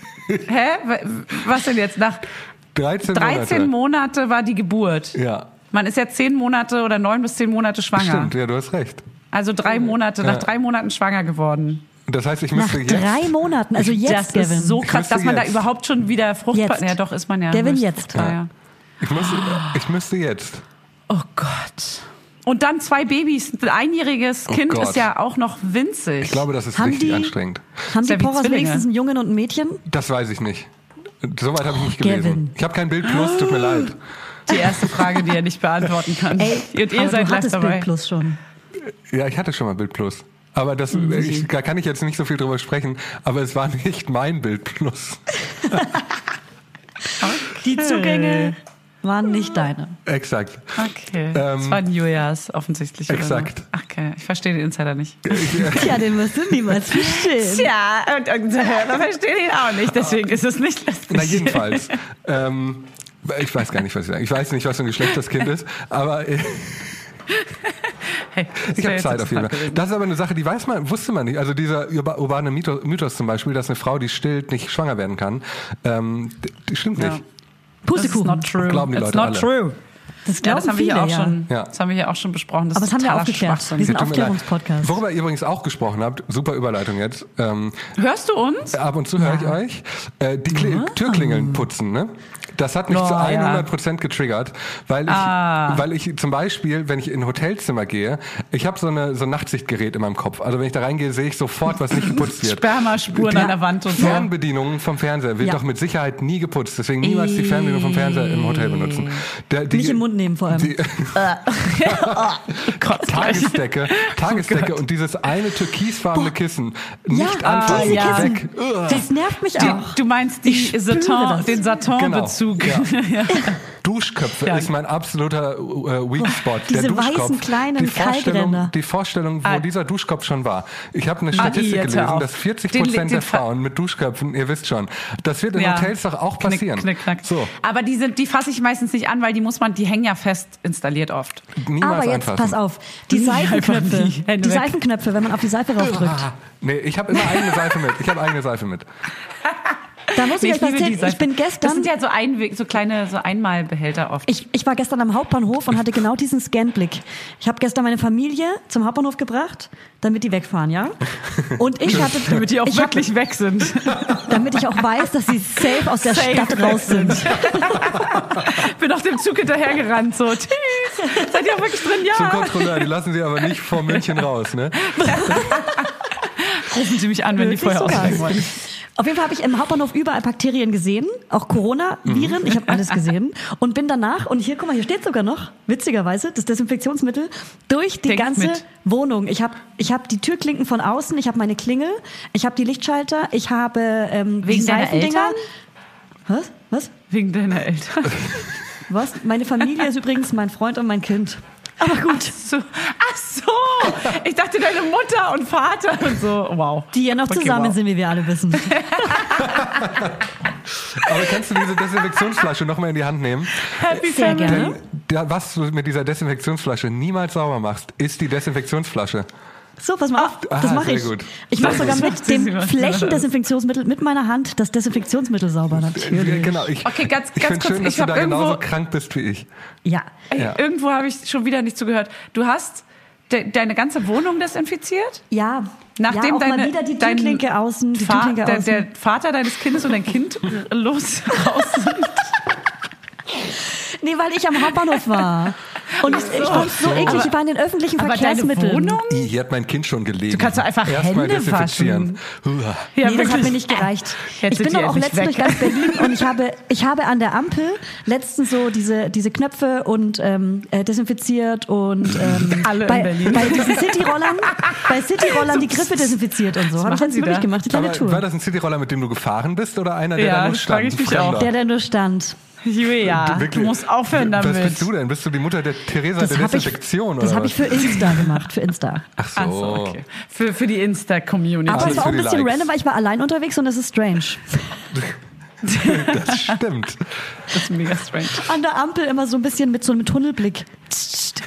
Hä? W- Was denn jetzt? Nach 13, 13 Monate war die Geburt. Ja. Man ist ja zehn Monate oder neun bis zehn Monate schwanger. Stimmt, ja, du hast recht. Also drei Monate, Ja. nach drei Monaten schwanger geworden. Das heißt, ich Nach müsste jetzt... drei Monaten, also jetzt, das Gavin. ist so krass, müsste dass man da jetzt. überhaupt schon wieder Fruchtbar... Jetzt. Ja, doch, ist man ja. Gavin, höchst jetzt. fruchtbar, Ja. ja. Ich müsste, ich müsste jetzt. Oh Gott. Und dann zwei Babys. Ein einjähriges Oh Kind Gott. ist ja auch noch winzig. Ich glaube, das ist Haben richtig die- anstrengend. Haben die ja wie Porras Zwillinge. wenigstens einen Jungen und ein Mädchen? Das weiß ich nicht. Soweit habe ich nicht Oh, gelesen. Gavin. Ich habe kein Bild plus, tut mir Ah. leid. die erste Frage, die er nicht beantworten kann. Und ihr aber seid du live hattest dabei. Bild Plus schon. Ja, ich hatte schon mal Bild plus. Aber das, Hm, ich, da kann ich jetzt nicht so viel drüber sprechen, aber es war nicht mein Bild plus. Die Zugänge Waren nicht deine. Exakt. Okay. das Ähm, war New Year's offensichtlich. oder so. exakt. Okay, ich verstehe den Insider nicht. Tja, den wirst du niemals verstehen. Tja, und unsere Hörer verstehen ihn auch nicht, deswegen ist es nicht lustig. Na, jedenfalls. ähm, ich weiß gar nicht, was ich sage. Ich weiß nicht, was für ein Geschlecht das Kind ist, aber äh, Hey, das wär ich habe jetzt Zeit jetzt auf jeden Fakt Fall. gewesen. Das ist aber eine Sache, die weiß man, wusste man nicht. Also dieser urba- urbane Mito- Mythos zum Beispiel, dass eine Frau, die stillt, nicht schwanger werden kann, ähm, d- d- stimmt Ja. nicht. Das ist not Pustekuchen. true. Glauben die It's Leute not alle. true. Das Ja, glauben das haben, wir viele, hier auch ja. schon, Ja. das haben wir hier auch schon besprochen. Das Aber ist das haben wir totaler aufgeklärt. Schwachsinn. Wir sind Tut mir leid. Aufklärungspodcast. Worüber ihr übrigens auch gesprochen habt, super Überleitung jetzt. Ähm, Hörst du uns? ab und zu höre ich euch. Äh, die Kli Türklingeln putzen, ne? Das hat mich Oh, zu ja. 100 Prozent getriggert, weil ich, weil ich zum Beispiel, wenn ich in ein Hotelzimmer gehe, ich habe so, eine, so ein Nachtsichtgerät in meinem Kopf. Also wenn ich da reingehe, sehe ich sofort, was nicht geputzt wird. Spermaspuren an der Wand und so. Fernbedienungen vom Fernseher wird Ja. doch mit Sicherheit nie geputzt. Deswegen niemals die Fernbedienung vom Fernseher im Hotel benutzen. Der, die, Nicht im Mund nehmen vor allem. äh, Die, Tagesdecke, Oh Tagesdecke und dieses eine türkisfarbene Kissen nicht anfassen, diese Kissen. weg. Ugh. Das nervt mich Die, auch. du meinst die Ich spüre Satin, das. den Satin-Bezug. Genau, Ja. Duschköpfe Ja. Oh, ist mein absoluter äh, Weak Spot. Diese der Duschkopf. weißen kleinen die Vorstellung, Kaltränder. die Vorstellung, wo Ah. dieser Duschkopf schon war. Ich habe eine Ah, Statistik jetzt hör gelesen, auf. dass 40 Den- den Prozent der Ver- Frauen mit Duschköpfen, ihr wisst schon, das wird in Ja. Hotels doch auch Knick, passieren. Knick, knack. So, Aber die sind, die fasse ich meistens nicht an, weil die muss man, die hängen ja fest installiert oft. niemals Aber jetzt, anfassen. pass auf, die Nie Seifenknöpfe. einfach die Hände Die weg. Seifenknöpfe, wenn man auf die Seife raufdrückt. Ah, nee, ich habe immer eigene Seife mit. Ich habe eigene Seife mit. Da muss ich euch liebe was erzählen, die Seife. ich bin Das gestern... sind ja so Einweg, so kleine, so Einmalbehälter oft. Ich, ich war gestern am Hauptbahnhof und hatte genau diesen Scanblick. Ich habe gestern meine Familie zum Hauptbahnhof gebracht, damit die wegfahren, ja? Und ich hatte... damit die auch ich wirklich weg sind. Hab, damit ich auch weiß, dass sie safe aus der Safe Stadt weg raus sind. Bin auf dem Zug hinterhergerannt, so, tschüss. Seid ihr auch wirklich drin? Zum Ja. Kontrolleur, die lassen sie aber nicht vor München raus, ne? Rufen Sie mich an, wenn die Wirklich Feuer sowas. aussteigen wollen. Auf jeden Fall habe ich im Hauptbahnhof überall Bakterien gesehen, auch Corona-Viren, ich habe alles gesehen und bin danach, und hier, guck mal, hier steht sogar noch, witzigerweise, das Desinfektionsmittel, durch die Denkt ganze mit. Wohnung. Ich habe ich hab die Türklinken von außen, ich habe meine Klingel, ich habe die Lichtschalter, ich habe ähm, die Wegen deiner Seifendinger. Eltern? Was? Was? Wegen deiner Eltern. Was? Meine Familie ist übrigens mein Freund und mein Kind. Aber gut, So. Ach so. Ich dachte, deine Mutter und Vater und so. Wow. die ja noch Okay, zusammen wow. sind, wie wir alle wissen. Aber kannst du diese Desinfektionsflasche nochmal in die Hand nehmen? Happy Sehr Family. gerne. Denn da, was du mit dieser Desinfektionsflasche niemals sauber machst, ist die Desinfektionsflasche. So, pass mal auf, das ah, mache sehr ich. gut. Ich mache sogar mit Sie dem machen- Flächendesinfektionsmittel mit meiner Hand das Desinfektionsmittel sauber natürlich. Genau, ich, Okay, ganz- ich ganz finde kurz, schön, dass ich du hab da irgendwo- genauso krank bist wie ich. Ja. Ey, Ja. Irgendwo habe ich schon wieder nicht zugehört. Du hast de deine ganze Wohnung desinfiziert? Ja. Nachdem ja, auch deine, mal wieder die dein Türklinke außen, die Fa- Türklinke der, außen. der Vater deines Kindes und dein Kind los raus sind. nee, weil ich am Hauptbahnhof war. Und ich, ich fand so eklig, ich war in den öffentlichen Aber deine Verkehrsmitteln. Wohnung? Ih, Hier hat mein Kind schon gelegen. Du kannst doch einfach Erstmal Hände desinfizieren. Uah. Hm. Ja, nee, das hat wirklich. mir nicht gereicht. Äh, Jetzt Ich sind bin die doch auch endlich letztens durch weg. ganz Berlin und ich habe, ich habe an der Ampel letztens so diese, diese Knöpfe und ähm, äh, desinfiziert und ähm, Alle in bei, Berlin. bei diesen Cityrollern, bei Cityrollern die Griffe desinfiziert und so. Habe ich machen jetzt Sie wirklich da? gemacht, die kleine Aber war Tour. das ein Cityroller, mit dem du gefahren bist oder einer, der Ja, da nur das stand? frag ich mich Fremder? auch. Der, der nur stand. Julia, du Äh, Wirklich. musst aufhören damit. Was bist du denn? Bist du die Mutter der Theresa der hab Desinfektion? ich, das oder habe ich für was? Insta gemacht, für Insta. Ach so. Ach so, okay. Für, für die Insta-Community. Aber Alles es war auch für ein die bisschen Likes. random, weil ich war allein unterwegs und das ist strange. Das stimmt. Das ist mega strange. An der Ampel immer so ein bisschen mit so einem Tunnelblick.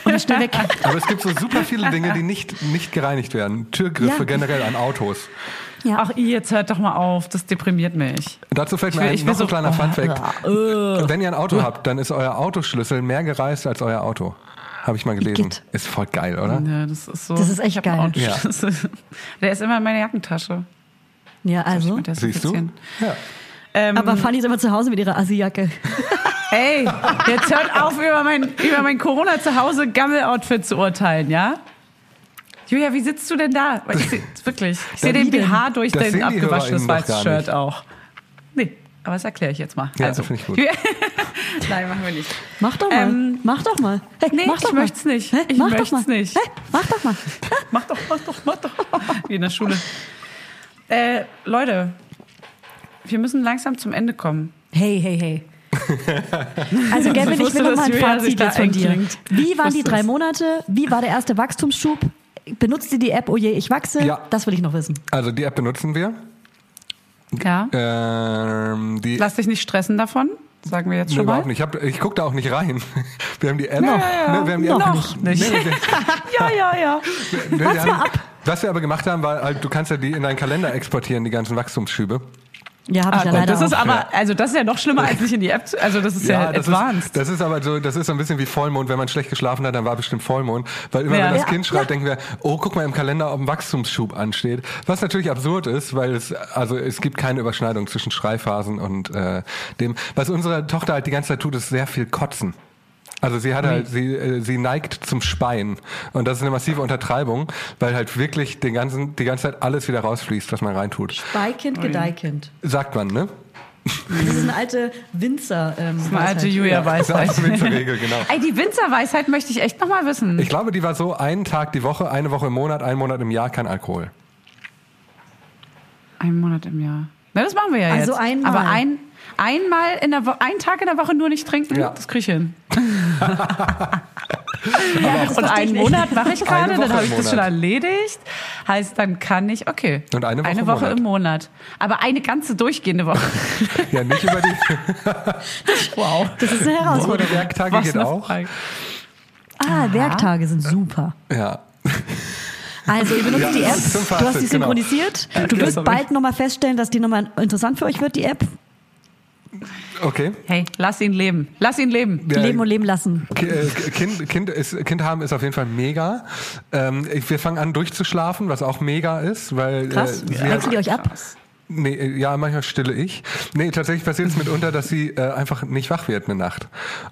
Und dann schnell weg. Aber es gibt so super viele Dinge, die nicht, nicht gereinigt werden. Türgriffe Ja. generell an Autos. Ja. Ach, ihr, jetzt hört doch mal auf, das deprimiert mich. Dazu fällt Ich mir will- ein, ich will noch so- äh. ein kleiner Oh, Funfact. Wenn ihr ein Auto habt, dann ist euer Autoschlüssel mehr gereist als euer Auto. Habe ich mal gelesen. Igitt. Ist voll geil, oder? Ja, das ist so. Das ist echt ich hab einen geil. Autoschlüssel. Der ist immer in meiner Jackentasche. Ja, also. Mit Hm? Siehst du? Desinfizieren. Ja. Ähm, Aber Fanny ist immer zu Hause mit ihrer Assi-Jacke. Ey, jetzt hört auf, über mein, über mein Corona-Zuhause-Gammel-Outfit zu urteilen, ja? Julia, wie sitzt du denn da? Weil Ich seh, wirklich, ich sehe Wie den denn? BH durch Das dein sehen die abgewaschenes HörerInnen doch weißes gar Shirt nicht. auch. Nee, aber das erkläre ich jetzt mal. Ja, das finde ich gut. Julia, Nein, machen wir nicht. Mach doch mal. Ähm, mach doch mal. Hey, nee, mach doch ich mal. möcht's nicht. Hä? Ich mach möcht's doch mal. nicht. Hä? mach doch mal. Mach doch, mach doch, mach doch. Wie in der Schule. Äh, Leute, wir müssen langsam zum Ende kommen. Hey, hey, hey. Also Gavin, ich wusste, will noch dass mal ein Julia sich Fazit da jetzt von dir. einklingt. Wie waren die wusste drei es. Monate? Wie war der erste Wachstumsschub? Benutzt ihr die App? Oh je, ich wachse? Ja. Das will ich noch wissen. Also die App benutzen wir. Ja. Ähm, die Lass dich nicht stressen davon, sagen wir jetzt Nee, schon mal. überhaupt nicht. Ich, hab- ich gucke da auch nicht rein. Wir haben die App. ja. ne, wir haben die App Noch nicht. Nee, Ja, ja, ja. wir, nee, wir haben, was wir aber gemacht haben, war, halt, du kannst ja die in deinen Kalender exportieren, die ganzen Wachstumsschübe. Ja, habe ich ja Ah, leider das ist auch. Ja. aber, also das ist ja noch schlimmer als nicht in die App. zu- Also das ist ja, das advanced. ist, das ist aber so, das ist so ein bisschen wie Vollmond. Wenn man schlecht geschlafen hat, dann war bestimmt Vollmond. Weil immer, Ja. wenn das Ja, Kind schreit, denken wir, oh, guck mal im Kalender, ob ein Wachstumsschub ansteht. Was natürlich absurd ist, weil es, also es gibt keine Überschneidung zwischen Schreiphasen und äh, dem. Was unsere Tochter halt die ganze Zeit tut, ist sehr viel Kotzen. Also sie hat halt, sie, äh, sie neigt zum Speien. Und das ist eine massive Untertreibung, weil halt wirklich den ganzen, die ganze Zeit alles wieder rausfließt, was man reintut. Beikind, Gedeihkind. Sagt man, ne? Das ist eine alte Winzer. Ähm, das ist Mal alte Julia Das ist Weisheit. auch eine Regel, genau. Ey, die Winzerweisheit möchte ich echt nochmal wissen. Ich glaube, die war so, einen Tag die Woche, eine Woche im Monat, einen Monat im Jahr kein Alkohol. Einen Monat im Jahr. Na, das machen wir ja jetzt. Also einmal. Aber ein, einmal in der Woche, einen Tag in der Woche nur nicht trinken, Ja. das krieg ich hin. das Und verstehe ich einen nicht. Monat mache ich gerade, Woche dann habe im ich das schon Monat. erledigt. Heißt, dann kann ich, okay. Und eine Woche im Monat. im Monat. Aber eine ganze durchgehende Woche. Ja, nicht über die, Wow. Das ist eine über Herausforderung. die Werktage Was geht eine auch. Frage. Ah, Werktage sind super. Ja. Also ihr benutzt Ja, die App, zum du Fazit, hast die genau. synchronisiert. Du wirst bald nochmal feststellen, dass die nochmal interessant für euch wird, die App. Okay. Hey, lass ihn leben. Lass ihn leben. Ja, Leben und leben lassen. Ki- äh, Kind, kind, ist, kind haben ist auf jeden Fall mega. Ähm, ich- wir fangen an durchzuschlafen, was auch mega ist, weil Krass. Äh, sie Also- Wechselt ihr hat, euch ab? nee, äh, ja manchmal stille ich. Nee, tatsächlich passiert es mitunter, dass sie äh, einfach nicht wach wird eine Nacht.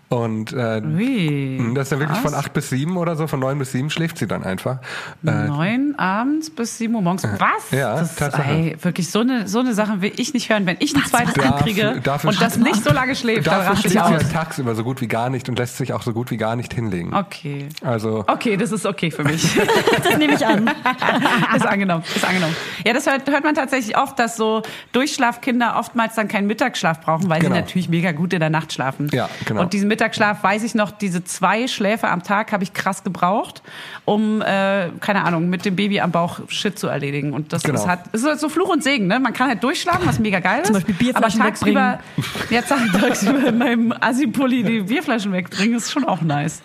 Und äh, Ui. das ist dann wirklich krass. von acht bis sieben oder so, von neun bis sieben schläft sie dann einfach. Äh, Neun abends bis sieben Uhr morgens. Was? Ja, das, Tatsache. ey, wirklich, so eine, so eine Sache will ich nicht hören. Wenn ich ein zweites Kind Dafür- kriege dafür und das schläft- nicht so lange schläft, dann Dafür raste ich schläft sie aus. ja tagsüber so gut wie gar nicht und lässt sich auch so gut wie gar nicht hinlegen. Okay. Also Okay, das ist okay für mich. Das nehme ich an. ist angenommen, ist angenommen. Ja, das hört, hört man tatsächlich oft, dass so Durchschlafkinder oftmals dann keinen Mittagsschlaf brauchen, weil Genau. sie natürlich mega gut in der Nacht schlafen. Ja, genau. Und diesen Mittagsschlaf, weiß ich noch, diese zwei Schläfe am Tag habe ich krass gebraucht, um, äh, keine Ahnung, mit dem Baby am Bauch Shit zu erledigen. Und das Genau. ist, hat, ist halt so Fluch und Segen, ne? Man kann halt durchschlafen, was mega geil ist. Zum Beispiel Bierflaschen aber tagsüber, jetzt sag ich tagsüber in meinem Assi-Pulli die Bierflaschen wegbringen, ist schon auch nice.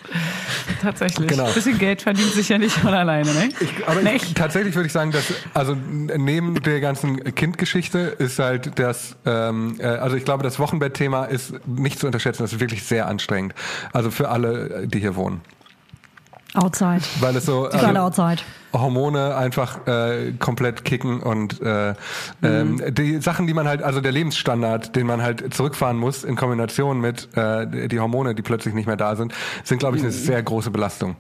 Tatsächlich. Genau. Ein bisschen Geld verdient sich ja nicht von alleine, ne? Aber Nee. ich, tatsächlich würde ich sagen, dass also n- neben der ganzen Kindgeschichte ist halt das, ähm, äh, also ich glaube, das Wochenbettthema ist nicht zu unterschätzen. Das ist wirklich sehr anstrengend. Also für alle, die hier wohnen, Outside. weil es so Die alle also, outside. Hormone einfach äh, komplett kicken und äh, ähm, die Sachen, die man halt, also der Lebensstandard, den man halt zurückfahren muss in Kombination mit äh, die Hormone, die plötzlich nicht mehr da sind, sind glaube ich eine sehr große Belastung.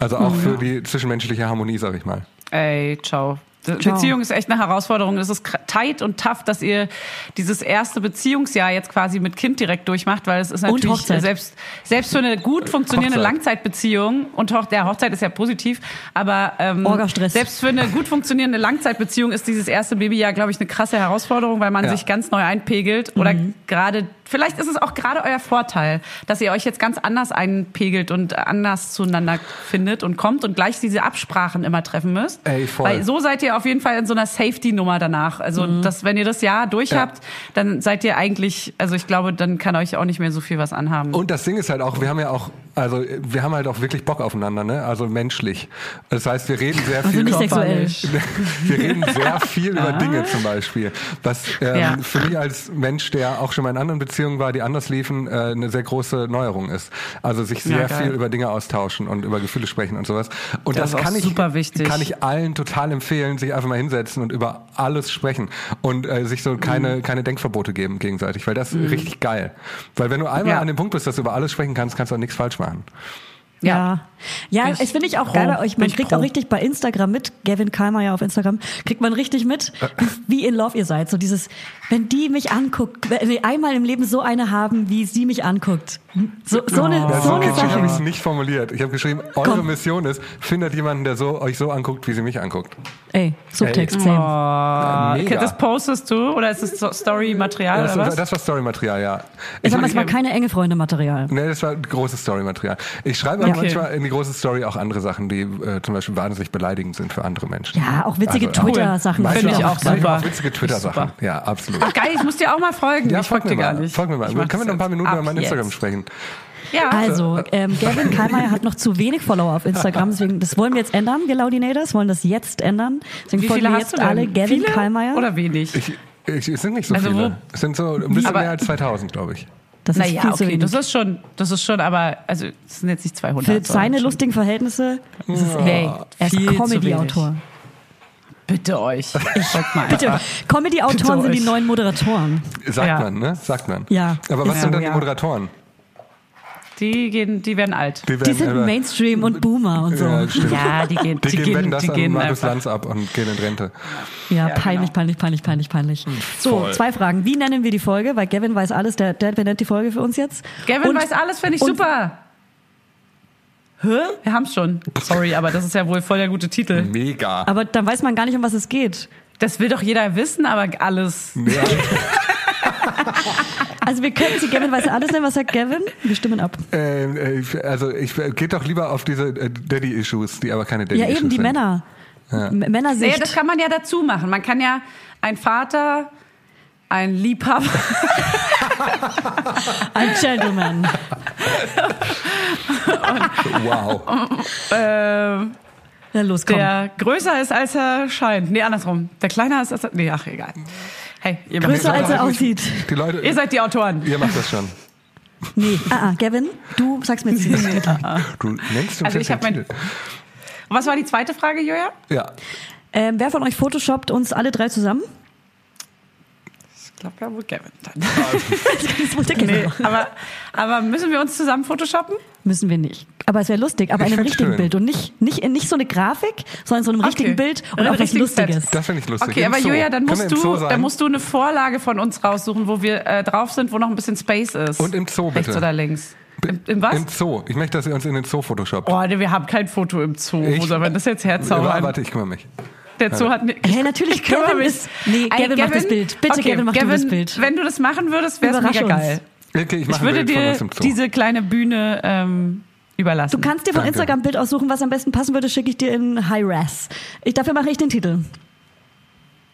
Also auch für die zwischenmenschliche Harmonie, sag ich mal. Ey, ciao. Die Ciao. Beziehung ist echt eine Herausforderung. Es ist kr- tight und tough, dass ihr dieses erste Beziehungsjahr jetzt quasi mit Kind direkt durchmacht, weil es ist Und natürlich Hochzeit. selbst selbst für eine gut funktionierende Hochzeit. Langzeitbeziehung und Hoch ja, Hochzeit ist ja positiv, aber ähm, Orgastress. selbst für eine gut funktionierende Langzeitbeziehung ist dieses erste Babyjahr, glaube ich, eine krasse Herausforderung, weil man Ja. sich ganz neu einpegelt oder gerade vielleicht ist es auch gerade euer Vorteil, dass ihr euch jetzt ganz anders einpegelt und anders zueinander findet und kommt und gleich diese Absprachen immer treffen müsst. Ey, voll. Weil so seid ihr auf jeden Fall in so einer Safety-Nummer danach. Also, dass, wenn ihr das Jahr durch Ja. habt, dann seid ihr eigentlich, also ich glaube, dann kann euch auch nicht mehr so viel was anhaben. Und das Ding ist halt auch, wir haben ja auch, also wir haben halt auch wirklich Bock aufeinander, ne? Also menschlich. Das heißt, wir reden sehr Also viel. nicht über- sexuell. wir reden sehr viel über Dinge zum Beispiel. Was ähm, Ah. Ja. für mich als Mensch, der auch schon mal in anderen Beziehungen war, die anders liefen, äh, eine sehr große Neuerung ist. Also sich sehr Ja, geil. viel über Dinge austauschen und über Gefühle sprechen und sowas. Und Das das, ist auch kann ich super wichtig. kann ich allen total empfehlen, sich einfach mal hinsetzen und über alles sprechen und äh, sich so keine Mhm. keine Denkverbote geben gegenseitig, weil das ist richtig geil. Weil wenn du einmal Ja. an dem Punkt bist, dass du über alles sprechen kannst, kannst du auch nichts falsch machen. Ja. Ja, das finde ich auch geil bei euch. Man kriegt auch richtig bei Instagram mit, Gavin Kalmer ja auf Instagram, kriegt man richtig mit, Äh. wie in Love ihr seid. So dieses, wenn die mich anguckt, wenn wir einmal im Leben so eine haben, wie sie mich anguckt. So, so eine, Ja, Oh. so so eine kitschig habe ich es Sache. nicht formuliert. Ich habe geschrieben, eure Mission ist, findet jemanden, der so, euch so anguckt, wie sie mich anguckt. Ey, Oh. Subtext, same. Ah, Mega. Das postest du oder ist es so Story-Material das, oder was? das war Story-Material, ja. Ich sag mal, es war keine enge Freunde-Material. Nee, das war großes Story-Material. Ich schreibe aber Ja. manchmal in die große Story auch andere Sachen, die äh, zum Beispiel wahnsinnig beleidigend sind für andere Menschen. Ja, auch witzige Also, Twitter-Sachen. manchmal Finde ich auch manchmal super. Auch witzige Twitter-Sachen. Ja, absolut. Ach, geil, ich muss dir auch mal folgen. Ja, ich folg dir gar mal. nicht. Folg mir mal. Ich mach Können das wir noch ein paar jetzt Minuten ab über mein Instagram jetzt. sprechen? Ja. Also, ähm, Gavin Kalmeier hat noch zu wenig Follower auf Instagram, deswegen, das wollen wir jetzt ändern, wir Laudinators wollen das jetzt ändern. Deswegen Wie folgen viele wir hast jetzt du denn? alle Gavin viele Kalmeier. Oder wenig? Ich, ich, es sind nicht so Also viele. wo- es sind so ein bisschen Aber- mehr als 2000, glaube ich. das ist naja, viel zu okay, wenig. das ist schon, das ist schon, aber, also, es sind jetzt nicht 200. Für sondern seine schon- lustigen Verhältnisse ist es Nee, Er ist viel zu Comedy-Autor. wenig. Bitte euch. Ich folgt mal. Bitte, Comedy-Autoren Bitte sind die euch. neuen Moderatoren. Sagt Ja. man, ne? Sagt man. Ja. Aber was Ist sind so, dann ja. die Moderatoren? Die gehen, die werden alt. Die werden sind selber- Mainstream und Boomer und so. Ja, Ja, stimmt. Ja, die gehen, Die, die geben wenn gehen, das die an gehen Markus einfach. Lanz ab und gehen in Rente. peinlich, genau. peinlich, peinlich, peinlich, peinlich. So, zwei Fragen. Wie nennen wir die Folge? Weil Gavin weiß alles, der, der benennt die Folge für uns jetzt. Gavin Und- weiß alles, finde ich und- super. Hä? Wir haben's schon. Sorry, aber das ist ja wohl voll der gute Titel. Mhm. Mega. Aber dann weiß man gar nicht, um was es geht. Das will doch jeder wissen, aber alles. Mehr Also wir können sie Gavin weiß alles nennen. Was sagt Gavin? Wir stimmen ab. Ähm, äh, ich- also ich äh, geht doch lieber auf diese äh, Daddy-Issues, die aber keine Ja, Daddy-Issues eben die sind. Männer. M- Naja, Männersicht. das kann man ja dazu machen. Man kann ja ein Vater, ein Liebhaber, Ein Gentleman. Wow. ähm, Na los, komm. der größer ist, als er scheint. Nee, andersrum. Der kleiner ist, als er. Nee, ach, egal. Hey, ihr macht Größer das. als er aussieht. Die Leute, Ihr ihr, seid die Autoren. macht das schon. Nee, ah, ah, Gavin, du sagst mir jetzt nicht. Du nennst uns Also jetzt ich hab den mein- Titel. Was war die zweite Frage, Julia? Ja. Ähm, wer von euch photoshoppt uns alle drei zusammen? Ich glaube ja wohl Gavin dann. Das muss der Gavin Nee, machen. aber, aber müssen wir uns zusammen photoshoppen? Müssen wir nicht. Aber es wäre lustig, aber Ich in einem find's richtigen schön. Bild und nicht, nicht, in- nicht so eine Grafik, sondern in so einem richtigen Bild und Ein auch was richtiges Set. Lustiges. Das finde ich lustig. Okay, Im aber Zoo. Julia, dann Können wir musst, im Zoo du, sein? dann musst du eine Vorlage von uns raussuchen, wo wir äh, drauf sind, wo noch ein bisschen Space ist. Und im Zoo, bitte. Rechts oder links. Im, im was? Im Zoo. Ich möchte, dass ihr uns in den Zoo photoshoppt. Oh, nee, wir haben kein Foto im Zoo. Wo Ich- soll man das jetzt Warte, herzaubern? warte, ich kümmere mich. Der Zoo hat nicht. Hey, natürlich, Ich kümmere Gavin mich. ist- nee, Ey, Gavin macht das Bild. Bitte, Gavin, mach du das Bild. Wenn du das machen würdest, wäre es Überrasch mega uns. geil. Okay, ich Ich mache ein würde Bild von dir uns im Zoo. diese kleine Bühne ähm, überlassen. Du kannst dir von Danke. Instagram ein Bild aussuchen, was am besten passen würde, schicke ich dir in High Res. Ich, dafür mache ich den Titel.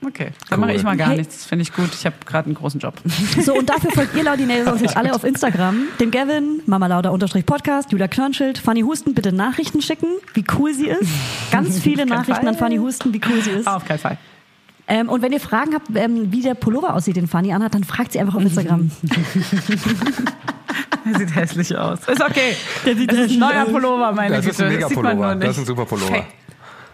Okay, dann Cool. mache ich mal gar Hey. nichts. Finde ich gut. Ich habe gerade einen großen Job. So, und dafür folgt ihr Laudinators uns jetzt alle auf Instagram. Dem Gavin, Mama Lauda unterstrich Podcast, Julia Knörnschild, Fanny Husten, bitte Nachrichten schicken, wie cool sie ist. Ganz viele Nachrichten an Fanny Husten, wie cool sie ist. Auf keinen Fall. Ähm, und wenn ihr Fragen habt, ähm, wie der Pullover aussieht, den Fanny anhat, dann fragt sie einfach auf Instagram. Der sieht hässlich aus. Ist okay. Der sieht das ist hässlich ein neuer aus. Pullover, meine das ist Güte. ein das sieht man nur Mega-Pullover. nicht. Das ist ein super Pullover. Hey,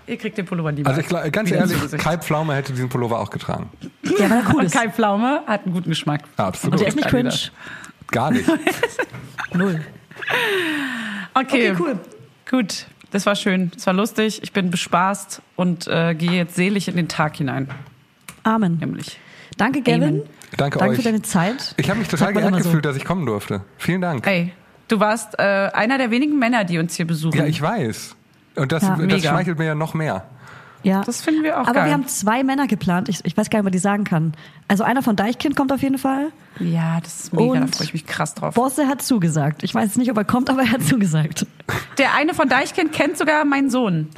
ihr kriegt den Pullover lieber. Also ich glaube, ganz Wieder ins ehrlich, Gesicht. Kai Pflaume hätte diesen Pullover auch getragen. Der war cool. Und ist. Kai Pflaume hat einen guten Geschmack. Absolut. Und der ist nicht cringe. Gar nicht. Null. Okay, Okay, cool. Gut. Das war schön. Das war lustig. Ich bin bespaßt und äh, gehe jetzt selig in den Tag hinein. Amen. Nämlich. Danke, Gavin. Danke, Danke euch. für deine Zeit. ich habe mich total Sagt man geehrt immer so. gefühlt, dass ich kommen durfte. Vielen Dank. Hey, du warst äh, einer der wenigen Männer, die uns hier besuchen. Ja, ich weiß. Und das, Ja, das mega. schmeichelt mir ja noch mehr. Ja. Das finden wir auch Aber geil. wir haben zwei Männer geplant. Ich, ich weiß gar nicht, ob man die sagen kann. Also einer von Deichkind kommt auf jeden Fall. ja, das ist mega. da Und- freue ich mich krass drauf. Bosse hat zugesagt. Ich weiß nicht, ob er kommt, aber er hat zugesagt. Der eine von Deichkind kennt sogar meinen Sohn.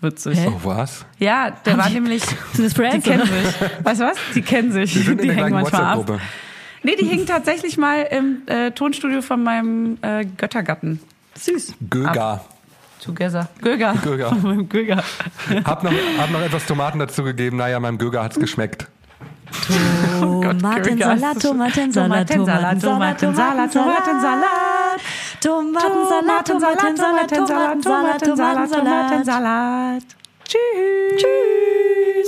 Witzig. Hä? Oh, was? Ja, der war nämlich. Sind das Friends, Die kennen oder? sich. Weißt du was? Die kennen sich. Wir sind die in der hängen gleichen manchmal ab. WhatsApp-Gruppe. Nee, die hingen tatsächlich mal im äh, Tonstudio von meinem äh, Göttergatten. Süß. Göger. Together. Göger. Göger. Von meinem Göger. Hab noch, hab noch etwas Tomaten dazu gegeben. Naja, meinem Göger hat's geschmeckt. Oh, Gott, Tomatensalat, Tomatensalat, Tomatensalat, Tomatensalat, Tomatensalat, oh, Tomatensalat. Tomatensalat, oh, Tomatensalat, Tomatensalat, Tomatensalat. Tomatensalat. Tschüss.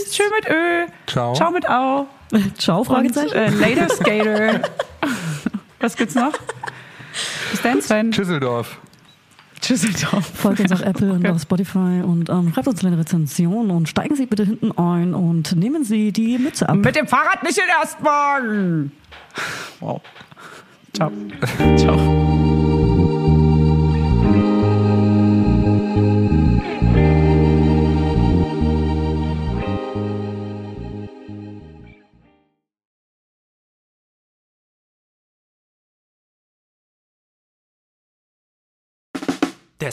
Tschüss. Tschüss mit Ö. Ciao. Ciao mit Au. Ciao, Und Fragezeichen. äh, later Skater. Was gibt's noch? Bis dann, Sven. Schüsseldorf. Schüsseldorf. Folgt uns auf Apple und auf Spotify und ähm, schreibt uns eine Rezension und steigen Sie bitte hinten ein und nehmen Sie die Mütze ab. Mit dem Fahrrad nicht in den Erstwagen. Wow. Ciao. Ciao. Der